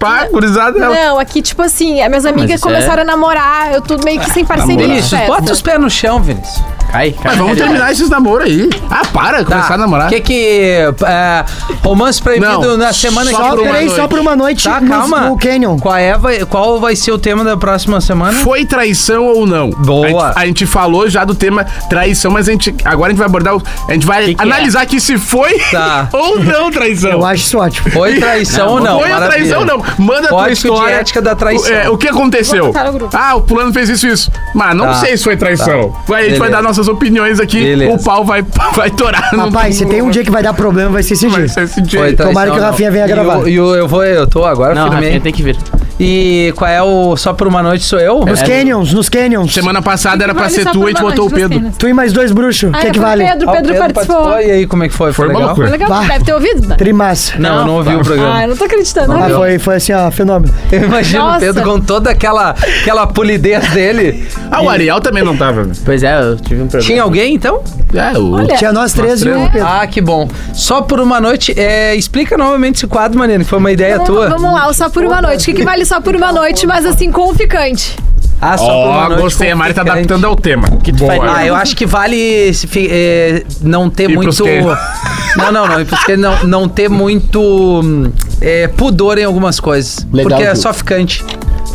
[SPEAKER 4] Pá, gurizada ela.
[SPEAKER 5] Não, aqui, tipo assim, as minhas amigas
[SPEAKER 2] isso
[SPEAKER 5] começaram a namorar, eu tô meio que
[SPEAKER 4] assim,
[SPEAKER 5] sem parceria. de
[SPEAKER 1] Vinícius,
[SPEAKER 5] festa.
[SPEAKER 1] bota os pés no chão, Vinícius.
[SPEAKER 2] Cai, cai.
[SPEAKER 4] Mas vamos terminar esses namoros aí. Ah, para,
[SPEAKER 2] Tá.
[SPEAKER 4] começar a namorar.
[SPEAKER 1] O que que... é, romance proibido
[SPEAKER 4] Não,
[SPEAKER 1] na semana
[SPEAKER 4] só
[SPEAKER 1] que
[SPEAKER 3] Só,
[SPEAKER 4] por uma
[SPEAKER 3] peraí, só
[SPEAKER 4] noite.
[SPEAKER 3] por uma noite
[SPEAKER 1] Tá,
[SPEAKER 3] no-
[SPEAKER 1] calma.
[SPEAKER 3] no Canyon.
[SPEAKER 1] Qual, é, vai, qual vai ser o tema da próxima semana?
[SPEAKER 4] Foi traição ou não?
[SPEAKER 1] Ah, Boa.
[SPEAKER 4] A gente, a gente falou já do tema traição, mas a gente, agora a gente vai abordar. o- A gente vai
[SPEAKER 2] Que que é?
[SPEAKER 4] analisar que se foi
[SPEAKER 1] Tá.
[SPEAKER 4] ou não traição.
[SPEAKER 3] Eu acho isso ótimo.
[SPEAKER 1] Foi traição ou não?
[SPEAKER 4] Foi a
[SPEAKER 1] Maravilha.
[SPEAKER 4] traição ou não? Manda a
[SPEAKER 1] Qual
[SPEAKER 4] tua
[SPEAKER 1] a
[SPEAKER 4] história.
[SPEAKER 1] ética da traição?
[SPEAKER 4] O, é, o que aconteceu?
[SPEAKER 5] Vou botar no grupo.
[SPEAKER 4] Ah, o fulano fez isso e isso. Mas não
[SPEAKER 1] Tá.
[SPEAKER 4] sei se foi traição. Aí a gente
[SPEAKER 1] Beleza.
[SPEAKER 4] vai dar nossas opiniões aqui.
[SPEAKER 1] Beleza.
[SPEAKER 4] O pau vai, vai torar. não-
[SPEAKER 3] Rapaz, se tem um dia que vai dar problema, vai ser esse
[SPEAKER 4] Vai
[SPEAKER 3] dia.
[SPEAKER 4] ser esse dia.
[SPEAKER 1] Foi traição,
[SPEAKER 3] Tomara que o
[SPEAKER 1] não.
[SPEAKER 3] Rafinha venha
[SPEAKER 1] E
[SPEAKER 3] gravar.
[SPEAKER 1] o- E o- eu vou, eu tô agora,
[SPEAKER 2] Não,
[SPEAKER 1] firmei.
[SPEAKER 2] Rafinha, tem que vir.
[SPEAKER 1] E qual é o Só Por Uma Noite Sou Eu?
[SPEAKER 3] Nos Canyons, nos Canyons.
[SPEAKER 4] Semana passada era pra
[SPEAKER 6] Vale
[SPEAKER 4] ser
[SPEAKER 6] só
[SPEAKER 4] tu,
[SPEAKER 6] por
[SPEAKER 4] a gente
[SPEAKER 6] uma
[SPEAKER 4] botou o
[SPEAKER 6] noite,
[SPEAKER 4] Pedro.
[SPEAKER 5] né?
[SPEAKER 6] Lucina.
[SPEAKER 3] Tu e mais dois bruxos. O
[SPEAKER 5] Ah,
[SPEAKER 3] que,
[SPEAKER 5] era
[SPEAKER 3] que
[SPEAKER 5] pro
[SPEAKER 3] vale?
[SPEAKER 5] Pedro, o Pedro, participou.
[SPEAKER 1] E aí, como é que foi? Foi,
[SPEAKER 4] Foi uma
[SPEAKER 1] legal?
[SPEAKER 4] loucura.
[SPEAKER 5] Legal,
[SPEAKER 3] Bah.
[SPEAKER 5] deve ter ouvido. né?
[SPEAKER 3] Trimassa.
[SPEAKER 1] Não, eu não ouvi o programa.
[SPEAKER 5] Ah, eu não É. tô acreditando.
[SPEAKER 3] Ah,
[SPEAKER 5] Rodrigo.
[SPEAKER 3] foi, foi assim, ó, fenômeno.
[SPEAKER 1] Eu imagino o
[SPEAKER 5] Nossa.
[SPEAKER 1] Pedro com toda aquela, aquela polidez dele.
[SPEAKER 4] Ah, o Ariel também não tava. né?
[SPEAKER 2] Pois é, eu tive um problema.
[SPEAKER 1] Tinha alguém, então?
[SPEAKER 4] É, o.
[SPEAKER 5] Olha,
[SPEAKER 3] Tinha nós três e o
[SPEAKER 5] três.
[SPEAKER 3] Pedro.
[SPEAKER 1] Ah, que bom. Só por uma noite, é, explica novamente esse quadro, Mariana, que foi uma ideia
[SPEAKER 5] vamos,
[SPEAKER 1] tua.
[SPEAKER 5] vamos lá, o só por uma noite. O que, que vale só por uma noite, mas assim, com o ficante?
[SPEAKER 1] Ah,
[SPEAKER 4] Ó, gostei.
[SPEAKER 1] com
[SPEAKER 4] A Mari tá
[SPEAKER 1] picante.
[SPEAKER 4] adaptando ao tema. Que
[SPEAKER 2] tu faria?
[SPEAKER 1] Ah, eu acho que vale se fi- é, não ter
[SPEAKER 4] Ir pros
[SPEAKER 1] muito.
[SPEAKER 4] quê?
[SPEAKER 1] Não, não, não. ir pros quê, Não, não ter muito hum, é, pudor em algumas coisas.
[SPEAKER 4] Legal,
[SPEAKER 1] porque é
[SPEAKER 4] viu?
[SPEAKER 1] só ficante.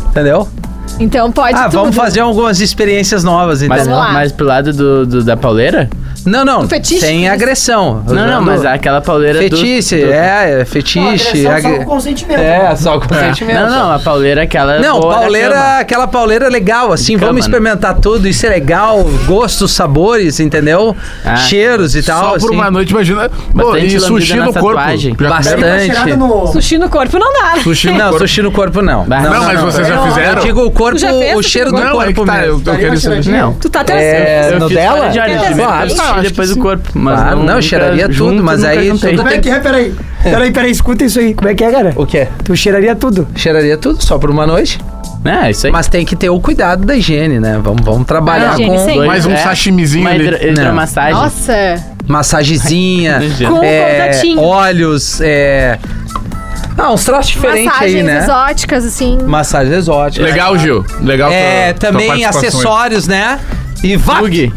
[SPEAKER 1] Entendeu?
[SPEAKER 5] Então pode
[SPEAKER 1] Ah,
[SPEAKER 5] tudo.
[SPEAKER 1] vamos fazer algumas experiências novas, então.
[SPEAKER 2] Mas,
[SPEAKER 5] Vamos lá. Um
[SPEAKER 2] mas pro lado do, do- da pauleira?
[SPEAKER 1] não, não.
[SPEAKER 5] fetiche?
[SPEAKER 1] Sem agressão.
[SPEAKER 2] Não, não,
[SPEAKER 1] Usando
[SPEAKER 2] mas aquela pauleira do-
[SPEAKER 1] Fetiche,
[SPEAKER 2] do...
[SPEAKER 1] é, é fetiche. agre-
[SPEAKER 3] consentimento.
[SPEAKER 1] É, só com sentimento.
[SPEAKER 2] Não, não, a pauleira é aquela.
[SPEAKER 1] Não,
[SPEAKER 2] boa na cama.
[SPEAKER 1] pauleira, é aquela pauleira legal, assim,
[SPEAKER 2] cama,
[SPEAKER 1] vamos
[SPEAKER 2] né?
[SPEAKER 1] experimentar tudo, isso é legal, gostos, sabores, entendeu?
[SPEAKER 2] Ah.
[SPEAKER 1] Cheiros e tal.
[SPEAKER 4] É. Só por
[SPEAKER 1] assim.
[SPEAKER 4] uma noite, imagina. Pô, e
[SPEAKER 2] lambida
[SPEAKER 4] sushi
[SPEAKER 2] na
[SPEAKER 4] no corpo.
[SPEAKER 2] tatuagem.
[SPEAKER 4] Já comeram?
[SPEAKER 1] Bastante.
[SPEAKER 5] Sushi no corpo não dá.
[SPEAKER 4] Sushi no
[SPEAKER 1] Não,
[SPEAKER 4] corpo.
[SPEAKER 1] sushi no corpo não.
[SPEAKER 2] Bah.
[SPEAKER 4] Não, mas vocês já
[SPEAKER 1] Eu
[SPEAKER 4] fizeram?
[SPEAKER 1] digo o corpo,
[SPEAKER 5] Tu já fez
[SPEAKER 1] o
[SPEAKER 5] sushi
[SPEAKER 1] cheiro
[SPEAKER 5] no
[SPEAKER 1] do
[SPEAKER 4] não, é
[SPEAKER 1] corpo
[SPEAKER 4] que tá, eu,
[SPEAKER 1] mesmo.
[SPEAKER 4] eu quero saber.
[SPEAKER 2] Não.
[SPEAKER 5] Tu tá até
[SPEAKER 1] É,
[SPEAKER 2] Eu
[SPEAKER 1] no
[SPEAKER 2] fiz
[SPEAKER 1] dela?
[SPEAKER 2] fora de ordem
[SPEAKER 5] É,
[SPEAKER 2] primeiro,
[SPEAKER 1] claro,
[SPEAKER 2] sushi,
[SPEAKER 4] acho que
[SPEAKER 2] depois
[SPEAKER 4] sim.
[SPEAKER 2] o corpo. Mas
[SPEAKER 1] Claro, não,
[SPEAKER 2] nunca
[SPEAKER 1] cheiraria tudo,
[SPEAKER 2] junto,
[SPEAKER 1] mas
[SPEAKER 2] nunca
[SPEAKER 1] aí
[SPEAKER 2] juntei.
[SPEAKER 1] tudo-
[SPEAKER 3] Como é que é? Peraí. Peraí, peraí, escuta isso aí. Como é que é, cara?
[SPEAKER 1] O quê?
[SPEAKER 3] Tu cheiraria tudo.
[SPEAKER 1] Cheiraria tudo, só por uma noite.
[SPEAKER 2] É, isso aí.
[SPEAKER 1] Mas tem que ter o cuidado da higiene, né? Vamos, vamos trabalhar
[SPEAKER 5] Ah,
[SPEAKER 1] com
[SPEAKER 5] higiene sempre.
[SPEAKER 4] Mais um sashimizinho
[SPEAKER 2] uma
[SPEAKER 4] ali.
[SPEAKER 2] hidro- hidromassagem.
[SPEAKER 5] Nossa.
[SPEAKER 1] massagezinha,
[SPEAKER 2] Com
[SPEAKER 1] é,
[SPEAKER 5] contatinho.
[SPEAKER 1] óleos, é... Ah, uns traços diferentes
[SPEAKER 5] Massagens
[SPEAKER 1] aí, né?
[SPEAKER 5] exóticas, assim.
[SPEAKER 1] Massagens exóticas.
[SPEAKER 4] Legal, Gil. Legal.
[SPEAKER 1] É,
[SPEAKER 4] tua- tua
[SPEAKER 1] também
[SPEAKER 4] participação aí.
[SPEAKER 1] acessórios, né? E vá!
[SPEAKER 2] Bug.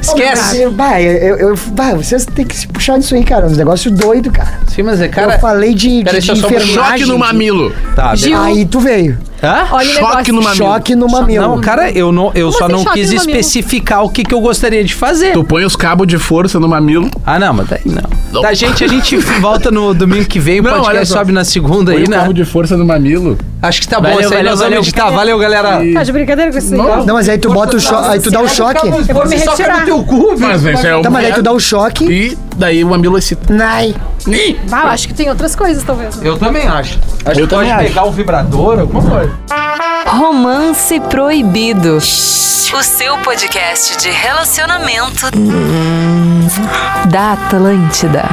[SPEAKER 1] Esquece!
[SPEAKER 3] Eu- Bah, eu, eu- bah, vocês têm que se puxar disso aí, cara. É Uns negócios doidos, cara.
[SPEAKER 1] Sim, mas é,
[SPEAKER 3] eu
[SPEAKER 1] cara.
[SPEAKER 3] falei de, de,
[SPEAKER 1] peraí,
[SPEAKER 3] de
[SPEAKER 1] deixa eu só puxar
[SPEAKER 3] enfermagem.
[SPEAKER 4] Choque no mamilo.
[SPEAKER 1] Tá,
[SPEAKER 5] Gil.
[SPEAKER 1] beleza.
[SPEAKER 3] Aí tu veio.
[SPEAKER 1] Hã?
[SPEAKER 5] Olha
[SPEAKER 4] Choque
[SPEAKER 5] o negócio.
[SPEAKER 4] no mamilo.
[SPEAKER 3] Choque no mamilo.
[SPEAKER 1] Não, cara, eu, não, eu
[SPEAKER 5] Como
[SPEAKER 1] só
[SPEAKER 5] assim
[SPEAKER 1] não
[SPEAKER 5] choque
[SPEAKER 1] quis
[SPEAKER 5] no mamilo?
[SPEAKER 1] especificar o que, que eu gostaria de fazer.
[SPEAKER 4] Tu põe os cabos de força no mamilo.
[SPEAKER 1] Ah, não, mas daí não.
[SPEAKER 4] Não.
[SPEAKER 1] Tá, gente, a gente volta no domingo que vem, o
[SPEAKER 4] Não, olha
[SPEAKER 1] podcast
[SPEAKER 4] só. um
[SPEAKER 1] sobe na segunda
[SPEAKER 4] Põe
[SPEAKER 1] aí,
[SPEAKER 4] o
[SPEAKER 1] né?
[SPEAKER 4] cabo de força no mamilo.
[SPEAKER 1] Acho que tá bom,
[SPEAKER 2] Valeu,
[SPEAKER 1] isso aí
[SPEAKER 2] valeu,
[SPEAKER 1] nós vamos
[SPEAKER 2] valeu.
[SPEAKER 1] editar. Valeu, galera.
[SPEAKER 5] Tá de brincadeira com esse
[SPEAKER 3] Não,
[SPEAKER 5] negócio?
[SPEAKER 3] mas aí tu bota o choque. Aí tu dá o choque.
[SPEAKER 1] Eu
[SPEAKER 5] vou me
[SPEAKER 1] Soca
[SPEAKER 5] retirar.
[SPEAKER 1] no teu cu, velho.
[SPEAKER 4] Mas isso é o.
[SPEAKER 3] Tá, mas aí tu dá o choque.
[SPEAKER 4] E daí o mamilo excita.
[SPEAKER 3] Nai.
[SPEAKER 5] Ah, eu acho que tem outras coisas, talvez.
[SPEAKER 1] Eu também acho. Acho
[SPEAKER 4] Eu
[SPEAKER 1] que pode
[SPEAKER 4] também acho.
[SPEAKER 1] pegar o vibrador, alguma coisa.
[SPEAKER 7] Romance Proibido. O seu podcast de relacionamento da Atlântida.